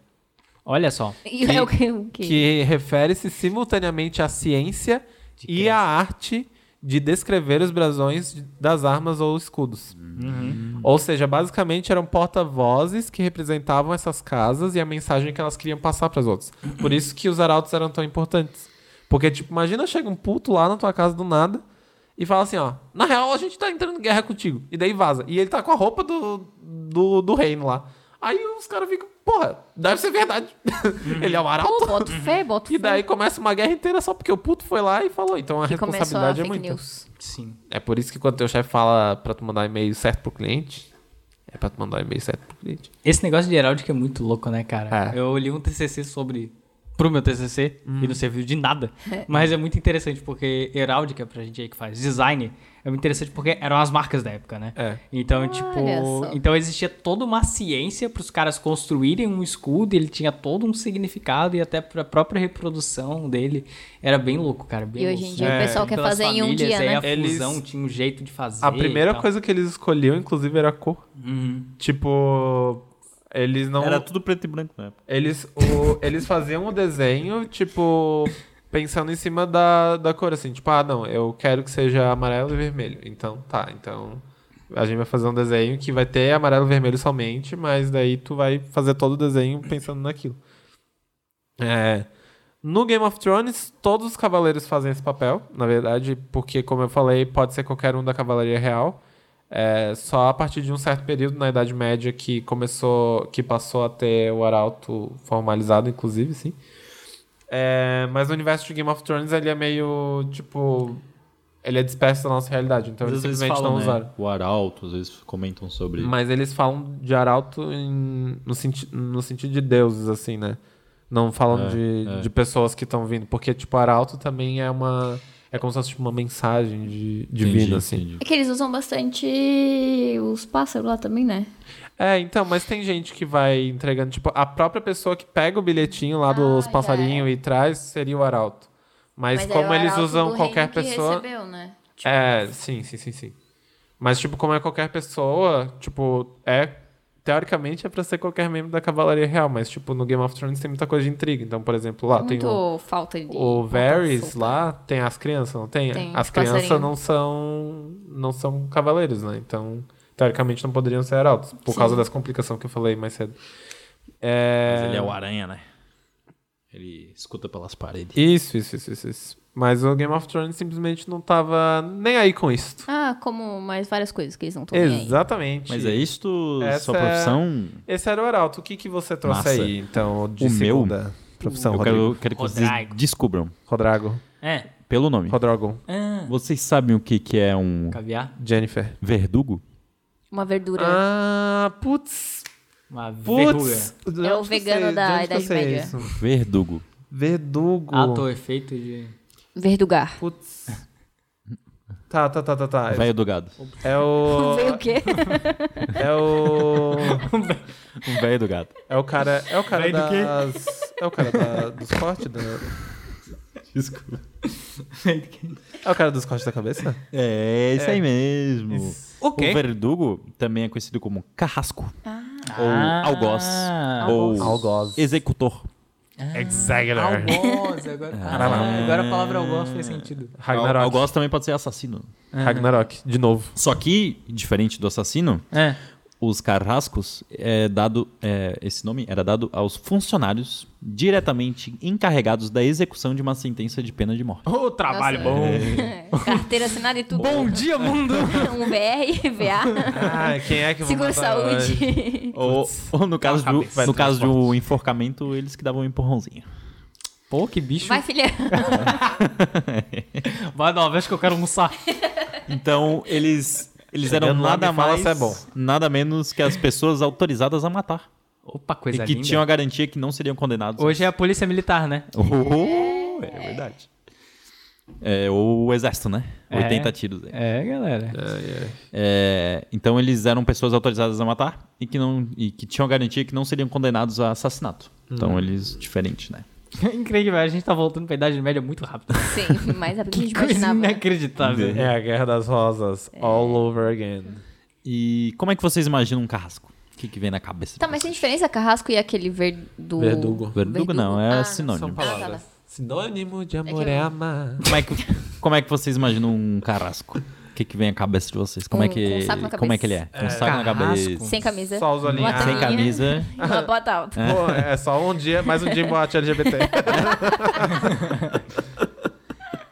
[SPEAKER 3] Olha só.
[SPEAKER 2] E é o que? o que-
[SPEAKER 4] que refere-se simultaneamente à ciência e à arte de descrever os brasões de- das armas ou escudos. Ou seja, basicamente eram porta-vozes que representavam essas casas e a mensagem que elas queriam passar para as outras. Por isso que os arautos eram tão importantes. Porque, tipo, imagina chega um puto lá na tua casa do nada e fala assim, ó, na real a gente tá entrando em guerra contigo. E daí vaza. E ele tá com a roupa do, do, do reino lá. Aí os caras ficam, porra, deve ser verdade. (laughs) ele é um arauto.
[SPEAKER 2] Pô, boto fé, boto
[SPEAKER 4] E
[SPEAKER 2] fé.
[SPEAKER 4] daí começa uma guerra inteira só porque o puto foi lá e falou. Então a
[SPEAKER 2] que começou a
[SPEAKER 4] responsabilidade é
[SPEAKER 2] fake
[SPEAKER 4] muita.
[SPEAKER 2] news.
[SPEAKER 3] Sim.
[SPEAKER 4] É por isso que quando teu chefe fala pra tu mandar um e-mail certo pro cliente, é pra tu mandar e-mail certo pro cliente.
[SPEAKER 3] Esse negócio de heráldica é muito louco, né, cara?
[SPEAKER 4] É. Hum.
[SPEAKER 3] Eu li um TCC sobre. pro meu TCC e não serviu de
[SPEAKER 2] (laughs)
[SPEAKER 3] nada. Mas é muito interessante porque heráldica, pra gente aí que faz design, é muito interessante porque eram as marcas da época, né?
[SPEAKER 4] É.
[SPEAKER 3] Então,
[SPEAKER 2] só.
[SPEAKER 3] tipo. Então existia toda uma ciência pros caras construírem um escudo e ele tinha todo um significado e até pra própria reprodução dele. Era bem louco, cara. Bem
[SPEAKER 2] E
[SPEAKER 3] louco.
[SPEAKER 2] hoje em dia o pessoal quer
[SPEAKER 3] Pelas
[SPEAKER 2] fazer em um
[SPEAKER 3] famílias,
[SPEAKER 2] dia,
[SPEAKER 3] aí
[SPEAKER 2] né?
[SPEAKER 3] A fusão
[SPEAKER 4] É. Eles-
[SPEAKER 3] tinha um jeito de fazer.
[SPEAKER 4] A
[SPEAKER 3] e
[SPEAKER 4] primeira
[SPEAKER 3] tal.
[SPEAKER 4] coisa que eles escolhiam, inclusive, era a cor. Tipo, eles não.
[SPEAKER 5] Era tudo preto e branco né? na época.
[SPEAKER 4] Eles, o- eles faziam o desenho, tipo, pensando em cima da, da cor, assim, tipo, ah, não, eu quero que seja amarelo e vermelho. Então, tá, então a gente vai fazer um desenho que vai ter amarelo e vermelho somente, mas daí tu vai fazer todo o desenho pensando naquilo. É, no Game of Thrones, todos os cavaleiros fazem esse papel, na verdade, porque, como eu falei, pode ser qualquer um da Cavalaria Real. É, só a partir de um certo período na Idade Média que começou, que passou a ter o arauto formalizado, inclusive, sim. É, mas o universo de Game of Thrones ele é meio tipo, ele é disperso da nossa realidade, então eles
[SPEAKER 5] Às vezes
[SPEAKER 4] simplesmente
[SPEAKER 5] falam,
[SPEAKER 4] não
[SPEAKER 5] né,
[SPEAKER 4] usaram.
[SPEAKER 5] O arauto, às vezes comentam sobre...
[SPEAKER 4] Mas eles falam de arauto em- no, senti- no sentido de deuses, assim, né? Não falam
[SPEAKER 5] É,
[SPEAKER 4] de,
[SPEAKER 5] é.
[SPEAKER 4] de pessoas que estão vindo, porque tipo arauto também é uma, é como se fosse tipo, uma mensagem de, divina,
[SPEAKER 5] Entendi,
[SPEAKER 4] assim.
[SPEAKER 5] entendi.
[SPEAKER 2] É que eles usam bastante os pássaros lá também, né?
[SPEAKER 4] É, então, mas tem gente que vai entregando, tipo, a própria pessoa que pega o bilhetinho lá dos
[SPEAKER 2] Ah, já
[SPEAKER 4] passarinhos e traz seria o arauto. Mas,
[SPEAKER 2] aí é
[SPEAKER 4] como
[SPEAKER 2] o
[SPEAKER 4] eles
[SPEAKER 2] arauto
[SPEAKER 4] usam
[SPEAKER 2] do
[SPEAKER 4] qualquer
[SPEAKER 2] reino que
[SPEAKER 4] pessoa.
[SPEAKER 2] recebeu, né?
[SPEAKER 4] É, sim, sim, sim, sim. Mas, tipo, como é qualquer pessoa, tipo, é. Teoricamente é pra ser qualquer membro da Cavalaria Real, mas, tipo, no Game of Thrones tem muita coisa de intriga. Então, por exemplo,
[SPEAKER 2] É
[SPEAKER 4] lá tem
[SPEAKER 2] muito
[SPEAKER 4] o,
[SPEAKER 2] falta de.
[SPEAKER 4] o Varys
[SPEAKER 2] solta.
[SPEAKER 4] lá, tem as crianças, não tem?
[SPEAKER 2] Tem,
[SPEAKER 4] as
[SPEAKER 2] os
[SPEAKER 4] crianças
[SPEAKER 2] passarinhos.
[SPEAKER 4] não são. não são cavaleiros, né? Então, teoricamente não poderiam ser arautos, por
[SPEAKER 2] Sim.
[SPEAKER 4] causa dessa complicação que eu falei mais cedo. É...
[SPEAKER 5] Mas ele é o aranha, né? Ele escuta pelas paredes.
[SPEAKER 4] Isso, isso, isso, isso, isso. Mas o Game of Thrones simplesmente não tava nem aí com isso.
[SPEAKER 2] Ah, como mais várias coisas que eles não estão nem aí.
[SPEAKER 4] Exatamente.
[SPEAKER 5] Mas é isto,
[SPEAKER 4] Essa
[SPEAKER 5] sua
[SPEAKER 4] é-
[SPEAKER 5] profissão?
[SPEAKER 4] Esse era o arauto. O que, que você trouxe
[SPEAKER 5] Massa.
[SPEAKER 4] aí, então, de
[SPEAKER 5] O meu?
[SPEAKER 4] segunda profissão,
[SPEAKER 5] eu
[SPEAKER 4] Então, Rodrigo?
[SPEAKER 5] quero, quero que vocês
[SPEAKER 3] Rodrigo.
[SPEAKER 5] descubram,
[SPEAKER 4] Rodrago.
[SPEAKER 3] É.
[SPEAKER 5] pelo nome.
[SPEAKER 4] Rodrogon.
[SPEAKER 3] Ah,
[SPEAKER 5] Vocês sabem o que, que é um
[SPEAKER 3] caviar.
[SPEAKER 4] Jennifer.
[SPEAKER 5] verdugo?
[SPEAKER 2] Uma verdura.
[SPEAKER 4] Ah, putz.
[SPEAKER 3] Uma verruga.
[SPEAKER 4] Putz.
[SPEAKER 2] É o vegano da Idade Média.
[SPEAKER 5] Verdugo.
[SPEAKER 4] é Verdugo.
[SPEAKER 3] Ato Ah, efeito de.
[SPEAKER 2] Verdugar.
[SPEAKER 4] Putz. Tá, tá, tá, tá, tá.
[SPEAKER 5] Velho do gado.
[SPEAKER 4] É
[SPEAKER 2] (laughs) Veio
[SPEAKER 4] o. (laughs)
[SPEAKER 2] o quê?
[SPEAKER 4] É o.
[SPEAKER 5] Um velho do gado.
[SPEAKER 4] É o cara. É o cara
[SPEAKER 5] Vem do quê?
[SPEAKER 4] das. É o cara da- dos cortes? Da...
[SPEAKER 5] Desculpa.
[SPEAKER 4] É o cara dos cortes da cabeça?
[SPEAKER 5] É, isso aí mesmo.
[SPEAKER 3] Ok.
[SPEAKER 5] O verdugo também é conhecido como carrasco. Ou
[SPEAKER 3] Ah.
[SPEAKER 5] algoz. Ou
[SPEAKER 4] Algoz.
[SPEAKER 5] executor.
[SPEAKER 4] Executor.
[SPEAKER 3] Algoz, agora. Ah, agora a palavra algoz fez sentido.
[SPEAKER 4] Ragnarok.
[SPEAKER 5] Algoz também pode ser assassino.
[SPEAKER 4] Ragnarok, de novo.
[SPEAKER 5] Só que, diferente do assassino,
[SPEAKER 3] É.
[SPEAKER 5] os carrascos é dado é, esse nome era dado aos funcionários diretamente encarregados da execução de uma sentença de pena de morte.
[SPEAKER 3] Ô, trabalho
[SPEAKER 2] Nossa.
[SPEAKER 3] bom.
[SPEAKER 2] É, Carteira assinada e tudo.
[SPEAKER 3] (laughs) Bom dia, mundo!
[SPEAKER 2] Um
[SPEAKER 4] (laughs)
[SPEAKER 2] VR, VA.
[SPEAKER 4] Ah, quem é que
[SPEAKER 2] Seguro
[SPEAKER 4] (laughs)
[SPEAKER 2] saúde.
[SPEAKER 5] Ou, ou no caso de,
[SPEAKER 3] Cabeça.
[SPEAKER 5] um-
[SPEAKER 3] Vai
[SPEAKER 5] no caso de um enforcamento, eles que davam um empurrãozinho.
[SPEAKER 3] Pô, que bicho.
[SPEAKER 2] Vai, filha.
[SPEAKER 3] Vai dar uma vez que eu quero almoçar.
[SPEAKER 5] Então, eles eles eram
[SPEAKER 4] Chegando lá,
[SPEAKER 5] nada
[SPEAKER 4] me fala
[SPEAKER 5] mais
[SPEAKER 4] se é bom.
[SPEAKER 5] nada menos que as pessoas autorizadas a matar
[SPEAKER 3] Opa, coisa
[SPEAKER 5] e que
[SPEAKER 3] linda.
[SPEAKER 5] tinham a garantia que não seriam condenados.
[SPEAKER 3] Hoje é a polícia militar, né?
[SPEAKER 5] Oh, é verdade. É, ou o exército, né?
[SPEAKER 3] É.
[SPEAKER 5] 80 tiros. aí.
[SPEAKER 3] É, galera.
[SPEAKER 5] É, então eles eram pessoas autorizadas a matar e que, não, e que tinham a garantia que não seriam condenados a assassinato.
[SPEAKER 4] Uhum.
[SPEAKER 5] Então eles, diferente, né?
[SPEAKER 3] (laughs) Incrível, a gente tá voltando pra Idade Média muito rápido.
[SPEAKER 2] Sim, mais rápido que a gente
[SPEAKER 3] Coisa
[SPEAKER 2] imaginava. né?
[SPEAKER 3] inacreditável.
[SPEAKER 2] É.
[SPEAKER 4] É a Guerra das Rosas, all over again.
[SPEAKER 5] E como é que vocês imaginam um carrasco? O que, que vem na cabeça?
[SPEAKER 2] Tá, mas tem diferença carrasco e aquele verdu...
[SPEAKER 4] Verdugo.
[SPEAKER 5] Verdugo não, é
[SPEAKER 2] Ah,
[SPEAKER 5] sinônimo.
[SPEAKER 2] Ah, tá, tá.
[SPEAKER 4] Sinônimo de
[SPEAKER 2] É
[SPEAKER 4] amor
[SPEAKER 2] que eu-
[SPEAKER 4] é, amar.
[SPEAKER 5] Como é, que, como é que vocês imaginam um carrasco? O que, que vem à cabeça de vocês? Como é
[SPEAKER 2] Um-
[SPEAKER 5] que,
[SPEAKER 2] com saco na
[SPEAKER 5] como é
[SPEAKER 2] cabeça.
[SPEAKER 5] que ele é? Com saco na
[SPEAKER 3] Carrasco.
[SPEAKER 5] cabeça.
[SPEAKER 2] Sem camisa.
[SPEAKER 4] Só os olhinhos.
[SPEAKER 2] Uma
[SPEAKER 5] Sem
[SPEAKER 2] tampinha.
[SPEAKER 5] camisa.
[SPEAKER 2] E uma bota alta.
[SPEAKER 4] Pô, é só um dia, mais um dia em boate (laughs) LGBT.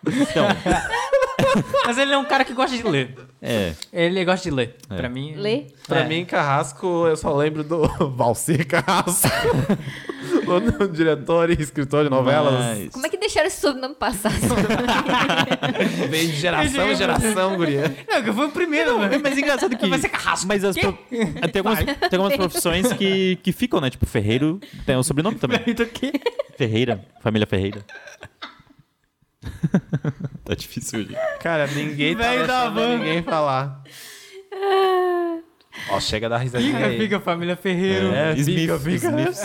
[SPEAKER 5] Então,
[SPEAKER 3] Mas ele é um cara que gosta de ler.
[SPEAKER 5] é.
[SPEAKER 3] Ele gosta de ler. Pra mim.
[SPEAKER 2] Lê.
[SPEAKER 4] pra
[SPEAKER 3] É.
[SPEAKER 4] mim, Carrasco, eu só lembro do (laughs) Valsir Carrasco. (laughs) o diretor e escritor de novelas.
[SPEAKER 5] Mas-
[SPEAKER 2] Como é que deixaram esse sobrenome
[SPEAKER 5] (laughs)
[SPEAKER 2] passar?
[SPEAKER 4] Vem de geração em geração, guria.
[SPEAKER 3] Não, que foi o primeiro, né?
[SPEAKER 5] É,
[SPEAKER 3] velho.
[SPEAKER 5] Mas é engraçado que.
[SPEAKER 3] Vai ser carrasco.
[SPEAKER 5] Mas as
[SPEAKER 3] Quê?
[SPEAKER 5] pro- é, tem, algumas, tem algumas profissões que, que ficam, né? Tipo, Ferreiro tem o sobrenome também.
[SPEAKER 3] Do quê?
[SPEAKER 5] Ferreira, família Ferreira. (laughs) tá difícil hoje.
[SPEAKER 4] Cara, ninguém tá
[SPEAKER 3] Velho da
[SPEAKER 4] deixando
[SPEAKER 3] van.
[SPEAKER 4] ninguém falar. Ó, chega da risadinha
[SPEAKER 3] Fica,
[SPEAKER 4] aí.
[SPEAKER 3] fica, família Ferreiro.
[SPEAKER 5] É, Smith,
[SPEAKER 4] fica, fica.
[SPEAKER 5] Smiths.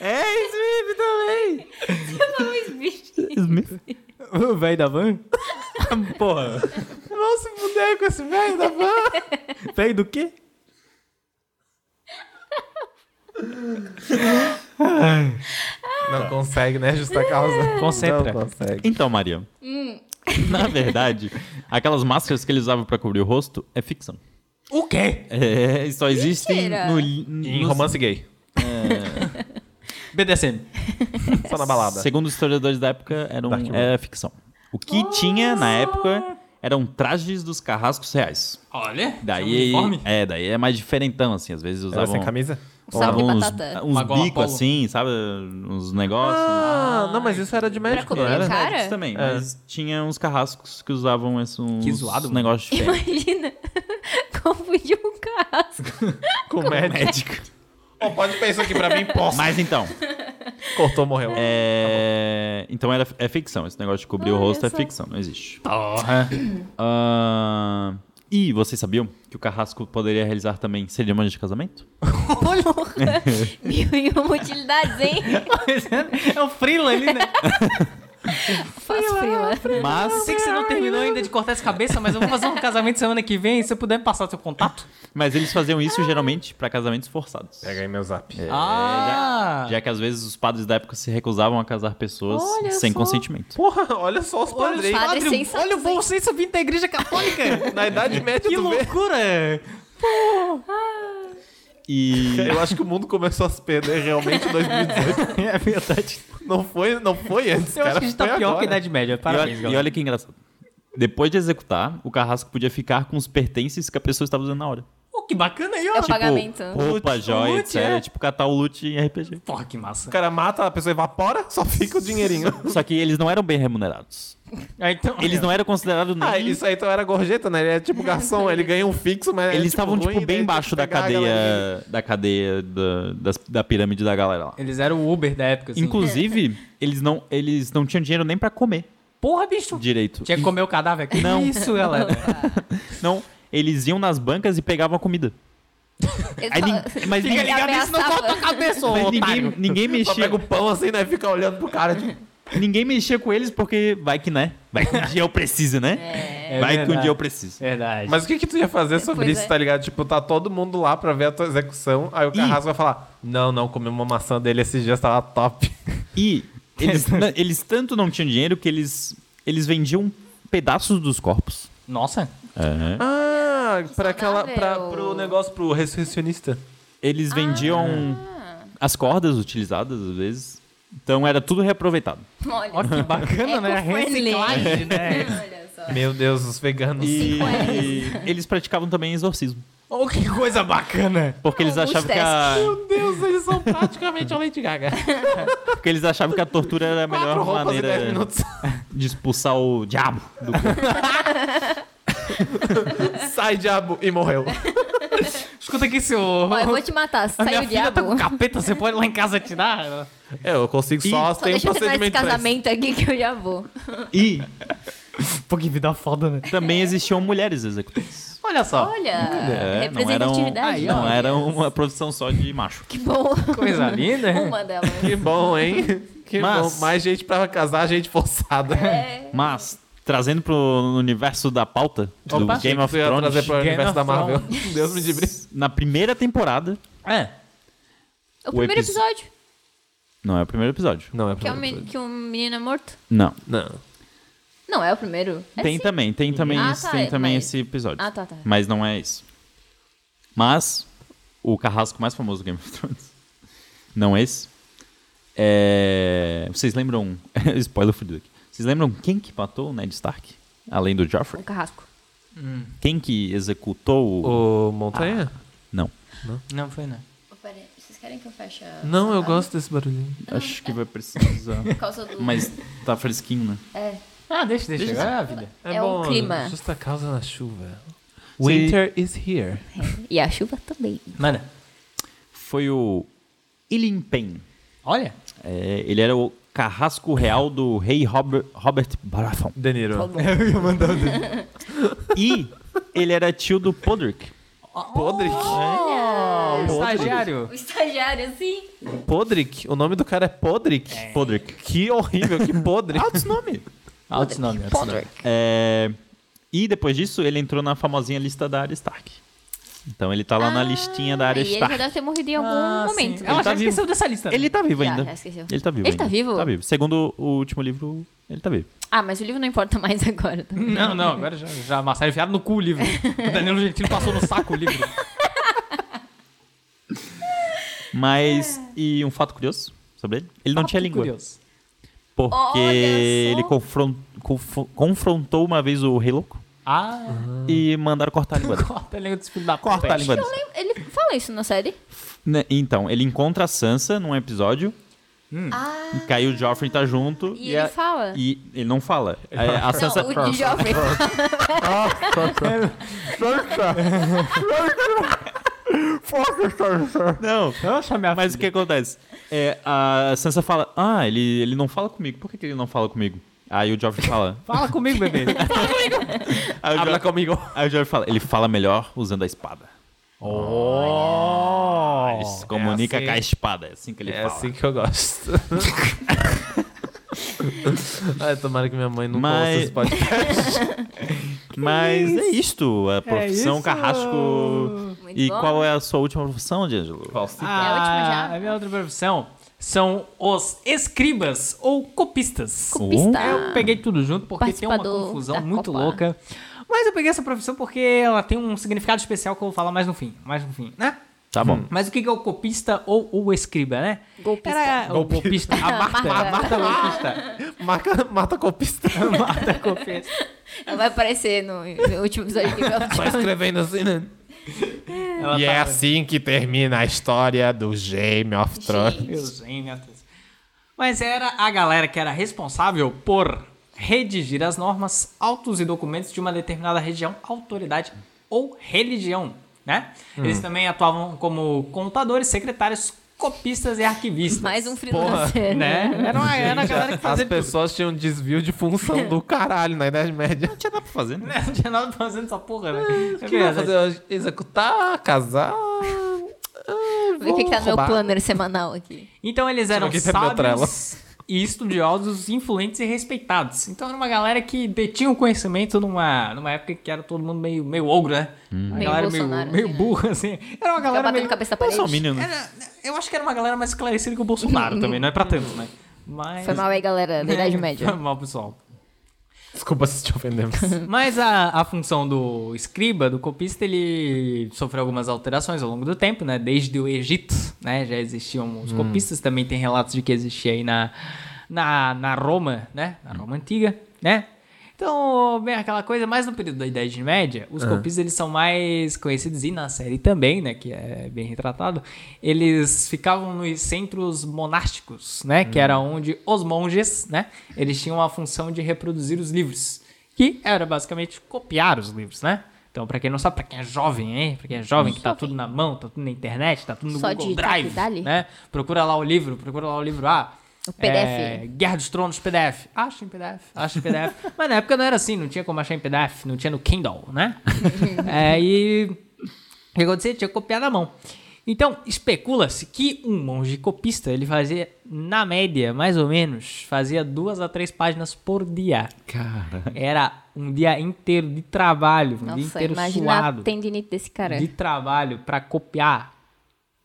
[SPEAKER 3] É, Smith também.
[SPEAKER 5] Smith.
[SPEAKER 3] O velho da
[SPEAKER 4] (laughs)
[SPEAKER 3] van?
[SPEAKER 5] Porra.
[SPEAKER 4] Nossa, boneco, esse velho da van.
[SPEAKER 3] Velho do quê?
[SPEAKER 4] Não consegue, né? Justa (laughs) causa.
[SPEAKER 3] Concentra.
[SPEAKER 4] Não consegue.
[SPEAKER 5] Então, Maria.
[SPEAKER 2] Hum.
[SPEAKER 5] Na verdade, aqueles aquelas máscaras que eles usavam pra cobrir o rosto é ficção.
[SPEAKER 3] O quê?
[SPEAKER 5] É, só existem
[SPEAKER 2] Mentira.
[SPEAKER 5] no, no-
[SPEAKER 4] Em romance gay.
[SPEAKER 3] BDSM.
[SPEAKER 4] Só na balada.
[SPEAKER 5] Segundo os historiadores da época, era, um-
[SPEAKER 4] Dark Web.
[SPEAKER 5] era ficção. O que tinha na
[SPEAKER 2] Ah.
[SPEAKER 5] época eram trajes dos carrascos reais.
[SPEAKER 3] Olha.
[SPEAKER 5] Daí,
[SPEAKER 3] Uniforme?
[SPEAKER 5] é, daí é mais diferentão, assim. Às vezes
[SPEAKER 4] Ela
[SPEAKER 5] usavam,
[SPEAKER 4] um sem camisa?
[SPEAKER 5] usavam
[SPEAKER 2] Um Saco de
[SPEAKER 5] uns,
[SPEAKER 2] batata.
[SPEAKER 5] uns
[SPEAKER 3] Uma gola
[SPEAKER 5] bicos
[SPEAKER 3] polo.
[SPEAKER 5] assim, sabe? Uns negócios.
[SPEAKER 4] Ah, não, mas isso era de médico,
[SPEAKER 2] cobrir
[SPEAKER 4] não era?
[SPEAKER 2] o cara?
[SPEAKER 5] né? Isso também,
[SPEAKER 4] É.
[SPEAKER 5] mas tinha uns carrascos que usavam esse, uns
[SPEAKER 3] Que zoado,
[SPEAKER 5] negócios diferentes.
[SPEAKER 2] Imagina. (laughs) Confundiu um
[SPEAKER 5] (laughs)
[SPEAKER 2] carrasco.
[SPEAKER 4] Com médico. (laughs) Ó, pode pensar aqui pra mim, posso.
[SPEAKER 5] Mas então,
[SPEAKER 4] Cortou, morreu.
[SPEAKER 5] é... então era, é ficção. Esse negócio de cobrir o rosto é ficção, não existe.
[SPEAKER 3] Porra.
[SPEAKER 5] Ah, E vocês sabiam que o carrasco poderia realizar também cerimônias de casamento?
[SPEAKER 2] Mil e uma utilidades, hein?
[SPEAKER 3] É o Freela ali, né?
[SPEAKER 2] Faço frila.
[SPEAKER 5] (laughs) Mas,
[SPEAKER 3] Sei que você não terminou ainda de cortar essa cabeça, mas eu vou fazer um casamento semana que vem. Se eu puder me passar seu contato.
[SPEAKER 5] mas eles faziam
[SPEAKER 2] Ah.
[SPEAKER 5] isso geralmente para casamentos forçados.
[SPEAKER 3] É.
[SPEAKER 4] Pega aí meu zap.
[SPEAKER 3] Ah.
[SPEAKER 5] É, Já que às vezes os padres da época se recusavam a casar pessoas
[SPEAKER 2] Olha
[SPEAKER 5] sem
[SPEAKER 2] só.
[SPEAKER 5] consentimento.
[SPEAKER 4] Porra, olha só os
[SPEAKER 3] Olha, os
[SPEAKER 4] padres.
[SPEAKER 2] padres
[SPEAKER 3] padre,
[SPEAKER 2] sem senso,
[SPEAKER 3] olha o bom senso vindo da igreja
[SPEAKER 5] (laughs)
[SPEAKER 3] católica.
[SPEAKER 4] Na Idade Média,
[SPEAKER 3] que
[SPEAKER 4] tu vê?
[SPEAKER 3] loucura.
[SPEAKER 5] E
[SPEAKER 4] Eu acho que o mundo começou a se perder realmente em
[SPEAKER 3] (laughs)
[SPEAKER 4] 2018.
[SPEAKER 3] É verdade.
[SPEAKER 4] Não foi, não foi antes,
[SPEAKER 3] Eu
[SPEAKER 4] cara.
[SPEAKER 3] acho que a gente tá
[SPEAKER 4] foi
[SPEAKER 3] pior que a
[SPEAKER 4] agora.
[SPEAKER 3] Idade Média.
[SPEAKER 5] E olha-
[SPEAKER 3] Parabéns,
[SPEAKER 5] e olha,
[SPEAKER 3] galera.
[SPEAKER 5] que engraçado. Depois de executar, o carrasco podia ficar com os pertences que a pessoa estava usando na hora.
[SPEAKER 3] Pô, que bacana aí,
[SPEAKER 2] É
[SPEAKER 3] ó.
[SPEAKER 5] Tipo,
[SPEAKER 2] o pagamento.
[SPEAKER 5] Roupa,
[SPEAKER 3] Loot,
[SPEAKER 5] joia,
[SPEAKER 3] loot,
[SPEAKER 5] etc.
[SPEAKER 3] é.
[SPEAKER 5] Tipo, catar o loot em RPG.
[SPEAKER 3] Porra, que massa.
[SPEAKER 4] O cara mata, a pessoa evapora, só fica o dinheirinho.
[SPEAKER 5] (laughs) Só que eles não eram bem remunerados.
[SPEAKER 3] Ah, então,
[SPEAKER 5] Eles não eram considerados nem...
[SPEAKER 4] Ah, isso aí então era gorjeta, né? Ele é tipo garçom, ele ganha um fixo, mas. é,
[SPEAKER 5] Eles estavam, tipo,
[SPEAKER 4] ruim,
[SPEAKER 5] bem
[SPEAKER 4] daí
[SPEAKER 5] embaixo
[SPEAKER 4] tem
[SPEAKER 5] da
[SPEAKER 4] que pegar a galerinha.
[SPEAKER 5] cadeia, da cadeia da, das- da pirâmide da galera lá.
[SPEAKER 3] é, Eles eram o Uber da época, assim.
[SPEAKER 5] Inclusive, eles não, eles não tinham dinheiro nem pra comer
[SPEAKER 3] Porra, bicho.
[SPEAKER 5] direito.
[SPEAKER 3] Tinha que comer o cadáver aqui.
[SPEAKER 5] Não.
[SPEAKER 3] Isso, galera.
[SPEAKER 5] (laughs) Não, eles iam nas bancas e pegavam a comida.
[SPEAKER 2] Ele
[SPEAKER 5] Aí
[SPEAKER 2] (laughs) fala-
[SPEAKER 5] nin- mas
[SPEAKER 2] Ele
[SPEAKER 5] ninguém,
[SPEAKER 2] ameaçava.
[SPEAKER 5] mas ninguém, ninguém
[SPEAKER 4] Só
[SPEAKER 5] mexia.
[SPEAKER 4] pega o pão assim, né? Fica olhando pro cara, tipo.
[SPEAKER 5] Ninguém mexia com eles porque vai que, né? Vai que um dia eu preciso, né?
[SPEAKER 3] É
[SPEAKER 5] vai que um
[SPEAKER 3] verdade.
[SPEAKER 5] dia eu preciso.
[SPEAKER 3] Verdade.
[SPEAKER 4] Mas o que, que tu ia fazer sobre
[SPEAKER 2] Pois
[SPEAKER 4] isso,
[SPEAKER 2] é.
[SPEAKER 4] tá ligado? Tipo, tá todo mundo lá pra ver a tua execução. Aí o Carrasco vai falar: Não, não, comi uma maçã dele esses dias, tava top.
[SPEAKER 5] E eles, na- eles tanto não tinham dinheiro que eles, eles vendiam pedaços dos corpos.
[SPEAKER 3] Nossa.
[SPEAKER 4] Ah, pra aquela. Pra,
[SPEAKER 2] saudável.
[SPEAKER 4] pro negócio, pro ressurrecionista.
[SPEAKER 5] Eles vendiam as cordas utilizadas, às vezes. Então era tudo reaproveitado.
[SPEAKER 2] Olha,
[SPEAKER 3] Olha que bacana,
[SPEAKER 2] É
[SPEAKER 3] né?
[SPEAKER 2] eco-friendly.
[SPEAKER 3] Reciclagem, né?
[SPEAKER 2] (laughs) olha só.
[SPEAKER 4] Meu Deus, os veganos.
[SPEAKER 5] E eles praticavam também exorcismo.
[SPEAKER 3] Oh, que coisa bacana.
[SPEAKER 5] Porque eles
[SPEAKER 2] Alguns
[SPEAKER 5] achavam que a.
[SPEAKER 4] Meu Deus, eles são praticamente a
[SPEAKER 3] (laughs)
[SPEAKER 4] Lady Gaga.
[SPEAKER 5] Porque eles achavam que a tortura era a
[SPEAKER 4] Quatro
[SPEAKER 5] melhor
[SPEAKER 4] roupas em
[SPEAKER 2] é.
[SPEAKER 4] 10
[SPEAKER 5] maneira
[SPEAKER 4] minutos.
[SPEAKER 5] de expulsar o diabo do corpo.
[SPEAKER 4] Sai, diabo, e morreu.
[SPEAKER 3] Escuta aqui, seu...
[SPEAKER 2] Ó, eu vou te matar.
[SPEAKER 3] A minha
[SPEAKER 2] Saiu o
[SPEAKER 3] filha tá
[SPEAKER 2] diabo.
[SPEAKER 3] com capeta, você pode ir lá em casa tirar?
[SPEAKER 4] É, eu consigo só,
[SPEAKER 2] Só
[SPEAKER 4] tem um
[SPEAKER 2] deixa eu terminar esse
[SPEAKER 4] procedimento pra isso.
[SPEAKER 2] casamento aqui que eu já vou.
[SPEAKER 5] E
[SPEAKER 3] (laughs) Pô, que vida foda, né?
[SPEAKER 5] também existiam mulheres executadas.
[SPEAKER 3] Olha só.
[SPEAKER 2] Olha,
[SPEAKER 5] É, não eram,
[SPEAKER 2] representatividade.
[SPEAKER 5] não era uma profissão só de macho.
[SPEAKER 2] Que bom.
[SPEAKER 3] Coisa linda.
[SPEAKER 2] Uma delas.
[SPEAKER 4] Que bom, hein? que
[SPEAKER 5] Mas-
[SPEAKER 4] bom, mais gente pra casar, gente forçada.
[SPEAKER 5] Mas, trazendo pro universo da pauta do
[SPEAKER 4] Opa.
[SPEAKER 5] Game of
[SPEAKER 4] Eu ia
[SPEAKER 5] Thrones,
[SPEAKER 4] trazer pro
[SPEAKER 5] (laughs)
[SPEAKER 1] Game
[SPEAKER 4] universo
[SPEAKER 1] of
[SPEAKER 4] da Marvel.
[SPEAKER 1] Thrones.
[SPEAKER 4] (laughs) Deus me livre.
[SPEAKER 5] na primeira temporada.
[SPEAKER 7] É.
[SPEAKER 2] O, primeiro
[SPEAKER 5] episo-
[SPEAKER 2] episódio,
[SPEAKER 5] Não é o primeiro episódio.
[SPEAKER 4] Não, é
[SPEAKER 2] que, é um
[SPEAKER 4] primeiro
[SPEAKER 2] men-
[SPEAKER 4] episódio.
[SPEAKER 2] que um menino é morto.
[SPEAKER 5] Não.
[SPEAKER 4] Não.
[SPEAKER 2] Não, é o primeiro. É
[SPEAKER 5] tem
[SPEAKER 2] sim.
[SPEAKER 5] também, tem também,
[SPEAKER 2] Ah,
[SPEAKER 5] esse,
[SPEAKER 2] tá,
[SPEAKER 5] tem
[SPEAKER 2] é,
[SPEAKER 5] também
[SPEAKER 2] mas-
[SPEAKER 5] esse episódio.
[SPEAKER 2] Ah, tá, tá.
[SPEAKER 5] Mas não é isso. Mas o carrasco mais famoso do Game of Thrones. (laughs) Não é esse. É... Vocês lembram. (laughs) Spoiler fudido aqui. Vocês lembram quem que matou o Ned Stark? Além do Joffrey?
[SPEAKER 2] Um carrasco.
[SPEAKER 5] Quem que executou o.
[SPEAKER 4] O Montanha?
[SPEAKER 5] Não.
[SPEAKER 3] Não foi, não.
[SPEAKER 2] vocês querem que eu feche a...
[SPEAKER 4] Não, eu gosto desse barulhinho.
[SPEAKER 5] Acho
[SPEAKER 2] é.
[SPEAKER 5] que vai precisar.
[SPEAKER 2] Por causa do...
[SPEAKER 5] (laughs) Mas tá fresquinho, né?
[SPEAKER 3] Ah, deixa, deixa. Agora é a vida.
[SPEAKER 2] É um clima.
[SPEAKER 4] Justa causa na chuva.
[SPEAKER 5] Sim.
[SPEAKER 4] Winter is here.
[SPEAKER 2] E a chuva também.
[SPEAKER 3] Manda.
[SPEAKER 5] Foi o. Ilin Pen.
[SPEAKER 3] Olha.
[SPEAKER 5] É, ele era o carrasco real do rei Robert, Robert Baratheon.
[SPEAKER 4] De Niro.
[SPEAKER 5] E ele era tio do Podrick.
[SPEAKER 4] Podrick?
[SPEAKER 3] O estagiário.
[SPEAKER 2] É, O estagiário, assim.
[SPEAKER 4] Podrick? O nome do cara é Podrick?
[SPEAKER 5] Podrick.
[SPEAKER 4] Que horrível, que podre.
[SPEAKER 5] Altos nome.
[SPEAKER 3] Altos nomes. altos nomes.
[SPEAKER 5] É, e depois disso, ele entrou na famosinha lista da área Stark. Então ele tá lá na listinha da área
[SPEAKER 2] Ah, E ele tá já
[SPEAKER 5] Stark.
[SPEAKER 2] deve ter morrido em algum
[SPEAKER 3] Ah,
[SPEAKER 2] Um
[SPEAKER 3] sim.
[SPEAKER 2] momento.
[SPEAKER 3] Ela
[SPEAKER 5] Ele
[SPEAKER 3] já
[SPEAKER 5] tá
[SPEAKER 3] esqueceu dessa lista. né?
[SPEAKER 5] Ele tá vivo
[SPEAKER 2] Já,
[SPEAKER 5] ainda.
[SPEAKER 2] já esqueceu.
[SPEAKER 5] Ele tá vivo
[SPEAKER 2] Ele tá
[SPEAKER 5] ainda.
[SPEAKER 2] vivo?
[SPEAKER 5] Tá vivo. Segundo o último livro, ele tá vivo.
[SPEAKER 2] Ah, mas o livro não importa mais agora. tá?
[SPEAKER 3] (laughs) Não, não, agora já, já amassaram, enfiaram no cu
[SPEAKER 2] (laughs)
[SPEAKER 3] o livro. O Danilo Gentili passou no saco o livro.
[SPEAKER 5] Mas,
[SPEAKER 2] É.
[SPEAKER 5] e um fato curioso sobre ele? Ele não tinha língua.
[SPEAKER 3] Tá Curioso.
[SPEAKER 5] Porque
[SPEAKER 2] Olha só.
[SPEAKER 5] ele confron- confo- confrontou uma vez o Rei Louco
[SPEAKER 3] Ah,
[SPEAKER 5] e mandaram cortar a língua
[SPEAKER 3] (laughs)
[SPEAKER 5] dele.
[SPEAKER 3] corta a língua dos filhos da
[SPEAKER 5] Uhum. (laughs) Corta a língua dele.
[SPEAKER 2] Eu lembro- Ele fala isso na série?
[SPEAKER 5] Né, Então, ele encontra a Sansa num episódio. E cai o Joffrey tá junto.
[SPEAKER 2] Ah. E ele
[SPEAKER 5] a-
[SPEAKER 2] fala.
[SPEAKER 5] Hum. E ele não fala. A, a
[SPEAKER 2] Não,
[SPEAKER 5] Sansa.
[SPEAKER 2] o de jovem.
[SPEAKER 5] Não, mas o que acontece? É, a Sansa fala: Ah, ele, ele não fala comigo. Por que, que ele não fala comigo? Aí o Joffrey fala.
[SPEAKER 3] Fala comigo,
[SPEAKER 5] (laughs) É
[SPEAKER 3] bebê.
[SPEAKER 2] É
[SPEAKER 5] aí, o
[SPEAKER 4] Habla
[SPEAKER 5] Joffrey,
[SPEAKER 4] comigo.
[SPEAKER 5] aí o Joffrey fala: Ele fala melhor usando a espada. Oh, ele se comunica
[SPEAKER 4] assim.
[SPEAKER 5] com a espada. É assim que ele
[SPEAKER 4] É
[SPEAKER 5] fala.
[SPEAKER 4] assim que eu gosto. Ai, tomara que minha mãe não
[SPEAKER 5] Mas-
[SPEAKER 4] ouça esse podcast.
[SPEAKER 5] (laughs) Mas é isto, a profissão
[SPEAKER 3] isso.
[SPEAKER 5] carrasco.
[SPEAKER 2] Muito
[SPEAKER 5] E
[SPEAKER 2] bom. né?
[SPEAKER 5] qual é a sua última profissão, D'Angelo?
[SPEAKER 2] a última já.
[SPEAKER 3] Ah, a minha outra profissão são os escribas ou copistas.
[SPEAKER 2] Copista.
[SPEAKER 3] Eu peguei tudo junto porque tem uma
[SPEAKER 2] Participador
[SPEAKER 3] confusão
[SPEAKER 2] da
[SPEAKER 3] muito
[SPEAKER 2] Copa.
[SPEAKER 3] louca. Mas eu peguei essa profissão porque ela tem um significado especial que eu vou falar mais no fim. Mais no fim, né?
[SPEAKER 5] Tá bom.
[SPEAKER 3] Mas o que que é o copista ou o escriba, né?
[SPEAKER 2] Golpista.
[SPEAKER 3] Era o golpista. A Marta, a Marta
[SPEAKER 5] (laughs)
[SPEAKER 3] golpista.
[SPEAKER 4] Marca, mata copista.
[SPEAKER 3] Marta golpista.
[SPEAKER 2] Ela vai aparecer no no último episódio de Game of
[SPEAKER 4] Só
[SPEAKER 2] Thrones.
[SPEAKER 4] escrevendo assim, né?
[SPEAKER 3] Ela
[SPEAKER 4] E
[SPEAKER 3] tá-
[SPEAKER 4] é assim que termina a história do Game of Thrones.
[SPEAKER 2] Gente,
[SPEAKER 3] Eugênia. Tess. Mas era a galera que era responsável por redigir as normas, autos e documentos de uma determinada região, autoridade ou religião, né?
[SPEAKER 4] Hum.
[SPEAKER 3] Eles também atuavam como contadores, secretários, copistas e arquivistas.
[SPEAKER 2] Mais um freelancer.
[SPEAKER 3] né? Era, uma, era a galera que
[SPEAKER 4] As
[SPEAKER 3] fazia tudo.
[SPEAKER 4] pessoas tinham um desvio de função do caralho na Idade Média.
[SPEAKER 5] Não tinha nada pra fazer, né?
[SPEAKER 3] Não tinha nada fazendo essa porra,
[SPEAKER 2] Ah,
[SPEAKER 3] né? É
[SPEAKER 4] O que vai
[SPEAKER 3] verdade.
[SPEAKER 4] fazer hoje? Executar, casar.
[SPEAKER 2] Vê o que, que tá no meu
[SPEAKER 4] Roubar.
[SPEAKER 2] planner semanal aqui.
[SPEAKER 3] Então eles eram
[SPEAKER 4] aqui tem meu trela.
[SPEAKER 3] sábios e estudiosos, influentes e respeitados. Então era uma galera que detinha o conhecimento numa, numa época que era todo mundo meio, meio ogro, né? Uma
[SPEAKER 2] Hum. Meio
[SPEAKER 3] galera
[SPEAKER 2] Bolsonaro,
[SPEAKER 3] meio, meio
[SPEAKER 2] assim, né?
[SPEAKER 3] burra, assim. Era uma
[SPEAKER 2] Fica
[SPEAKER 3] galera
[SPEAKER 2] Tá batendo
[SPEAKER 3] meio...
[SPEAKER 2] cabeça na parede.
[SPEAKER 5] Mínimo, né?
[SPEAKER 3] Era- eu acho que era uma galera mais esclarecida que o Bolsonaro também, não é pra tanto, né? Mas...
[SPEAKER 2] Foi mal aí, galera, da
[SPEAKER 5] É.
[SPEAKER 2] Idade Média.
[SPEAKER 3] (laughs) Foi mal, pessoal.
[SPEAKER 4] Desculpa se te ofendemos.
[SPEAKER 3] (laughs) Mas a, a função do escriba, do copista, ele sofreu algumas alterações ao longo do tempo, né? Desde o Egito, né? Já existiam os copistas, também tem relatos de que existia aí na, na, na Roma, né? Na Roma Antiga, né? Então, bem, aquela coisa, mais no período da Idade Média, os copistas, eles são mais conhecidos, e na série também, né, que é bem retratado, eles ficavam nos centros monásticos, né, que era onde os monges, né, eles tinham a função de reproduzir os livros que era basicamente copiar os livros, né? Então, pra quem não sabe, pra quem é jovem, hein? Pra quem é jovem, que tá tudo na mão, tá tudo na internet, tá tudo no
[SPEAKER 2] Só
[SPEAKER 3] Google
[SPEAKER 2] digitar
[SPEAKER 3] Drive,
[SPEAKER 2] aqui, dali.
[SPEAKER 3] né? Procura lá o livro, procura lá o livro A. É,
[SPEAKER 2] O PDF.
[SPEAKER 3] Guerra dos Tronos PDF. Acha em PDF, acha
[SPEAKER 2] (laughs)
[SPEAKER 3] em PDF. Mas na época não era assim, não tinha como achar em PDF,
[SPEAKER 2] (laughs)
[SPEAKER 3] não tinha no Kindle, né? é, e o que acontecia? Tinha que copiar na mão. Então, especula-se que um monge copista, ele fazia, na média, mais ou menos, fazia duas a três páginas por dia.
[SPEAKER 5] Cara.
[SPEAKER 3] Era um dia inteiro de trabalho, um dia
[SPEAKER 2] Nossa,
[SPEAKER 3] inteiro
[SPEAKER 2] imagina
[SPEAKER 3] suado
[SPEAKER 2] a tendinite desse cara.
[SPEAKER 3] de trabalho pra copiar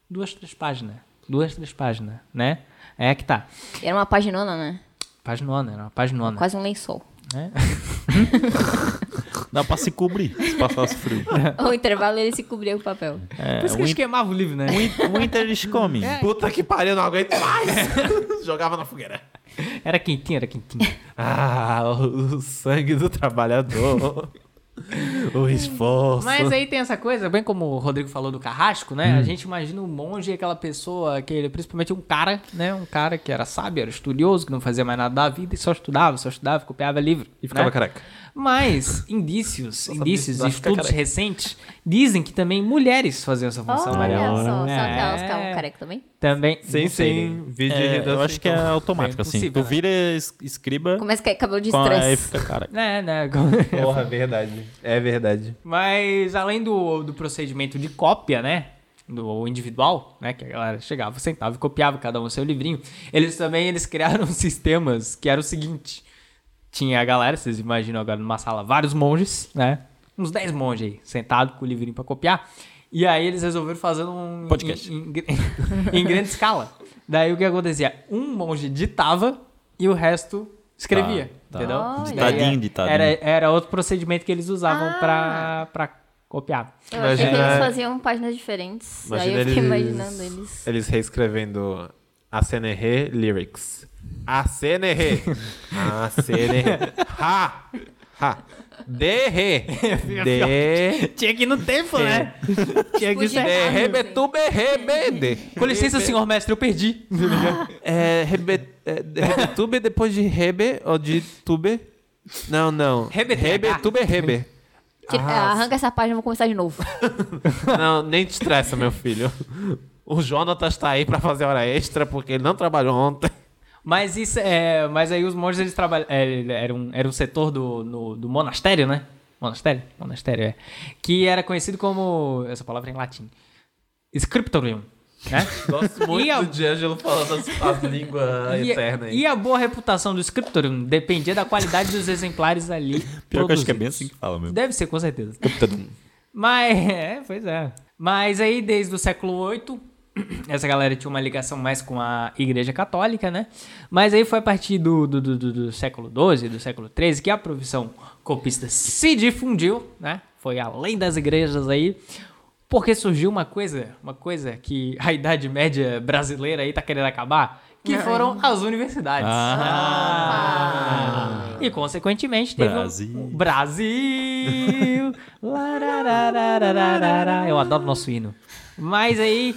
[SPEAKER 3] duas, três páginas. Duas, três páginas, né? É que tá.
[SPEAKER 2] Era uma paginona, né?
[SPEAKER 3] Paginona, era uma paginona.
[SPEAKER 2] Quase um lençol.
[SPEAKER 3] (laughs) né?
[SPEAKER 5] Dá pra se cobrir se passasse
[SPEAKER 4] (laughs)
[SPEAKER 5] frio.
[SPEAKER 4] É.
[SPEAKER 2] O intervalo ele se cobriu com o papel.
[SPEAKER 3] Por isso que eles queimavam o livro, né?
[SPEAKER 5] Winter eles comem.
[SPEAKER 4] É. Puta que pariu, não aguento mais. Jogava na fogueira.
[SPEAKER 3] Era quentinho, era quentinho.
[SPEAKER 4] Ah, o, o sangue do trabalhador. o esforço.
[SPEAKER 3] Mas aí tem essa coisa, bem como o Rodrigo falou do carrasco, né? A
[SPEAKER 4] Hum.
[SPEAKER 3] gente imagina um monge, aquela pessoa, aquele, principalmente um cara, né? Um cara que era sábio, era estudioso, que não fazia mais nada da vida e só estudava, só estudava, copiava livro.
[SPEAKER 4] E ficava
[SPEAKER 3] né?
[SPEAKER 4] careca.
[SPEAKER 3] Mas
[SPEAKER 4] (laughs)
[SPEAKER 3] indícios, indícios
[SPEAKER 4] disso,
[SPEAKER 3] e
[SPEAKER 4] acho que é
[SPEAKER 3] estudos
[SPEAKER 4] careca.
[SPEAKER 3] recentes dizem que também mulheres faziam essa função,
[SPEAKER 2] Olha
[SPEAKER 3] Mariana.
[SPEAKER 2] só, só que elas
[SPEAKER 3] É.
[SPEAKER 2] ficavam careca também.
[SPEAKER 3] Também.
[SPEAKER 4] Sim,
[SPEAKER 3] não sei,
[SPEAKER 4] sim. Vídeo de
[SPEAKER 5] É, eu
[SPEAKER 4] dança,
[SPEAKER 5] acho que é
[SPEAKER 4] então.
[SPEAKER 3] É
[SPEAKER 5] automático, assim.
[SPEAKER 3] impossível,
[SPEAKER 5] Tu
[SPEAKER 3] né?
[SPEAKER 5] vira es- escriba
[SPEAKER 2] Começa a cair cabelo de
[SPEAKER 5] com a aí
[SPEAKER 2] estresse.
[SPEAKER 5] fica cara.
[SPEAKER 3] Né,
[SPEAKER 4] (laughs)
[SPEAKER 3] né? (laughs)
[SPEAKER 4] Porra, verdade. É verdade.
[SPEAKER 3] Mas além do, do procedimento de cópia, né? Do individual, né? Que a galera chegava, sentava e copiava cada um seu livrinho. Eles também eles criaram (laughs) sistemas que era o seguinte: tinha a galera, vocês imaginam agora numa sala, vários monges, né? Uns 10 monges aí, sentado com o livrinho pra copiar. E aí eles resolveram fazer um.
[SPEAKER 5] Podcast.
[SPEAKER 3] Em, (laughs) em- em grande escala. Daí o que acontecia? Um monge ditava e o resto escrevia.
[SPEAKER 5] Tá, tá.
[SPEAKER 3] Entendeu?
[SPEAKER 2] Olha.
[SPEAKER 3] Daí
[SPEAKER 5] Ditadinho,
[SPEAKER 3] era-
[SPEAKER 5] ditadinho.
[SPEAKER 3] Era, era outro procedimento que eles usavam pra, pra copiar.
[SPEAKER 2] Eu achei que
[SPEAKER 4] Imagina-
[SPEAKER 2] eles faziam páginas diferentes.
[SPEAKER 4] Imagina
[SPEAKER 2] aí eu fiquei
[SPEAKER 4] eles-
[SPEAKER 2] imaginando eles.
[SPEAKER 4] Eles reescrevendo ACNR Lyrics. ACNR. (laughs) ACNR. Ha. Ha. (laughs) DR. D.
[SPEAKER 3] Tinha que ir no tempo, né? Tinha que
[SPEAKER 2] Podia
[SPEAKER 3] ser.
[SPEAKER 2] errar,
[SPEAKER 4] É,
[SPEAKER 2] não sei.
[SPEAKER 4] rebetube, rebede.
[SPEAKER 3] Com licença, senhor mestre, eu perdi.
[SPEAKER 4] É, rebe, é, de- rebetube depois de rebe ou de tube? Não, não.
[SPEAKER 3] Rebetube.
[SPEAKER 4] Rebetube, rebe.
[SPEAKER 3] Ah,
[SPEAKER 2] Tira- ah, arranca essa página e vou começar de
[SPEAKER 3] (laughs)
[SPEAKER 2] novo.
[SPEAKER 4] Não, nem te estressa, meu filho. O Jonatas tá aí pra fazer hora extra porque ele não trabalhou ontem.
[SPEAKER 3] Mas isso é. Mas aí os monges eles trabalham. Era um, era um setor do, no- do monastério, né? Monastério? Monastério, é. Que era conhecido como. Essa palavra é em latim. Scriptorium. (laughs) Né?
[SPEAKER 4] Gosto
[SPEAKER 3] muito E a- do
[SPEAKER 4] D'Angelo falando as, línguas
[SPEAKER 3] (laughs) E, é- e a boa reputação do Scriptorium dependia da qualidade dos exemplares ali.
[SPEAKER 5] Pior que eu acho que é
[SPEAKER 3] produzidos.
[SPEAKER 5] bem assim que fala mesmo. Tá um.
[SPEAKER 3] Deve ser, com certeza. Mas, é, pois é. Mas aí, desde o século VIII, essa galera tinha uma ligação mais com a Igreja Católica, né? Mas aí foi a partir do, do, do, do- do século XII, do século XIII, que a profissão copista se difundiu, né? Foi além das igrejas aí. Porque surgiu uma coisa, uma coisa que a Idade Média brasileira aí tá querendo acabar, que foram as universidades. Ah. E, consequentemente, teve um-
[SPEAKER 5] Brasil.
[SPEAKER 3] Brasil! Lararararararara. Eu adoro nosso hino. Mas aí,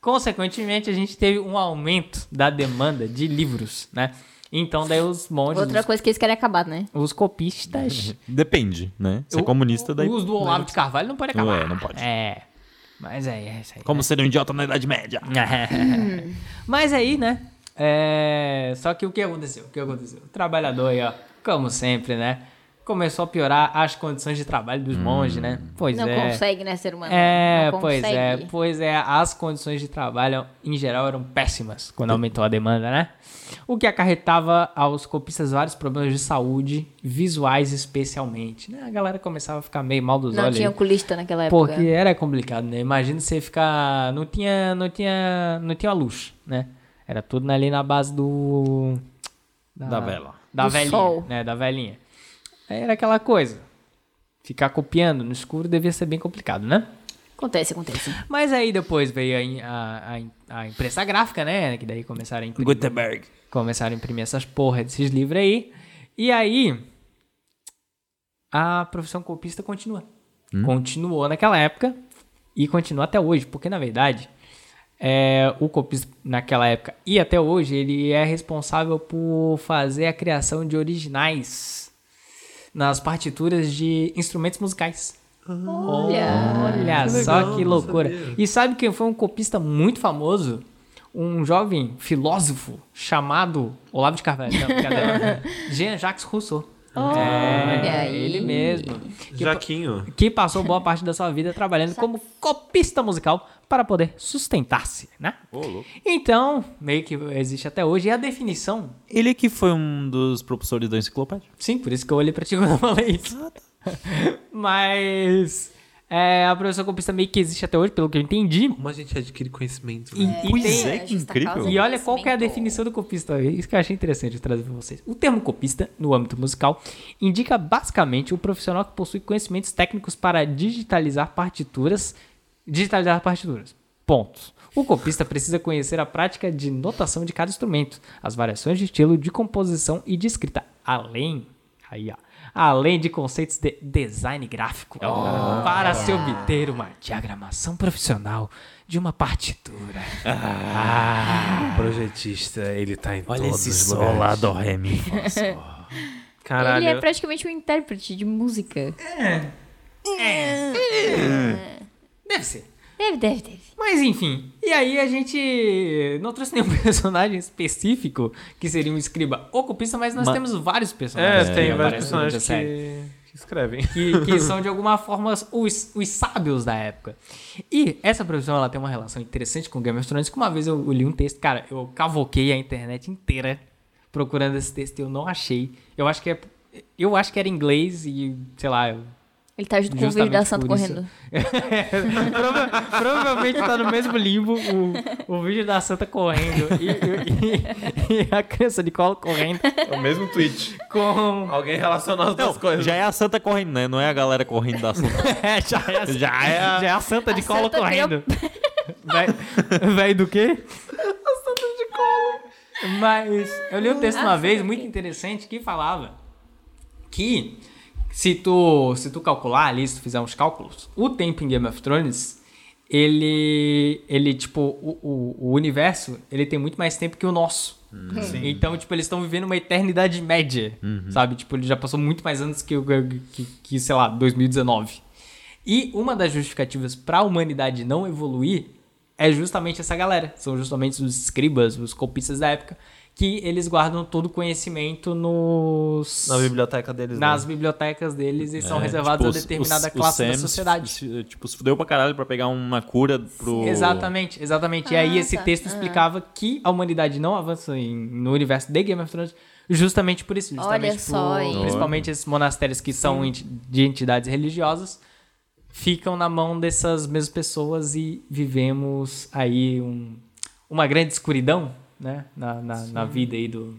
[SPEAKER 3] consequentemente, a gente teve um aumento da demanda de livros, né? Então daí os monges,
[SPEAKER 2] Outra coisa que eles querem acabar, né?
[SPEAKER 3] os, os copistas...
[SPEAKER 5] Depende, né? Se é
[SPEAKER 3] O-
[SPEAKER 5] comunista, (laughs) daí.
[SPEAKER 3] O uso do Olavo de Carvalho não pode
[SPEAKER 5] Não
[SPEAKER 3] acabar.
[SPEAKER 5] é, não pode.
[SPEAKER 3] É. Mas aí, é isso aí.
[SPEAKER 5] Como ser um idiota na Idade Média.
[SPEAKER 3] (laughs) Mas aí, né? é, Só que o que aconteceu? O que aconteceu? O trabalhador aí, ó, como sempre, né? Começou a piorar as condições de trabalho
[SPEAKER 5] Hum.
[SPEAKER 3] dos monges, né? Pois
[SPEAKER 2] Não
[SPEAKER 3] é.
[SPEAKER 2] consegue, né, ser humano?
[SPEAKER 3] É,
[SPEAKER 2] Não
[SPEAKER 3] pois é,
[SPEAKER 2] consegue.
[SPEAKER 3] pois é, as condições de trabalho em geral eram péssimas quando aumentou a demanda, né? O que acarretava aos copistas vários problemas de saúde, visuais especialmente, né? A galera começava a ficar meio mal dos
[SPEAKER 2] Não
[SPEAKER 3] olhos.
[SPEAKER 2] tinha
[SPEAKER 3] aí.
[SPEAKER 2] oculista naquela época.
[SPEAKER 3] Porque era complicado, né? Imagina você ficar. Não tinha. Não tinha. Não tinha luz, né? Era tudo ali na base do.
[SPEAKER 5] Da vela.
[SPEAKER 3] Da
[SPEAKER 2] Do
[SPEAKER 3] velhinha.
[SPEAKER 2] sol.
[SPEAKER 3] Né? Da velhinha. Aí Era aquela coisa. Ficar copiando no escuro devia ser bem complicado, né?
[SPEAKER 2] Acontece, acontece.
[SPEAKER 3] Mas aí depois veio a, a, a, a imprensa gráfica, né? Que daí começaram a imprimir.
[SPEAKER 7] Gutenberg.
[SPEAKER 3] Começaram a imprimir essas porra desses livros aí. E aí. A profissão copista continua. Continuou naquela época e continua até hoje, porque na verdade. é, o copista naquela época e até hoje ele é responsável por fazer a criação de originais nas partituras de instrumentos musicais.
[SPEAKER 2] Olha.
[SPEAKER 3] Olha só que loucura. E sabe quem foi um copista muito famoso? Um jovem filósofo chamado Olavo de Carvalho. Não, brincadeira. Jean-Jacques Rousseau.
[SPEAKER 2] Olha
[SPEAKER 3] É,
[SPEAKER 2] aí.
[SPEAKER 3] ele mesmo. Que,
[SPEAKER 4] Jaquinho.
[SPEAKER 3] que passou boa parte da sua vida trabalhando como copista musical para poder sustentar-se, né? Então, meio que existe até hoje. E a definição?
[SPEAKER 5] Ele que foi um dos propulsores da enciclopédia.
[SPEAKER 3] Sim, por isso que eu olhei pra ti quando eu falei isso. (laughs) Mas é, a profissão copista meio que existe até hoje, pelo que eu entendi.
[SPEAKER 4] Como a gente adquire conhecimento,
[SPEAKER 3] E,
[SPEAKER 4] né?
[SPEAKER 3] e tem-
[SPEAKER 5] é, que incrível.
[SPEAKER 3] E olha qual que é a definição do copista. Isso que eu achei interessante de trazer para vocês. O termo copista, no âmbito musical, indica basicamente o profissional que possui conhecimentos técnicos para digitalizar partituras. Digitalizar partituras. Pontos. O copista precisa conhecer a prática de notação de cada instrumento, as variações de estilo, de composição e de escrita, além, aí, ó, além de conceitos de design gráfico, para se obter uma diagramação profissional de uma partitura.
[SPEAKER 4] O projetista, ele tá em
[SPEAKER 7] Olha
[SPEAKER 4] todos
[SPEAKER 7] esse
[SPEAKER 4] os
[SPEAKER 7] sol
[SPEAKER 4] lugares.
[SPEAKER 7] lá do
[SPEAKER 4] Caralho.
[SPEAKER 2] Ele é praticamente um intérprete de música.
[SPEAKER 3] Deve ser.
[SPEAKER 2] Deve, deve, deve.
[SPEAKER 3] Mas enfim, e aí a gente não trouxe nenhum (laughs) personagem específico que seria um escriba ou copista, mas nós
[SPEAKER 5] Ma-
[SPEAKER 3] temos vários
[SPEAKER 4] É,
[SPEAKER 3] personagens. que
[SPEAKER 4] tem
[SPEAKER 3] aparecem
[SPEAKER 4] vários
[SPEAKER 3] durante a
[SPEAKER 4] personagens
[SPEAKER 3] série,
[SPEAKER 4] que, que escrevem.
[SPEAKER 3] Que, que são de alguma forma os, os sábios da época. E essa profissão ela tem uma relação interessante com Game of Thrones, que uma vez eu li um texto, cara, eu cavoquei a internet inteira procurando esse texto e eu não achei. Eu acho que é. Eu acho que era em inglês e, sei lá, eu
[SPEAKER 2] Ele tá junto com o
[SPEAKER 3] Justamente
[SPEAKER 2] vídeo da Santo
[SPEAKER 3] por isso.
[SPEAKER 2] correndo.
[SPEAKER 3] Prova- provavelmente tá no mesmo limbo o, o vídeo da Santa correndo e, e- e a criança de colo correndo
[SPEAKER 4] É o mesmo tweet.
[SPEAKER 3] com.
[SPEAKER 4] Alguém relacionou as duas coisas.
[SPEAKER 5] Já é a santa correndo, né? Não é a galera correndo da santa.
[SPEAKER 3] (laughs) É, já é, a-
[SPEAKER 5] (laughs) Já é a-
[SPEAKER 3] já é a Santa de
[SPEAKER 2] A
[SPEAKER 3] colo
[SPEAKER 2] Santa
[SPEAKER 3] correndo. Véi, véi do quê? A Santa de colo. Mas eu li um texto uma vez muito interessante que falava que se tu, se tu calcular ali, se tu fizer uns cálculos, o tempo em Game of Thrones, ele, ele tipo, o, o, o universo, ele tem muito mais tempo que o nosso. Então, tipo, eles estão vivendo uma eternidade média, sabe? Tipo, ele já passou muito mais anos que, o- que, que, sei lá, 2019. E uma das justificativas para a humanidade não evoluir é justamente essa galera. São justamente os escribas, os copistas da época, que eles guardam todo o conhecimento nos
[SPEAKER 4] Na biblioteca deles. né?
[SPEAKER 3] nas bibliotecas deles e
[SPEAKER 5] É,
[SPEAKER 3] são reservados a determinada classe da sociedade.
[SPEAKER 5] tipo, se fudeu pra caralho pra pegar uma cura pro.
[SPEAKER 3] Exatamente, exatamente. e aí esse
[SPEAKER 2] Ah, tá.
[SPEAKER 3] texto explicava que a humanidade não avança em- no universo de Game of Thrones justamente por isso. Justamente
[SPEAKER 2] Olha
[SPEAKER 3] por-
[SPEAKER 2] só, hein?
[SPEAKER 3] Principalmente esses monastérios que são enti- de entidades religiosas ficam na mão dessas mesmas pessoas e vivemos aí um- uma grande escuridão, né? Na, na, na vida aí do...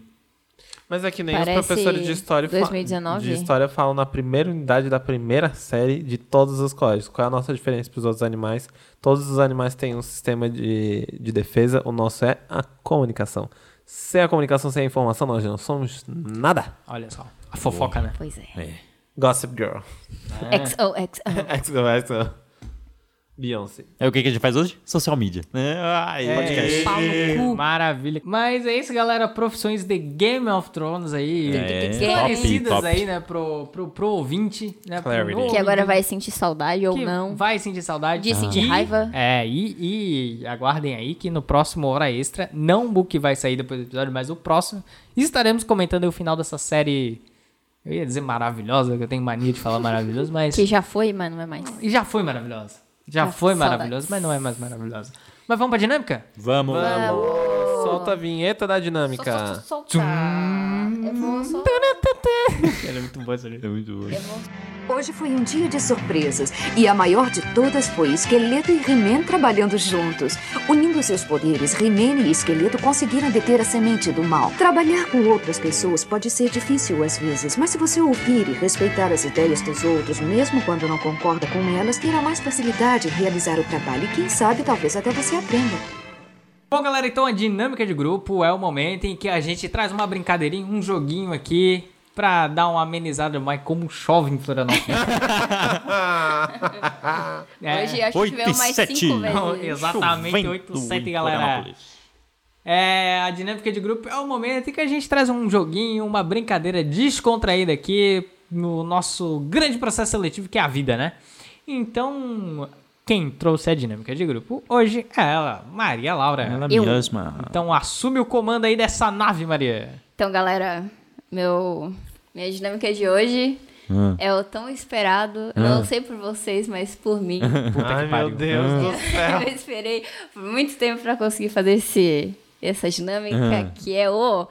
[SPEAKER 4] Mas é que nem os
[SPEAKER 2] Parece
[SPEAKER 4] professores de história, fa-
[SPEAKER 2] 2019.
[SPEAKER 4] de história falam na primeira unidade da primeira série de todos os colégios. Qual é a nossa diferença pros outros animais? Todos os animais têm um sistema de, de defesa, o nosso é a comunicação. Sem a comunicação, sem a informação, nós não somos nada.
[SPEAKER 3] Olha só, a fofoca, né?
[SPEAKER 2] Pois é. oh,
[SPEAKER 4] Gossip Girl. (laughs)
[SPEAKER 2] XO, XO.
[SPEAKER 4] XO, XO. então. Beyoncé.
[SPEAKER 5] É o que, que a gente faz hoje? Social media. né? Ai,
[SPEAKER 3] É.
[SPEAKER 5] podcast.
[SPEAKER 2] Pau no cu.
[SPEAKER 3] Maravilha. Mas é isso, galera. Profissões de Game of Thrones aí.
[SPEAKER 5] É,
[SPEAKER 3] esclarecidas
[SPEAKER 5] top, top.
[SPEAKER 3] aí, né? Pro, pro, pro ouvinte, né? pro
[SPEAKER 4] Clarity.
[SPEAKER 3] novo
[SPEAKER 2] Que agora
[SPEAKER 3] ouvinte
[SPEAKER 2] vai sentir saudade ou
[SPEAKER 3] que
[SPEAKER 2] não.
[SPEAKER 3] Vai sentir saudade.
[SPEAKER 2] De sentir
[SPEAKER 3] E-
[SPEAKER 2] raiva.
[SPEAKER 3] É, e, e aguardem aí que no próximo Hora Extra, não o que vai sair depois do episódio, mas o próximo, estaremos comentando aí o final dessa série. Eu ia dizer maravilhosa, que eu tenho mania de falar maravilhosa, mas.
[SPEAKER 2] Que já foi, mas não é mais.
[SPEAKER 3] E já foi maravilhosa. Já
[SPEAKER 2] Ah,
[SPEAKER 3] foi
[SPEAKER 2] saudades.
[SPEAKER 3] maravilhosa, mas não é mais maravilhosa. Mas vamos pra dinâmica?
[SPEAKER 5] Vamos.
[SPEAKER 4] Solta a vinheta da dinâmica.
[SPEAKER 2] Eu vou só...
[SPEAKER 3] Ela é muito boa essa
[SPEAKER 5] É muito bom.
[SPEAKER 8] Hoje foi um dia de surpresas e a maior de todas foi Esqueleto e He-Man trabalhando juntos. Unindo seus poderes, He-Man e Esqueleto conseguiram deter a semente do mal. Trabalhar com outras pessoas pode ser difícil às vezes, mas se você ouvir e respeitar as ideias dos outros, mesmo quando não concorda com elas, terá mais facilidade em realizar o trabalho e quem sabe talvez até você aprenda.
[SPEAKER 3] Bom, galera, então a dinâmica de grupo é o momento em que a gente traz uma brincadeirinha, um joguinho aqui pra dar uma amenizada mais como chove em Florianópolis. É,
[SPEAKER 2] Hoje acho que
[SPEAKER 5] Oito e
[SPEAKER 2] veio mais
[SPEAKER 5] sete.
[SPEAKER 2] cinco
[SPEAKER 3] (laughs) não,
[SPEAKER 2] vezes.
[SPEAKER 3] exatamente, 8, 7, galera. É, a dinâmica de grupo é o momento em que a gente traz um joguinho, uma brincadeira descontraída aqui no nosso grande processo seletivo que é a vida, né? Então, quem trouxe a dinâmica de grupo hoje é ela, Maria Laura.
[SPEAKER 5] Ela
[SPEAKER 2] Eu-
[SPEAKER 5] mesma.
[SPEAKER 3] Então assume o comando aí dessa nave, Maria.
[SPEAKER 2] Então, galera, meu Minha dinâmica de hoje
[SPEAKER 5] Ah.
[SPEAKER 2] é o tão esperado. Eu Não sei por vocês, mas por mim.
[SPEAKER 4] Ai, meu
[SPEAKER 5] pariu.
[SPEAKER 4] Deus do
[SPEAKER 2] eu
[SPEAKER 3] É.
[SPEAKER 4] céu.
[SPEAKER 2] esperei por muito tempo pra conseguir fazer esse, essa dinâmica, que é o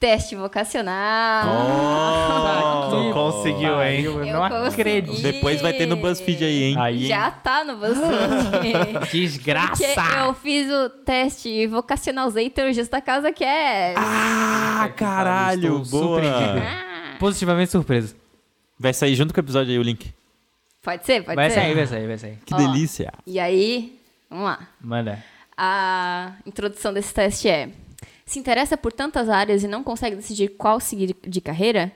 [SPEAKER 2] teste vocacional. (laughs)
[SPEAKER 4] Tu conseguiu, hein?
[SPEAKER 3] Eu
[SPEAKER 2] Eu
[SPEAKER 3] não
[SPEAKER 2] consegui.
[SPEAKER 3] acredito.
[SPEAKER 5] Depois vai ter no BuzzFeed aí, hein?
[SPEAKER 3] Aí,
[SPEAKER 2] Já tá no BuzzFeed.
[SPEAKER 3] (laughs)
[SPEAKER 2] Porque
[SPEAKER 3] desgraça!
[SPEAKER 2] eu fiz o teste então vocacional Zaterges da casa que é.
[SPEAKER 5] Ah, caralho,
[SPEAKER 3] Estou
[SPEAKER 5] boa.
[SPEAKER 3] surpreendido. Positivamente surpreso.
[SPEAKER 5] Vai sair junto com o episódio aí o link.
[SPEAKER 2] Pode ser, pode
[SPEAKER 3] Vai
[SPEAKER 2] ser.
[SPEAKER 3] sair, vai sair, vai sair.
[SPEAKER 5] Que
[SPEAKER 2] Ó.
[SPEAKER 5] delícia.
[SPEAKER 2] E aí, vamos lá.
[SPEAKER 3] Manda.
[SPEAKER 2] A introdução desse teste é: se interessa por tantas áreas e não consegue decidir qual seguir de carreira?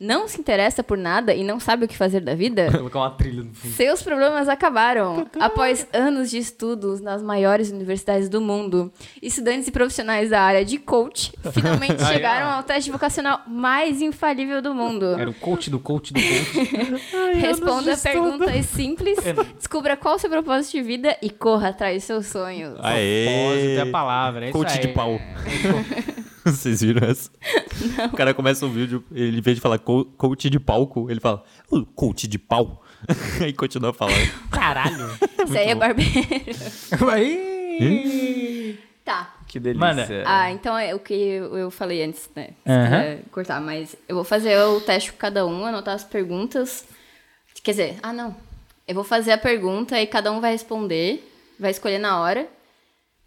[SPEAKER 2] Não se interessa por nada e não sabe o que fazer da vida?
[SPEAKER 3] Colocar uma trilha no fundo.
[SPEAKER 2] Seus problemas acabaram. Após anos de estudos nas maiores universidades do mundo, estudantes e profissionais da área de coach finalmente chegaram ao teste vocacional mais infalível do mundo.
[SPEAKER 3] Era o coach do coach do coach. (laughs)
[SPEAKER 2] Responda perguntas simples, descubra qual o seu propósito de vida e corra atrás dos seus sonhos.
[SPEAKER 5] Aê.
[SPEAKER 3] Propósito é a palavra, é isso
[SPEAKER 5] Coach
[SPEAKER 3] aí.
[SPEAKER 5] de
[SPEAKER 3] (laughs)
[SPEAKER 5] pau. (laughs) Vocês viram essa? O cara começa um vídeo, ele em vez de falar co- coach de palco, ele fala "Ô, coach de pau. (laughs) Aí continua falando.
[SPEAKER 3] Caralho.
[SPEAKER 2] Isso aí é barbeiro. (laughs)
[SPEAKER 3] Aí.
[SPEAKER 2] Tá.
[SPEAKER 4] Que delícia.
[SPEAKER 3] Manda.
[SPEAKER 2] Ah, então é o que eu eu falei antes, né? Se
[SPEAKER 3] Aham.
[SPEAKER 2] quiser cortar, mas eu vou fazer o teste com cada um, anotar as perguntas. Quer dizer, ah, não. Eu vou fazer a pergunta e cada um vai responder, vai escolher na hora.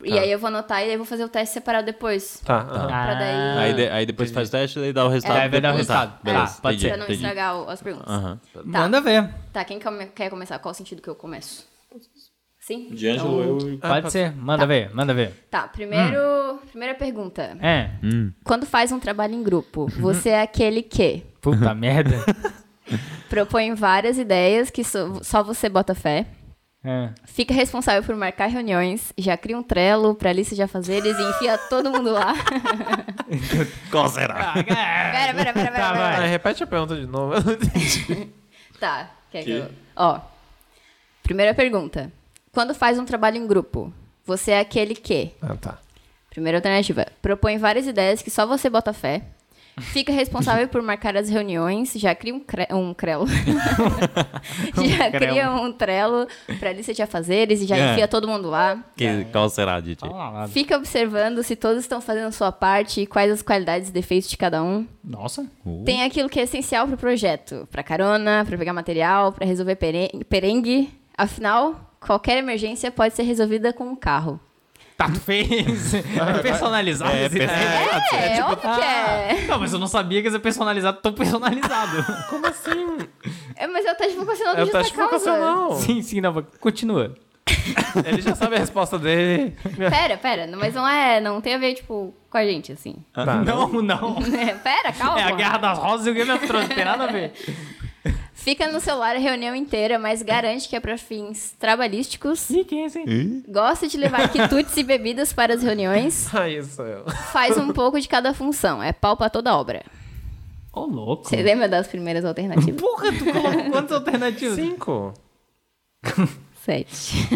[SPEAKER 2] E aí eu vou anotar e aí eu vou fazer o teste separado depois.
[SPEAKER 4] Tá, aham.
[SPEAKER 3] Ah,
[SPEAKER 2] Pra daí.
[SPEAKER 5] Aí, de- aí depois faz o teste e dá o resultado.
[SPEAKER 3] Aí É, vai dar o
[SPEAKER 5] depois. Ah,
[SPEAKER 3] resultado.
[SPEAKER 5] Beleza,
[SPEAKER 3] Tá, pode
[SPEAKER 5] entendi,
[SPEAKER 2] Pra não
[SPEAKER 5] entendi. Uhum.
[SPEAKER 2] estragar o- as perguntas.
[SPEAKER 5] Aham.
[SPEAKER 3] Manda ver.
[SPEAKER 2] Tá, quem come- quer começar? Qual o sentido que eu começo? Sim? Então,
[SPEAKER 5] D'Angelo, eu...
[SPEAKER 3] Pode ser. Manda ver, manda ver.
[SPEAKER 2] Tá, primeiro, primeira pergunta.
[SPEAKER 3] É.
[SPEAKER 2] Quando faz um trabalho em grupo, você é aquele que
[SPEAKER 3] (laughs) Puta merda.
[SPEAKER 2] propõe várias ideias que so- só você bota fé,
[SPEAKER 3] É.
[SPEAKER 2] fica responsável por marcar reuniões, já cria um trelo pra lista de afazeres e enfia todo mundo lá. (laughs)
[SPEAKER 5] Qual será?
[SPEAKER 2] pera, pera, pera, pera.
[SPEAKER 3] Tá,
[SPEAKER 2] pera.
[SPEAKER 4] Ah, repete a pergunta de novo.
[SPEAKER 2] (laughs) Tá, quer que eu... Ó, primeira pergunta. Quando faz um trabalho em grupo, você é aquele que...
[SPEAKER 4] ah, tá.
[SPEAKER 2] Primeira alternativa. Propõe várias ideias que só você bota fé. Fica responsável por marcar as reuniões. Já cria um, cre... um crelo.
[SPEAKER 4] (laughs)
[SPEAKER 2] já
[SPEAKER 3] crelo.
[SPEAKER 2] cria um trelo pra lista de afazeres e já
[SPEAKER 5] É.
[SPEAKER 2] enfia todo mundo lá.
[SPEAKER 5] Que, qual será, Didi?
[SPEAKER 2] Fica observando se todos estão fazendo a sua parte e quais as qualidades e defeitos de cada um.
[SPEAKER 3] Nossa.
[SPEAKER 2] Tem aquilo que é essencial pro projeto. Pra carona, pra pegar material, pra resolver peren- perengue. Afinal, qualquer emergência pode ser resolvida com um carro.
[SPEAKER 3] Tá, tu (laughs) fez. É personalizado
[SPEAKER 5] É,
[SPEAKER 3] esse
[SPEAKER 5] personalizado.
[SPEAKER 3] teste.
[SPEAKER 2] É, óbvio
[SPEAKER 3] tá.
[SPEAKER 2] que é.
[SPEAKER 3] Não, mas eu não sabia que ia ser personalizado tão personalizado. Como assim?
[SPEAKER 2] É, mas é o teste vocacional do
[SPEAKER 4] É o
[SPEAKER 2] Justa
[SPEAKER 4] teste
[SPEAKER 2] Causa.
[SPEAKER 3] Sim,
[SPEAKER 4] vocacional.
[SPEAKER 3] assim? sim, não, mas continua.
[SPEAKER 4] Ele já sabe a resposta dele.
[SPEAKER 2] Pera, pera, não- mas não é, não tem a ver, tipo, com a gente, assim. (laughs)
[SPEAKER 4] Tá.
[SPEAKER 3] Não, não.
[SPEAKER 2] É, pera, calma.
[SPEAKER 3] É a Guerra das Rosas e o Game of Thrones, não tem nada a ver.
[SPEAKER 2] Fica no celular a reunião inteira, mas garante que é pra fins trabalhísticos.
[SPEAKER 3] Sim, (laughs) quem é esse?
[SPEAKER 2] Gosta de levar quitutes e bebidas para as reuniões.
[SPEAKER 4] Ah, isso eu.
[SPEAKER 2] Faz um pouco de cada função, é pau pra toda obra.
[SPEAKER 3] Ô, louco.
[SPEAKER 2] Você lembra das primeiras alternativas?
[SPEAKER 3] Porra, tu colocou quantas alternativas?
[SPEAKER 4] Cinco.
[SPEAKER 2] Sete.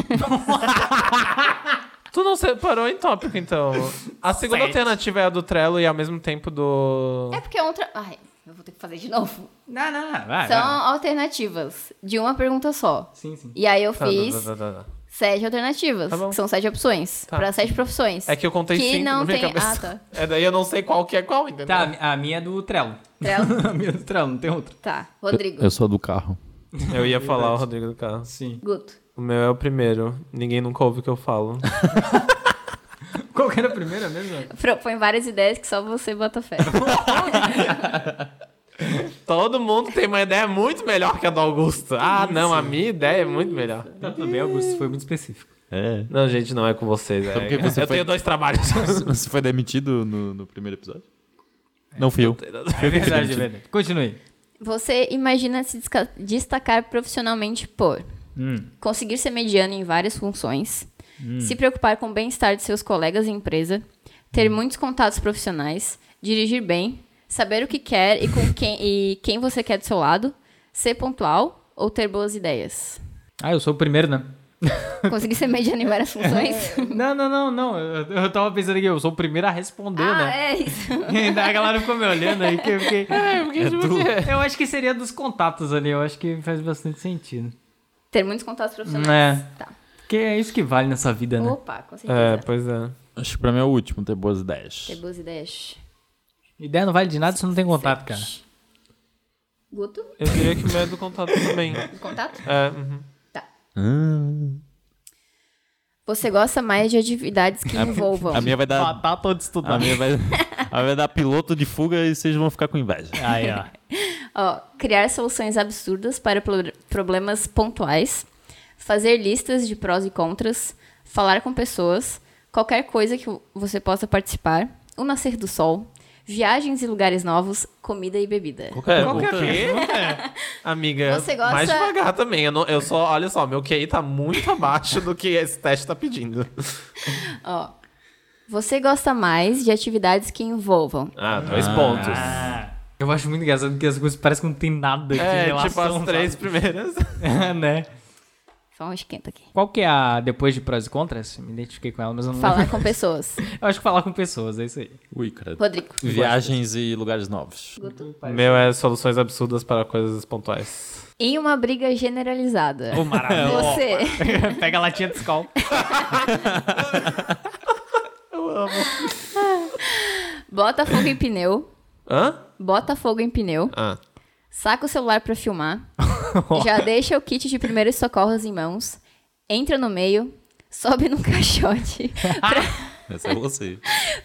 [SPEAKER 4] Tu não separou em tópico, então. A segunda
[SPEAKER 3] Sete.
[SPEAKER 4] alternativa é a do Trello e ao mesmo tempo do.
[SPEAKER 2] É porque é outra... Ai, eu vou ter que fazer de novo.
[SPEAKER 3] Não, não, não.
[SPEAKER 4] Ah,
[SPEAKER 3] Vai,
[SPEAKER 2] São
[SPEAKER 3] vai.
[SPEAKER 2] alternativas, de uma pergunta só.
[SPEAKER 3] Sim, sim.
[SPEAKER 2] E aí eu
[SPEAKER 4] Tá, tá,
[SPEAKER 2] fiz...
[SPEAKER 4] tá, tá, tá.
[SPEAKER 2] sete alternativas,
[SPEAKER 4] Tá bom.
[SPEAKER 2] que são sete opções,
[SPEAKER 4] Tá.
[SPEAKER 2] Pra sete profissões.
[SPEAKER 4] É que eu contei
[SPEAKER 2] Que
[SPEAKER 4] cinco
[SPEAKER 2] não
[SPEAKER 4] na minha
[SPEAKER 2] tem-
[SPEAKER 4] cabeça.
[SPEAKER 2] ah,
[SPEAKER 4] É daí eu não sei qual que é qual, entendeu?
[SPEAKER 3] Tá, a mi- a minha é do Trello.
[SPEAKER 2] Trello.
[SPEAKER 3] (laughs) A minha é do Trello, não tem outra.
[SPEAKER 2] Tá, Rodrigo.
[SPEAKER 5] sou do carro.
[SPEAKER 4] Eu ia falar o Rodrigo do Carro.
[SPEAKER 3] Sim.
[SPEAKER 2] Guto.
[SPEAKER 4] O meu é o primeiro. Ninguém nunca ouve o que eu falo.
[SPEAKER 3] Qual que era a primeira mesmo?
[SPEAKER 2] Propõe várias ideias que só você bota
[SPEAKER 4] (laughs)
[SPEAKER 2] fé.
[SPEAKER 4] (laughs) Todo mundo tem uma ideia muito melhor que a do Augusto. Ah, não, a minha ideia é muito melhor.
[SPEAKER 3] Tá tudo bem, Augusto, foi muito específico.
[SPEAKER 5] É.
[SPEAKER 4] Não, gente, não é com vocês. é-
[SPEAKER 5] porque você
[SPEAKER 4] eu
[SPEAKER 5] foi-
[SPEAKER 4] tenho (laughs) dois trabalhos.
[SPEAKER 5] (laughs) Você foi demitido no, no primeiro episódio? Não fui eu.
[SPEAKER 3] É verdade, é verdade. Continue.
[SPEAKER 2] Você imagina se desca- destacar profissionalmente por
[SPEAKER 3] Hum.
[SPEAKER 2] conseguir ser mediano em várias funções, se preocupar com o bem-estar de seus colegas e empresa, ter
[SPEAKER 3] Hum.
[SPEAKER 2] muitos contatos profissionais, dirigir bem, saber o que quer e com quem e quem você quer do seu lado, ser pontual ou ter boas ideias.
[SPEAKER 3] Ah, eu sou o primeiro, né?
[SPEAKER 2] Consegui ser mediana em várias
[SPEAKER 3] (laughs)
[SPEAKER 2] funções.
[SPEAKER 3] Não, não, não, não. Eu, eu tava pensando que eu sou o primeiro a responder,
[SPEAKER 2] ah,
[SPEAKER 3] né?
[SPEAKER 2] é isso.
[SPEAKER 3] (laughs) Daí a galera ficou me olhando aí que É, eu fiquei. Eu acho que seria dos contatos ali, eu acho que faz bastante sentido.
[SPEAKER 2] Ter muitos contatos profissionais.
[SPEAKER 3] É.
[SPEAKER 2] Tá.
[SPEAKER 3] Porque é isso que vale nessa vida, né?
[SPEAKER 2] Opa, com certeza.
[SPEAKER 4] É, pois é.
[SPEAKER 5] Acho que pra mim é o último, ter boas ideias.
[SPEAKER 2] Ter boas ideias.
[SPEAKER 3] Ideia não vale de nada se não tem contato, cara.
[SPEAKER 2] Guto,
[SPEAKER 4] Eu diria que o meu é do contato também.
[SPEAKER 2] contato?
[SPEAKER 4] É, (laughs) uhum.
[SPEAKER 2] Você gosta mais de atividades
[SPEAKER 3] É,
[SPEAKER 2] que envolvam.
[SPEAKER 5] A minha vai dar.
[SPEAKER 3] Matar todo estudante.
[SPEAKER 5] A
[SPEAKER 2] (laughs)
[SPEAKER 5] minha vai, a minha vai dar piloto de fuga e vocês vão ficar com inveja.
[SPEAKER 3] Aí, ó.
[SPEAKER 2] Ó, criar soluções absurdas para pro- problemas pontuais, fazer listas de prós e contras, falar com pessoas, qualquer coisa que você possa participar, o nascer do sol, viagens e lugares novos, comida e bebida.
[SPEAKER 4] É,
[SPEAKER 5] um.
[SPEAKER 3] Qual que é
[SPEAKER 4] o quê? É. Amiga,
[SPEAKER 2] Você gosta-
[SPEAKER 4] mais devagar também. Eu, não- eu só, olha só, meu QI tá muito abaixo do que esse teste tá pedindo.
[SPEAKER 2] Ó, você gosta mais de atividades que envolvam
[SPEAKER 4] Ah, dois pontos.
[SPEAKER 3] Eu acho muito engraçado que as coisas parecem que não tem nada aqui em
[SPEAKER 4] É,
[SPEAKER 3] relação,
[SPEAKER 4] tipo as
[SPEAKER 3] (laughs)
[SPEAKER 4] três
[SPEAKER 3] sabe?
[SPEAKER 4] primeiras.
[SPEAKER 3] né?
[SPEAKER 2] Só um esquenta aqui.
[SPEAKER 3] Qual que é a depois de prós e contras? Me identifiquei com ela, mas eu não
[SPEAKER 2] Falar
[SPEAKER 3] lembro.
[SPEAKER 2] com pessoas.
[SPEAKER 3] Eu acho que falar com pessoas, é isso aí.
[SPEAKER 5] Ui, cara.
[SPEAKER 2] Rodrigo.
[SPEAKER 5] Viagens e lugares novos.
[SPEAKER 4] Meu é soluções absurdas para coisas pontuais.
[SPEAKER 2] Em uma briga generalizada.
[SPEAKER 3] Ô, maravilha.
[SPEAKER 2] Você
[SPEAKER 3] (laughs) Pega a latinha de Skol.
[SPEAKER 2] bota fogo em pneu,
[SPEAKER 4] (coughs) Hã?
[SPEAKER 2] bota fogo em pneu,
[SPEAKER 4] Ah.
[SPEAKER 2] saca o celular pra filmar,
[SPEAKER 4] (laughs)
[SPEAKER 2] já deixa o kit de primeiros socorros em mãos, entra no meio, sobe num (laughs) caixote
[SPEAKER 5] Essa é você.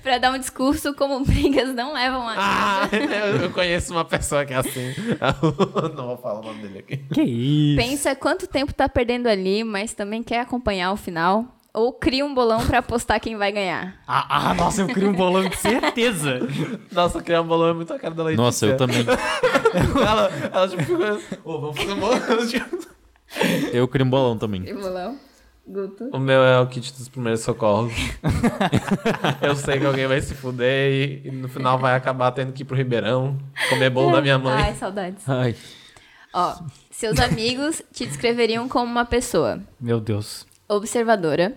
[SPEAKER 2] pra dar um discurso como brigas não levam a
[SPEAKER 4] Ah, eu, eu conheço uma pessoa que é assim. (laughs) não vou falar o nome dele aqui.
[SPEAKER 3] Que isso?
[SPEAKER 2] Pensa quanto tempo tá perdendo ali, mas também quer acompanhar o final. Ou cria um bolão pra apostar quem vai ganhar.
[SPEAKER 3] Ah, ah, nossa, eu crio um bolão de certeza.
[SPEAKER 4] Nossa, criar um bolão é muito a cara da Letícia.
[SPEAKER 5] Nossa, eu também.
[SPEAKER 4] Ela, ela tipo fica... Ô, vamos fazer um bolão.
[SPEAKER 5] Eu crio um bolão também.
[SPEAKER 2] bolão? Guto.
[SPEAKER 4] (laughs) O meu é o kit dos primeiros (laughs) socorros. eu sei que alguém vai se fuder e, e no final vai acabar tendo que ir pro Ribeirão comer bolo da minha mãe.
[SPEAKER 2] Ai, saudades.
[SPEAKER 5] Ai.
[SPEAKER 2] Ó, seus amigos te descreveriam como uma pessoa
[SPEAKER 3] Meu Deus.
[SPEAKER 2] observadora,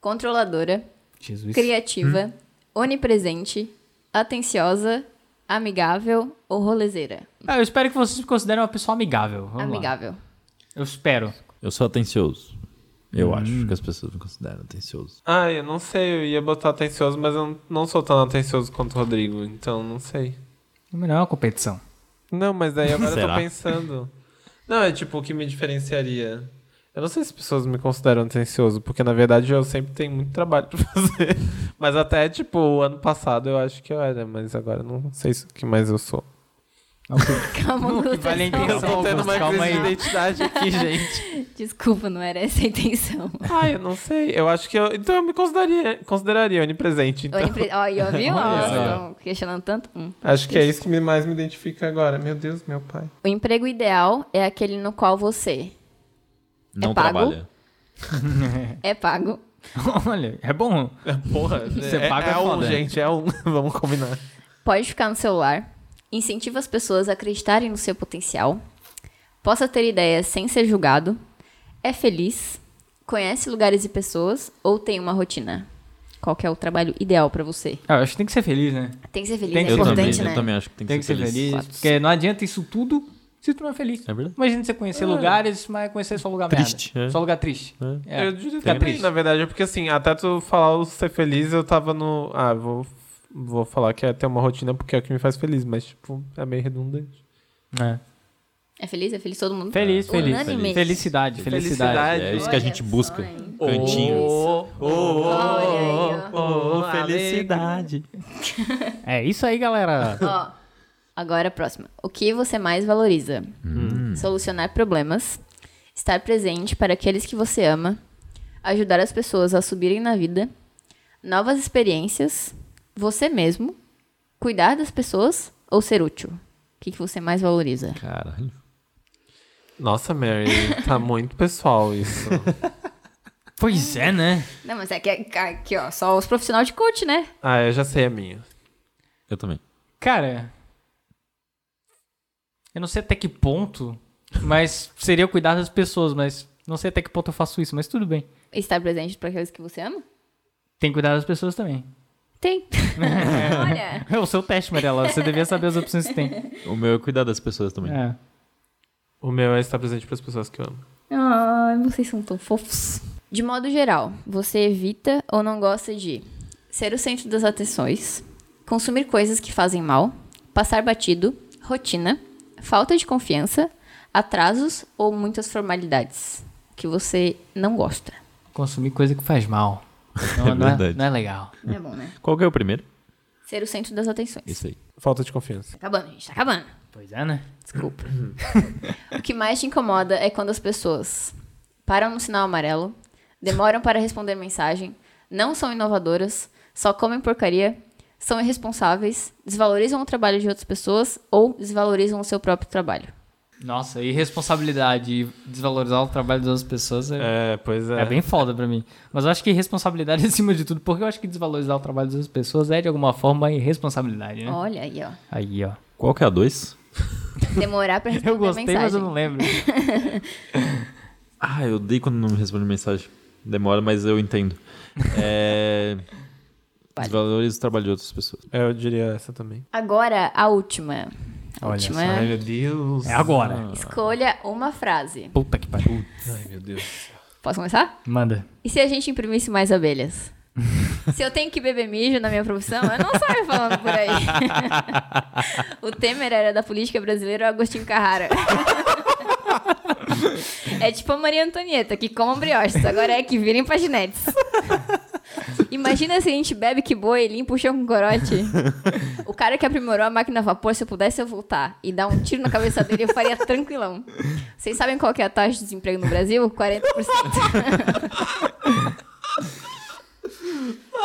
[SPEAKER 2] controladora,
[SPEAKER 3] Jesus.
[SPEAKER 2] criativa,
[SPEAKER 4] Hum?
[SPEAKER 2] onipresente, atenciosa, amigável ou rolezeira?
[SPEAKER 3] Ah, eu espero que vocês me considerem uma pessoa amigável. Vamos lá.
[SPEAKER 2] amigável.
[SPEAKER 3] Eu espero.
[SPEAKER 5] Eu sou atencioso. Eu acho que as pessoas me consideram atencioso.
[SPEAKER 4] Ai, Ah, eu não sei, eu ia botar atencioso, mas eu não- não sou tão atencioso quanto o Rodrigo, então não sei.
[SPEAKER 3] Mas Não é uma competição.
[SPEAKER 4] Não, mas daí agora eu tô
[SPEAKER 5] Será?
[SPEAKER 4] pensando. Não, é tipo, o que me diferenciaria? Eu não sei se as pessoas me consideram atencioso, porque na verdade eu sempre tenho muito trabalho (laughs) pra fazer. Mas até, tipo, o ano passado eu acho que eu era, mas agora eu não sei o que mais eu sou.
[SPEAKER 2] Calma, Guto.
[SPEAKER 3] vale a
[SPEAKER 4] Eu
[SPEAKER 3] intenção,
[SPEAKER 4] tô tendo uma
[SPEAKER 3] Augusto, calma
[SPEAKER 4] crise de
[SPEAKER 3] aí.
[SPEAKER 4] identidade (laughs) aqui, gente.
[SPEAKER 2] Desculpa, não era essa a
[SPEAKER 4] (laughs)
[SPEAKER 2] intenção.
[SPEAKER 4] Ai, eu não sei. Eu acho que eu. Então eu me consideraria, consideraria onipresente. Então.
[SPEAKER 2] Onipre... Ó, e ó, viu? Ó, estão questionando tanto. Hum.
[SPEAKER 4] Acho que é isso que me- mais me identifica agora. Meu Deus, meu pai.
[SPEAKER 2] O emprego ideal é aquele no qual você
[SPEAKER 5] Não
[SPEAKER 2] pago?
[SPEAKER 5] trabalha.
[SPEAKER 2] é pago,
[SPEAKER 3] (laughs) Olha, é bom.
[SPEAKER 4] Porra,
[SPEAKER 3] Você
[SPEAKER 4] é,
[SPEAKER 3] paga
[SPEAKER 4] é um,
[SPEAKER 3] foda.
[SPEAKER 4] gente, é um. Vamos combinar.
[SPEAKER 2] pode ficar no celular, incentiva as pessoas a acreditarem no seu potencial, possa ter ideias sem ser julgado, é feliz, conhece lugares e pessoas ou tem uma rotina. Qual que é o trabalho ideal pra você?
[SPEAKER 3] Ah, eu acho que tem que ser feliz, né?
[SPEAKER 2] Tem que ser feliz,
[SPEAKER 3] Tem
[SPEAKER 2] é
[SPEAKER 3] que ser
[SPEAKER 5] Eu também,
[SPEAKER 2] importante, né?
[SPEAKER 5] eu também acho que tem que,
[SPEAKER 3] Tem que ser feliz.
[SPEAKER 2] Fatos.
[SPEAKER 3] Porque não adianta isso tudo se tu não é feliz.
[SPEAKER 5] É verdade.
[SPEAKER 3] Imagina você conhecer lugares, mas conhecer só lugar
[SPEAKER 5] Triste,
[SPEAKER 3] merda.
[SPEAKER 5] é.
[SPEAKER 3] Só lugar triste. É.
[SPEAKER 4] Eu diria
[SPEAKER 3] Fica
[SPEAKER 4] que
[SPEAKER 3] triste.
[SPEAKER 4] na verdade, é porque assim, até tu falar o ser feliz, eu tava no. Ah, vou, vou falar que é ter uma rotina porque é o que me faz feliz, mas, tipo, é meio redundante.
[SPEAKER 3] É.
[SPEAKER 2] É feliz? É feliz todo mundo?
[SPEAKER 3] Feliz, feliz.
[SPEAKER 2] Unanimemente.
[SPEAKER 3] Felicidade, felicidade.
[SPEAKER 4] Felicidade.
[SPEAKER 5] É isso que a gente
[SPEAKER 2] Olha só,
[SPEAKER 5] busca.
[SPEAKER 2] hein?
[SPEAKER 5] Cantinho.
[SPEAKER 4] Ô,
[SPEAKER 5] oh,
[SPEAKER 4] ô,
[SPEAKER 2] Olha aí, ó.
[SPEAKER 4] ô, felicidade.
[SPEAKER 3] É isso aí, galera.
[SPEAKER 2] Ó, agora a próxima. O que você mais valoriza? Solucionar problemas, estar presente para aqueles que você ama, ajudar as pessoas a subirem na vida, novas experiências, você mesmo, cuidar das pessoas ou ser útil? O que, que você mais valoriza?
[SPEAKER 5] Caralho.
[SPEAKER 4] Nossa, Mary, tá muito pessoal isso.
[SPEAKER 3] pois é, né?
[SPEAKER 2] Não, mas é que aqui, ó, só os profissionais de coach, né?
[SPEAKER 4] (laughs) Ah, eu já sei a minha.
[SPEAKER 5] Eu também.
[SPEAKER 3] Cara, eu não sei até que ponto, mas seria cuidar das pessoas, mas Não sei até que ponto eu faço isso, mas tudo bem.
[SPEAKER 2] Estar presente para aqueles que você ama?
[SPEAKER 3] Tem que cuidar das pessoas também.
[SPEAKER 2] (laughs) Tem. Olha.
[SPEAKER 3] É o seu teste, Mariela. Você devia saber as opções que tem.
[SPEAKER 5] O meu é cuidar das pessoas também.
[SPEAKER 3] É.
[SPEAKER 4] O meu é estar presente pras pessoas que eu amo.
[SPEAKER 2] Ai, Ah, vocês são tão fofos. De modo geral, você evita ou não gosta de ser o centro das atenções, consumir coisas que fazem mal, passar batido, rotina, falta de confiança, atrasos ou muitas formalidades que você não gosta.
[SPEAKER 3] Consumir coisa que faz mal. Não
[SPEAKER 5] É
[SPEAKER 3] não
[SPEAKER 5] verdade.
[SPEAKER 3] não é legal.
[SPEAKER 2] É bom, né?
[SPEAKER 5] Qual que é o primeiro?
[SPEAKER 2] Ser o centro das atenções.
[SPEAKER 5] Isso aí.
[SPEAKER 4] Falta de confiança.
[SPEAKER 2] Tá acabando, gente, tá acabando.
[SPEAKER 3] Pois é, né?
[SPEAKER 2] Desculpa. (laughs) o que mais te incomoda é quando as pessoas param no sinal amarelo, demoram para responder mensagem, não são inovadoras, só comem porcaria, são irresponsáveis, desvalorizam o trabalho de outras pessoas ou desvalorizam o seu próprio trabalho.
[SPEAKER 3] Nossa, irresponsabilidade e desvalorizar o trabalho das outras pessoas é,
[SPEAKER 4] É, pois é.
[SPEAKER 3] é bem foda pra mim. Mas eu acho que (laughs) irresponsabilidade acima de tudo, porque eu acho que desvalorizar o trabalho das outras pessoas é de alguma forma irresponsabilidade, né?
[SPEAKER 2] Olha aí, ó.
[SPEAKER 3] Aí, ó.
[SPEAKER 5] Qual que é a dois?
[SPEAKER 2] Demorar para responder
[SPEAKER 3] (laughs) Eu gostei,
[SPEAKER 2] mensagem.
[SPEAKER 3] mas eu não lembro.
[SPEAKER 5] Ah, eu odeio quando não me responde mensagem. Demora, mas eu (laughs) entendo. É...
[SPEAKER 2] Vale.
[SPEAKER 5] Desvaloriza o trabalho de outras pessoas.
[SPEAKER 4] É, eu diria essa também.
[SPEAKER 2] Agora, a última. A última.
[SPEAKER 4] meu Deus.
[SPEAKER 3] É agora.
[SPEAKER 2] Escolha uma frase.
[SPEAKER 3] Puta que pariu.
[SPEAKER 4] Ai, meu Deus.
[SPEAKER 2] Posso começar?
[SPEAKER 3] Manda.
[SPEAKER 2] E se a gente imprimisse mais
[SPEAKER 3] (laughs)
[SPEAKER 2] abelhas? se eu tenho que beber mijo na minha profissão, eu não saio falando por
[SPEAKER 3] (laughs)
[SPEAKER 2] aí. o Temer era da política brasileira o Agostinho
[SPEAKER 3] (laughs)
[SPEAKER 2] Carrara. é tipo a Maria Antonieta, que comam brioches, agora é que virem
[SPEAKER 3] (laughs)
[SPEAKER 2] paginetes. Imagina se a gente bebe que boi e limpa o chão com corote. O cara que aprimorou a máquina a vapor, se eu pudesse eu voltar e dar um tiro na cabeça dele, eu faria tranquilão. Vocês sabem qual que é a taxa de desemprego no Brasil? 40%.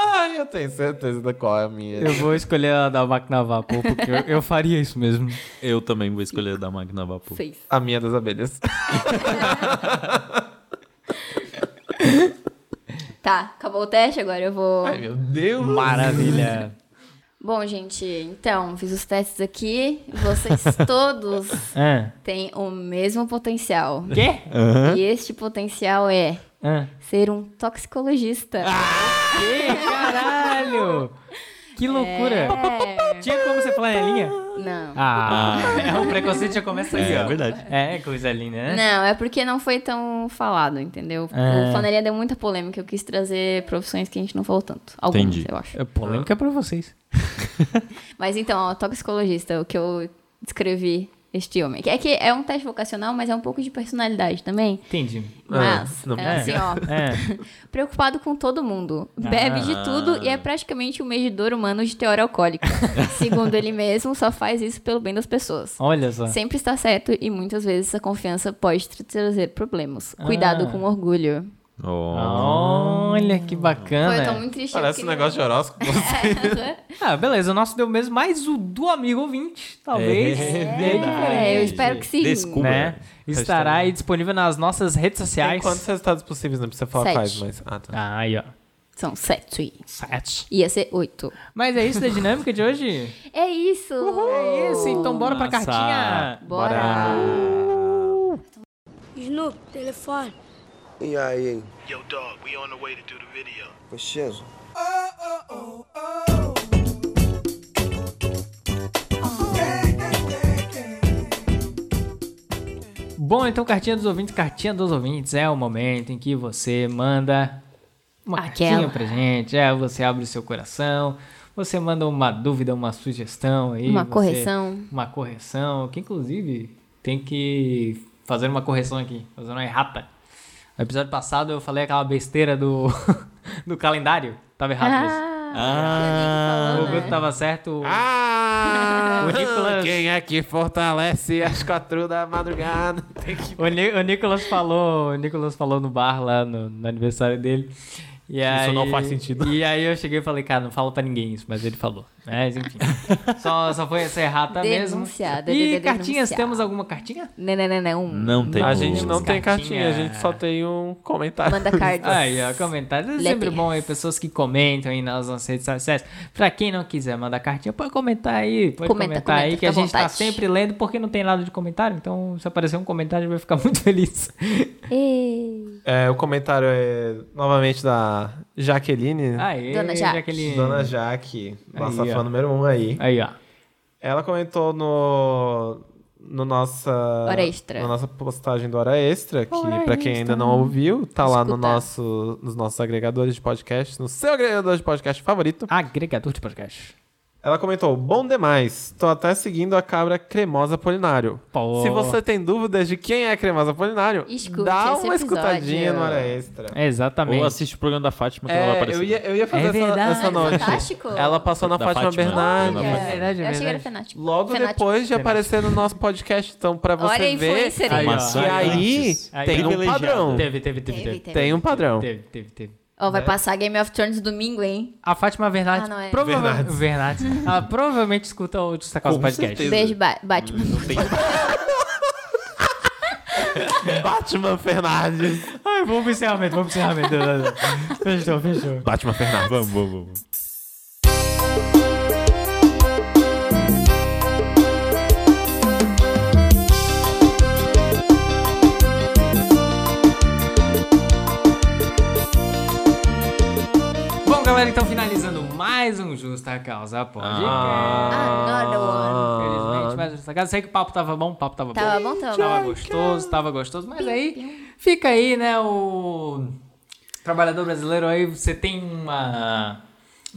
[SPEAKER 4] Ai, eu tenho certeza da qual é a minha.
[SPEAKER 3] Eu vou escolher a da máquina a vapor, porque (laughs) eu, eu faria isso mesmo.
[SPEAKER 5] Eu também vou escolher da máquina a vapor.
[SPEAKER 2] Fez.
[SPEAKER 4] A minha das abelhas.
[SPEAKER 2] Tá, acabou o teste, agora eu vou.
[SPEAKER 4] Ai, meu Deus.
[SPEAKER 3] Maravilha.
[SPEAKER 2] Bom, gente, então, fiz os testes aqui. Vocês todos
[SPEAKER 3] Ah.
[SPEAKER 2] têm o mesmo potencial.
[SPEAKER 3] Quê?
[SPEAKER 2] E este potencial é
[SPEAKER 3] Ah.
[SPEAKER 2] ser um toxicologista.
[SPEAKER 3] Ei, caralho! Que loucura!
[SPEAKER 2] É.
[SPEAKER 3] Tinha como você falar em linha?
[SPEAKER 2] Não.
[SPEAKER 3] Ah, (laughs) é um preconceito já começa aí,
[SPEAKER 5] É,
[SPEAKER 3] ó.
[SPEAKER 5] verdade.
[SPEAKER 3] É, coisa linda, né?
[SPEAKER 2] Não, é porque não foi tão falado, entendeu?
[SPEAKER 3] É.
[SPEAKER 2] O Flaneria deu muita polêmica. Eu quis trazer profissões que a gente não falou tanto. Algumas,
[SPEAKER 5] Entendi.
[SPEAKER 2] eu acho.
[SPEAKER 3] É polêmica pra vocês.
[SPEAKER 2] Mas então, ó, toxicologista, o que eu descrevi este homem. É que é um teste vocacional, mas é um pouco de personalidade também.
[SPEAKER 3] Entendi.
[SPEAKER 2] Mas,
[SPEAKER 4] não
[SPEAKER 2] é
[SPEAKER 3] É.
[SPEAKER 2] assim, ó.
[SPEAKER 3] É.
[SPEAKER 2] (laughs) Preocupado com todo mundo. Bebe de tudo e é praticamente um medidor humano de teor alcoólico. Segundo ele mesmo, só faz isso pelo bem das pessoas.
[SPEAKER 3] Olha só.
[SPEAKER 2] Sempre está certo e muitas vezes essa confiança pode tra- trazer problemas. Cuidado com o orgulho.
[SPEAKER 5] Oh.
[SPEAKER 3] Olha que
[SPEAKER 2] Pô,
[SPEAKER 3] bacana.
[SPEAKER 2] eu tô muito triste.
[SPEAKER 4] Parece um
[SPEAKER 2] porque-
[SPEAKER 4] negócio de horóscopo.
[SPEAKER 3] Ah, beleza, o nosso deu mesmo, mas o do amigo ouvinte, talvez.
[SPEAKER 2] É, eu espero que sim.
[SPEAKER 5] Desculpa.
[SPEAKER 3] Né? Estará aí disponível nas nossas redes
[SPEAKER 4] Tem
[SPEAKER 3] sociais.
[SPEAKER 4] quantos resultados possíveis? Não precisa falar
[SPEAKER 2] Sete.
[SPEAKER 4] quais, mas... Ah, tá.
[SPEAKER 3] Ah, aí, ó.
[SPEAKER 2] São sete.
[SPEAKER 3] Sete.
[SPEAKER 2] Ia ser oito.
[SPEAKER 3] Mas é isso da dinâmica de
[SPEAKER 2] (laughs)
[SPEAKER 3] hoje?
[SPEAKER 2] É isso!
[SPEAKER 3] É isso, então bora pra
[SPEAKER 5] Nossa.
[SPEAKER 3] cartinha.
[SPEAKER 2] Bora!
[SPEAKER 9] Snoop, telefone.
[SPEAKER 10] E aí?
[SPEAKER 9] Yo, dog, we on the way to do the video.
[SPEAKER 10] Preciso.
[SPEAKER 3] Bom, então cartinha dos ouvintes, cartinha dos ouvintes é o momento em que você manda uma cartinha
[SPEAKER 2] Aquela.
[SPEAKER 3] pra gente, é, você abre o seu coração, você manda uma dúvida, uma sugestão aí,
[SPEAKER 2] Uma
[SPEAKER 3] você-
[SPEAKER 2] correção.
[SPEAKER 3] uma correção, que inclusive tem que fazer uma correção aqui, fazer uma errata. No episódio passado eu falei aquela besteira do (laughs) do calendário, tava errado mesmo.
[SPEAKER 5] Ah,
[SPEAKER 3] O
[SPEAKER 2] né?
[SPEAKER 3] Guto tava certo.
[SPEAKER 4] Ah!
[SPEAKER 3] O Nicolas-
[SPEAKER 4] Quem é que fortalece as quatro da madrugada? (laughs)
[SPEAKER 3] O, Ni- o Nicolas falou, o Nicolas falou no bar lá no, no aniversário dele E
[SPEAKER 4] Isso
[SPEAKER 3] aí,
[SPEAKER 4] não faz sentido.
[SPEAKER 3] E aí eu cheguei e falei, cara, não fala pra ninguém isso, mas ele falou. Mas
[SPEAKER 4] (laughs)
[SPEAKER 3] enfim. só, só foi essa errata mesmo.
[SPEAKER 2] Denunciada,
[SPEAKER 3] E
[SPEAKER 2] DDD
[SPEAKER 3] cartinhas,
[SPEAKER 2] denunciada.
[SPEAKER 3] temos alguma cartinha?
[SPEAKER 2] Não, não, não, não.
[SPEAKER 5] Não tem
[SPEAKER 4] A
[SPEAKER 5] como-
[SPEAKER 4] gente não tem
[SPEAKER 3] Cartinha.
[SPEAKER 4] cartinha, a gente só tem um comentário.
[SPEAKER 2] Manda cartas.
[SPEAKER 3] (laughs) Aí, ó, comentários. É
[SPEAKER 2] Letters.
[SPEAKER 3] sempre bom aí, pessoas que comentam aí nas nossas redes sociais. Pra quem não quiser mandar cartinha, pode comentar aí. Pode
[SPEAKER 2] Comenta,
[SPEAKER 3] comentar
[SPEAKER 2] comenta,
[SPEAKER 3] aí, que
[SPEAKER 2] fica
[SPEAKER 3] a
[SPEAKER 2] à
[SPEAKER 3] gente tá
[SPEAKER 2] vontade.
[SPEAKER 3] sempre lendo, porque não tem nada de comentário. Então, se aparecer um comentário, a gente vai ficar (laughs) muito feliz.
[SPEAKER 2] Ei.
[SPEAKER 4] É, o comentário é novamente da Jaqueline.
[SPEAKER 3] Aí,
[SPEAKER 2] Dona Jaque.
[SPEAKER 3] Jaqueline.
[SPEAKER 4] Dona Jaque, nossa
[SPEAKER 3] Aí, ó.
[SPEAKER 4] fã número um aí.
[SPEAKER 3] Aí, ó.
[SPEAKER 4] Ela comentou no, no nossa,
[SPEAKER 2] Hora extra.
[SPEAKER 4] na nossa postagem do Hora Extra, que pra quem ainda não ouviu, tá lá no
[SPEAKER 2] Escuta.
[SPEAKER 4] nosso, nos nossos agregadores de podcast, no seu agregador de podcast favorito.
[SPEAKER 3] Agregador de podcast.
[SPEAKER 4] Ela comentou, bom demais, tô até seguindo a cabra Cremosa Polinário.
[SPEAKER 3] Pô.
[SPEAKER 4] Se você tem dúvidas de quem é a Cremosa Polinário,
[SPEAKER 2] Escute
[SPEAKER 4] dá
[SPEAKER 2] esse
[SPEAKER 4] uma escutadinha
[SPEAKER 2] episódio.
[SPEAKER 4] no Hora Extra.
[SPEAKER 3] Exatamente.
[SPEAKER 5] Ou
[SPEAKER 4] assim,
[SPEAKER 5] assiste o programa da Fátima que ela vai
[SPEAKER 4] É,
[SPEAKER 5] aparecer.
[SPEAKER 4] eu ia, eu ia
[SPEAKER 3] É
[SPEAKER 4] fazer essa,
[SPEAKER 3] verdade.
[SPEAKER 4] essa noite.
[SPEAKER 2] Fantástico.
[SPEAKER 4] Ela passou na
[SPEAKER 5] Da
[SPEAKER 4] Fátima,
[SPEAKER 5] Fátima.
[SPEAKER 4] Bernardes.
[SPEAKER 5] Olha.
[SPEAKER 2] É,
[SPEAKER 3] verdade,
[SPEAKER 2] eu achei que
[SPEAKER 3] verdade.
[SPEAKER 2] era fanático.
[SPEAKER 4] Logo
[SPEAKER 2] Fanático.
[SPEAKER 4] depois de aparecer no nosso podcast. Então, pra você
[SPEAKER 2] Olha a
[SPEAKER 4] ver.
[SPEAKER 2] influencer
[SPEAKER 3] Aí,
[SPEAKER 2] aí.
[SPEAKER 3] ó.
[SPEAKER 4] Que aí
[SPEAKER 3] Aí,
[SPEAKER 4] tem
[SPEAKER 3] ó.
[SPEAKER 4] um padrão.
[SPEAKER 3] Teve, teve, teve,
[SPEAKER 2] Teve,
[SPEAKER 3] teve.
[SPEAKER 2] teve.
[SPEAKER 4] Tem um padrão.
[SPEAKER 3] Teve, teve, teve.
[SPEAKER 2] Ó, vai passar Game of Thrones domingo, hein?
[SPEAKER 3] A Fátima Verdade.
[SPEAKER 2] Ah, não é.
[SPEAKER 3] provavelmente, Verdade. Ela provavelmente escuta o Destacado Podcast.
[SPEAKER 2] Beijo, Ba- Batman.
[SPEAKER 5] (laughs)
[SPEAKER 4] Batman Fernandes.
[SPEAKER 3] Ai, vamos pro encerramento, vamos pro encerramento.
[SPEAKER 4] (laughs)
[SPEAKER 3] fechou, fechou.
[SPEAKER 4] Batman Fernandes.
[SPEAKER 5] Vamos, vamos, vamos.
[SPEAKER 3] Bom, galera, então finalizando mais um Justa Causa Podcast.
[SPEAKER 5] Ah.
[SPEAKER 2] Ah, Another one.
[SPEAKER 3] Infelizmente, mais um Justa Causa. Sei que o papo tava bom, o papo tava,
[SPEAKER 2] Tava
[SPEAKER 3] bom.
[SPEAKER 2] bom, tava
[SPEAKER 3] Tava
[SPEAKER 2] bom.
[SPEAKER 3] gostoso, tava gostoso. Mas aí, fica aí, né, o trabalhador brasileiro aí, você tem uma...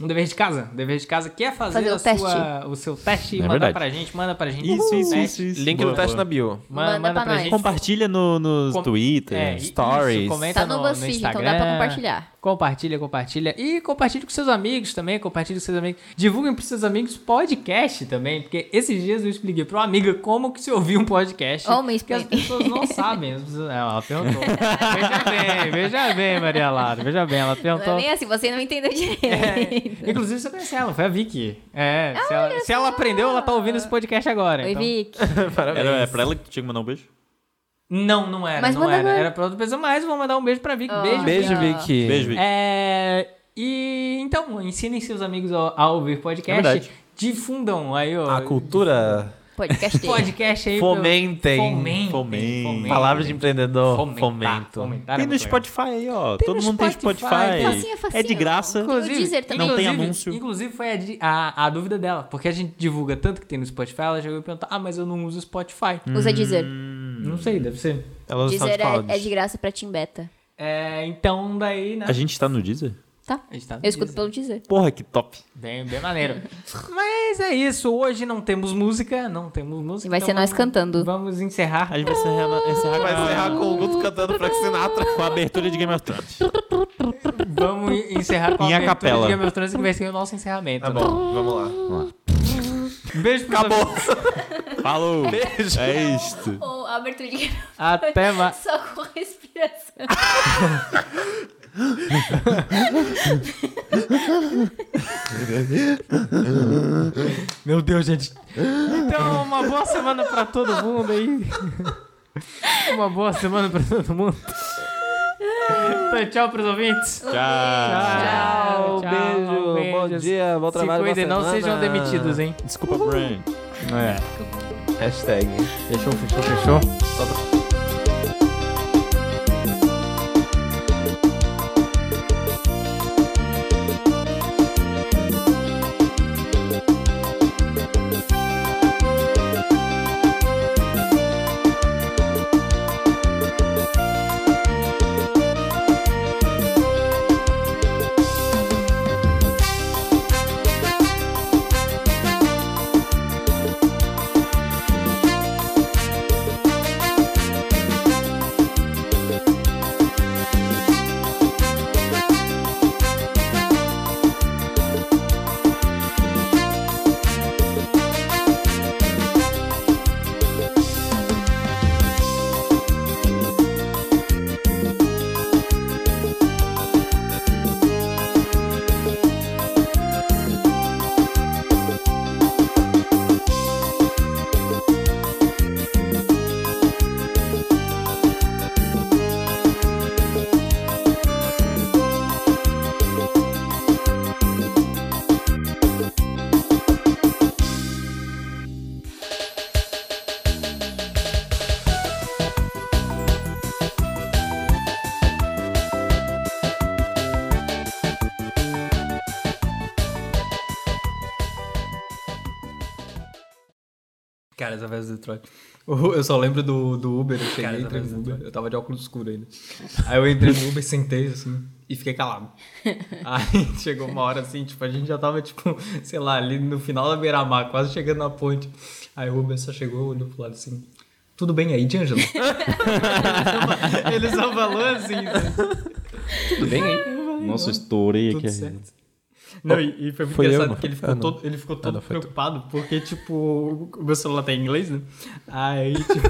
[SPEAKER 3] Um dever de casa, um dever de casa que é fazer,
[SPEAKER 2] Fazer o
[SPEAKER 3] a sua, o seu teste e
[SPEAKER 5] É
[SPEAKER 3] mandar
[SPEAKER 5] verdade.
[SPEAKER 3] pra gente, manda pra gente. o
[SPEAKER 5] Isso, isso,
[SPEAKER 3] teste.
[SPEAKER 5] isso, isso.
[SPEAKER 4] Link
[SPEAKER 5] Boa,
[SPEAKER 4] do teste
[SPEAKER 5] boa.
[SPEAKER 4] na bio.
[SPEAKER 3] Manda,
[SPEAKER 2] Manda
[SPEAKER 3] manda
[SPEAKER 2] pra
[SPEAKER 3] pra
[SPEAKER 2] nós.
[SPEAKER 3] gente.
[SPEAKER 5] Compartilha no, nos
[SPEAKER 3] Com-
[SPEAKER 5] Twitter,
[SPEAKER 3] É, isso,
[SPEAKER 5] stories.
[SPEAKER 3] comenta
[SPEAKER 2] Tá no BuzzFeed, então dá pra
[SPEAKER 3] Instagram.
[SPEAKER 2] compartilhar.
[SPEAKER 3] Compartilha, compartilha. E compartilha com seus amigos também, compartilha com seus amigos. Divulguem pros seus amigos podcast também, porque esses dias eu expliquei pra uma amiga como que se ouvia um podcast.
[SPEAKER 2] Oh, me
[SPEAKER 3] que as
[SPEAKER 2] explain.
[SPEAKER 3] pessoas não sabem. As pessoas- é, Ela perguntou. veja bem, veja bem, Maria Lara, veja bem, ela
[SPEAKER 2] Não
[SPEAKER 3] perguntou.
[SPEAKER 2] é nem assim, você não entendeu direito.
[SPEAKER 3] É, Inclusive, você conhece ela, foi a Vicky. É, se ela, se ela aprendeu, ela tá ouvindo esse
[SPEAKER 2] (laughs)
[SPEAKER 3] podcast agora.
[SPEAKER 2] Oi,
[SPEAKER 3] então.
[SPEAKER 2] Vic.
[SPEAKER 5] Era é pra ela que tinha que mandar um beijo?
[SPEAKER 3] Não, não era,
[SPEAKER 2] Mas
[SPEAKER 3] não
[SPEAKER 2] manda
[SPEAKER 3] era.
[SPEAKER 2] agora.
[SPEAKER 3] Era pra outra pessoa, mas vou mandar um beijo pra Vicky.
[SPEAKER 2] Oh.
[SPEAKER 3] Beijo,
[SPEAKER 4] Beijo,
[SPEAKER 2] Olha.
[SPEAKER 4] Vicky.
[SPEAKER 5] Beijo, Vic.
[SPEAKER 3] É, e então, ensinem seus amigos a, a ouvir
[SPEAKER 5] É
[SPEAKER 3] podcast.
[SPEAKER 5] verdade.
[SPEAKER 3] difundam aí, ó.
[SPEAKER 4] A cultura.
[SPEAKER 2] Podcast.
[SPEAKER 3] podcast aí.
[SPEAKER 4] Fomentem.
[SPEAKER 3] Pro... Fomentem.
[SPEAKER 5] Fomentem.
[SPEAKER 4] Palavra de empreendedor.
[SPEAKER 3] Fomentar,
[SPEAKER 4] Fomento.
[SPEAKER 3] fomentar é
[SPEAKER 5] Tem no
[SPEAKER 3] muito legal.
[SPEAKER 5] Spotify aí, ó.
[SPEAKER 3] Tem
[SPEAKER 5] Todo
[SPEAKER 3] no
[SPEAKER 5] mundo tem
[SPEAKER 3] Spotify.
[SPEAKER 5] Spotify.
[SPEAKER 2] Facinho, facinho.
[SPEAKER 5] É de graça.
[SPEAKER 2] Inclusive, O Deezer também.
[SPEAKER 5] Não tem
[SPEAKER 3] inclusive-
[SPEAKER 5] anúncio.
[SPEAKER 3] Inclusive, foi a, di- a, a dúvida dela. Porque a gente divulga tanto que tem no Spotify, ela chegou e perguntou: Ah, mas eu não uso Spotify.
[SPEAKER 5] Hum.
[SPEAKER 2] Usa Deezer.
[SPEAKER 3] Não sei, deve ser.
[SPEAKER 4] Ela usa
[SPEAKER 2] Deezer
[SPEAKER 4] SoundCloud.
[SPEAKER 2] é, é de graça pra Team Beta.
[SPEAKER 3] É, então, daí, né?
[SPEAKER 5] A gente tá no Deezer?
[SPEAKER 2] Tá?
[SPEAKER 3] A gente tá no
[SPEAKER 2] Eu escuto
[SPEAKER 3] Deezer.
[SPEAKER 2] pelo Deezer.
[SPEAKER 5] Porra, que top.
[SPEAKER 3] Bem, bem maneiro. (laughs) Mas é isso. Hoje não temos música. Não temos música. então
[SPEAKER 2] Vai ser nós cantando.
[SPEAKER 3] Vamos encerrar.
[SPEAKER 5] A gente vai encerrar, encerrar
[SPEAKER 4] Vai
[SPEAKER 5] com a-
[SPEAKER 4] encerrar com o Guto cantando Frank Sinatra.
[SPEAKER 5] com a abertura de Game of Thrones.
[SPEAKER 3] Vamos encerrar com a
[SPEAKER 5] Em a
[SPEAKER 3] abertura
[SPEAKER 5] capela.
[SPEAKER 3] de Game of Thrones, que vai ser o nosso encerramento.
[SPEAKER 4] Tá bom, vamos lá.
[SPEAKER 3] Beijo pra Acabou.
[SPEAKER 5] Falou. Beijo. É isto.
[SPEAKER 2] Ou a abertura de (laughs)
[SPEAKER 3] Até mais.
[SPEAKER 2] Só com respiração.
[SPEAKER 3] Meu Deus, gente. Então, uma boa semana pra todo mundo aí. Uma boa semana pra todo mundo. Então, tchau pros ouvintes. Tchau,
[SPEAKER 5] Tchau.
[SPEAKER 4] beijo, bom dia, bom trabalho,
[SPEAKER 3] Se cuidem,
[SPEAKER 4] boa
[SPEAKER 3] não
[SPEAKER 4] semana.
[SPEAKER 3] sejam demitidos, hein?
[SPEAKER 5] Desculpa, Brian.
[SPEAKER 4] Hashtag.
[SPEAKER 3] Fechou, fechou, fechou.
[SPEAKER 11] Thank
[SPEAKER 3] Cara, essa festa de Detroit. Eu eu só lembro do, do Uber, eu cheguei, entrei no Uber, eu tava de óculos escuros ainda. Aí eu entrei no Uber, sentei assim e fiquei
[SPEAKER 4] (laughs)
[SPEAKER 3] calado. Aí chegou uma hora assim, tipo, a gente já tava, tipo, sei lá, ali no final da beira-mar, quase chegando na ponte. Aí o Uber só chegou, olhou pro lado assim, tudo bem aí,
[SPEAKER 4] (laughs)
[SPEAKER 3] D'Angelo? Ele só falou assim, tudo bem aí?
[SPEAKER 5] Nossa, eu estourei
[SPEAKER 3] Tudo
[SPEAKER 5] aqui.
[SPEAKER 3] certo. Não, e, e foi muito
[SPEAKER 4] é Foi eu,
[SPEAKER 3] engraçado
[SPEAKER 4] não
[SPEAKER 3] porque ele
[SPEAKER 4] foi-
[SPEAKER 3] ficou,
[SPEAKER 4] ah, não.
[SPEAKER 3] todo, ele ficou todo
[SPEAKER 4] não, foi tu.
[SPEAKER 3] preocupado, porque, tipo, o meu celular tá em inglês, né? Aí, tipo,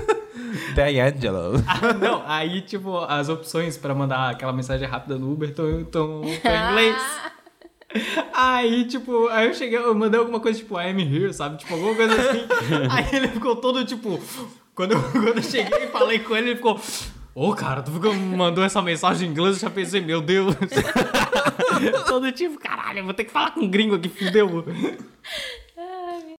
[SPEAKER 4] D'Angelo.
[SPEAKER 3] ah, (laughs) não, aí, tipo, as opções pra mandar aquela mensagem rápida no Uber estão em inglês. Aí, tipo, aí eu cheguei, eu mandei alguma coisa tipo, I am here, sabe? Tipo, alguma coisa assim. aí ele ficou todo tipo. Quando eu, quando eu cheguei e falei com ele, ele ficou. Ô, cara, tu ficou- mandou essa mensagem em inglês, eu já pensei, meu (laughs) Deus. todo tipo, caralho, eu vou ter que falar com um gringo aqui, fudeu.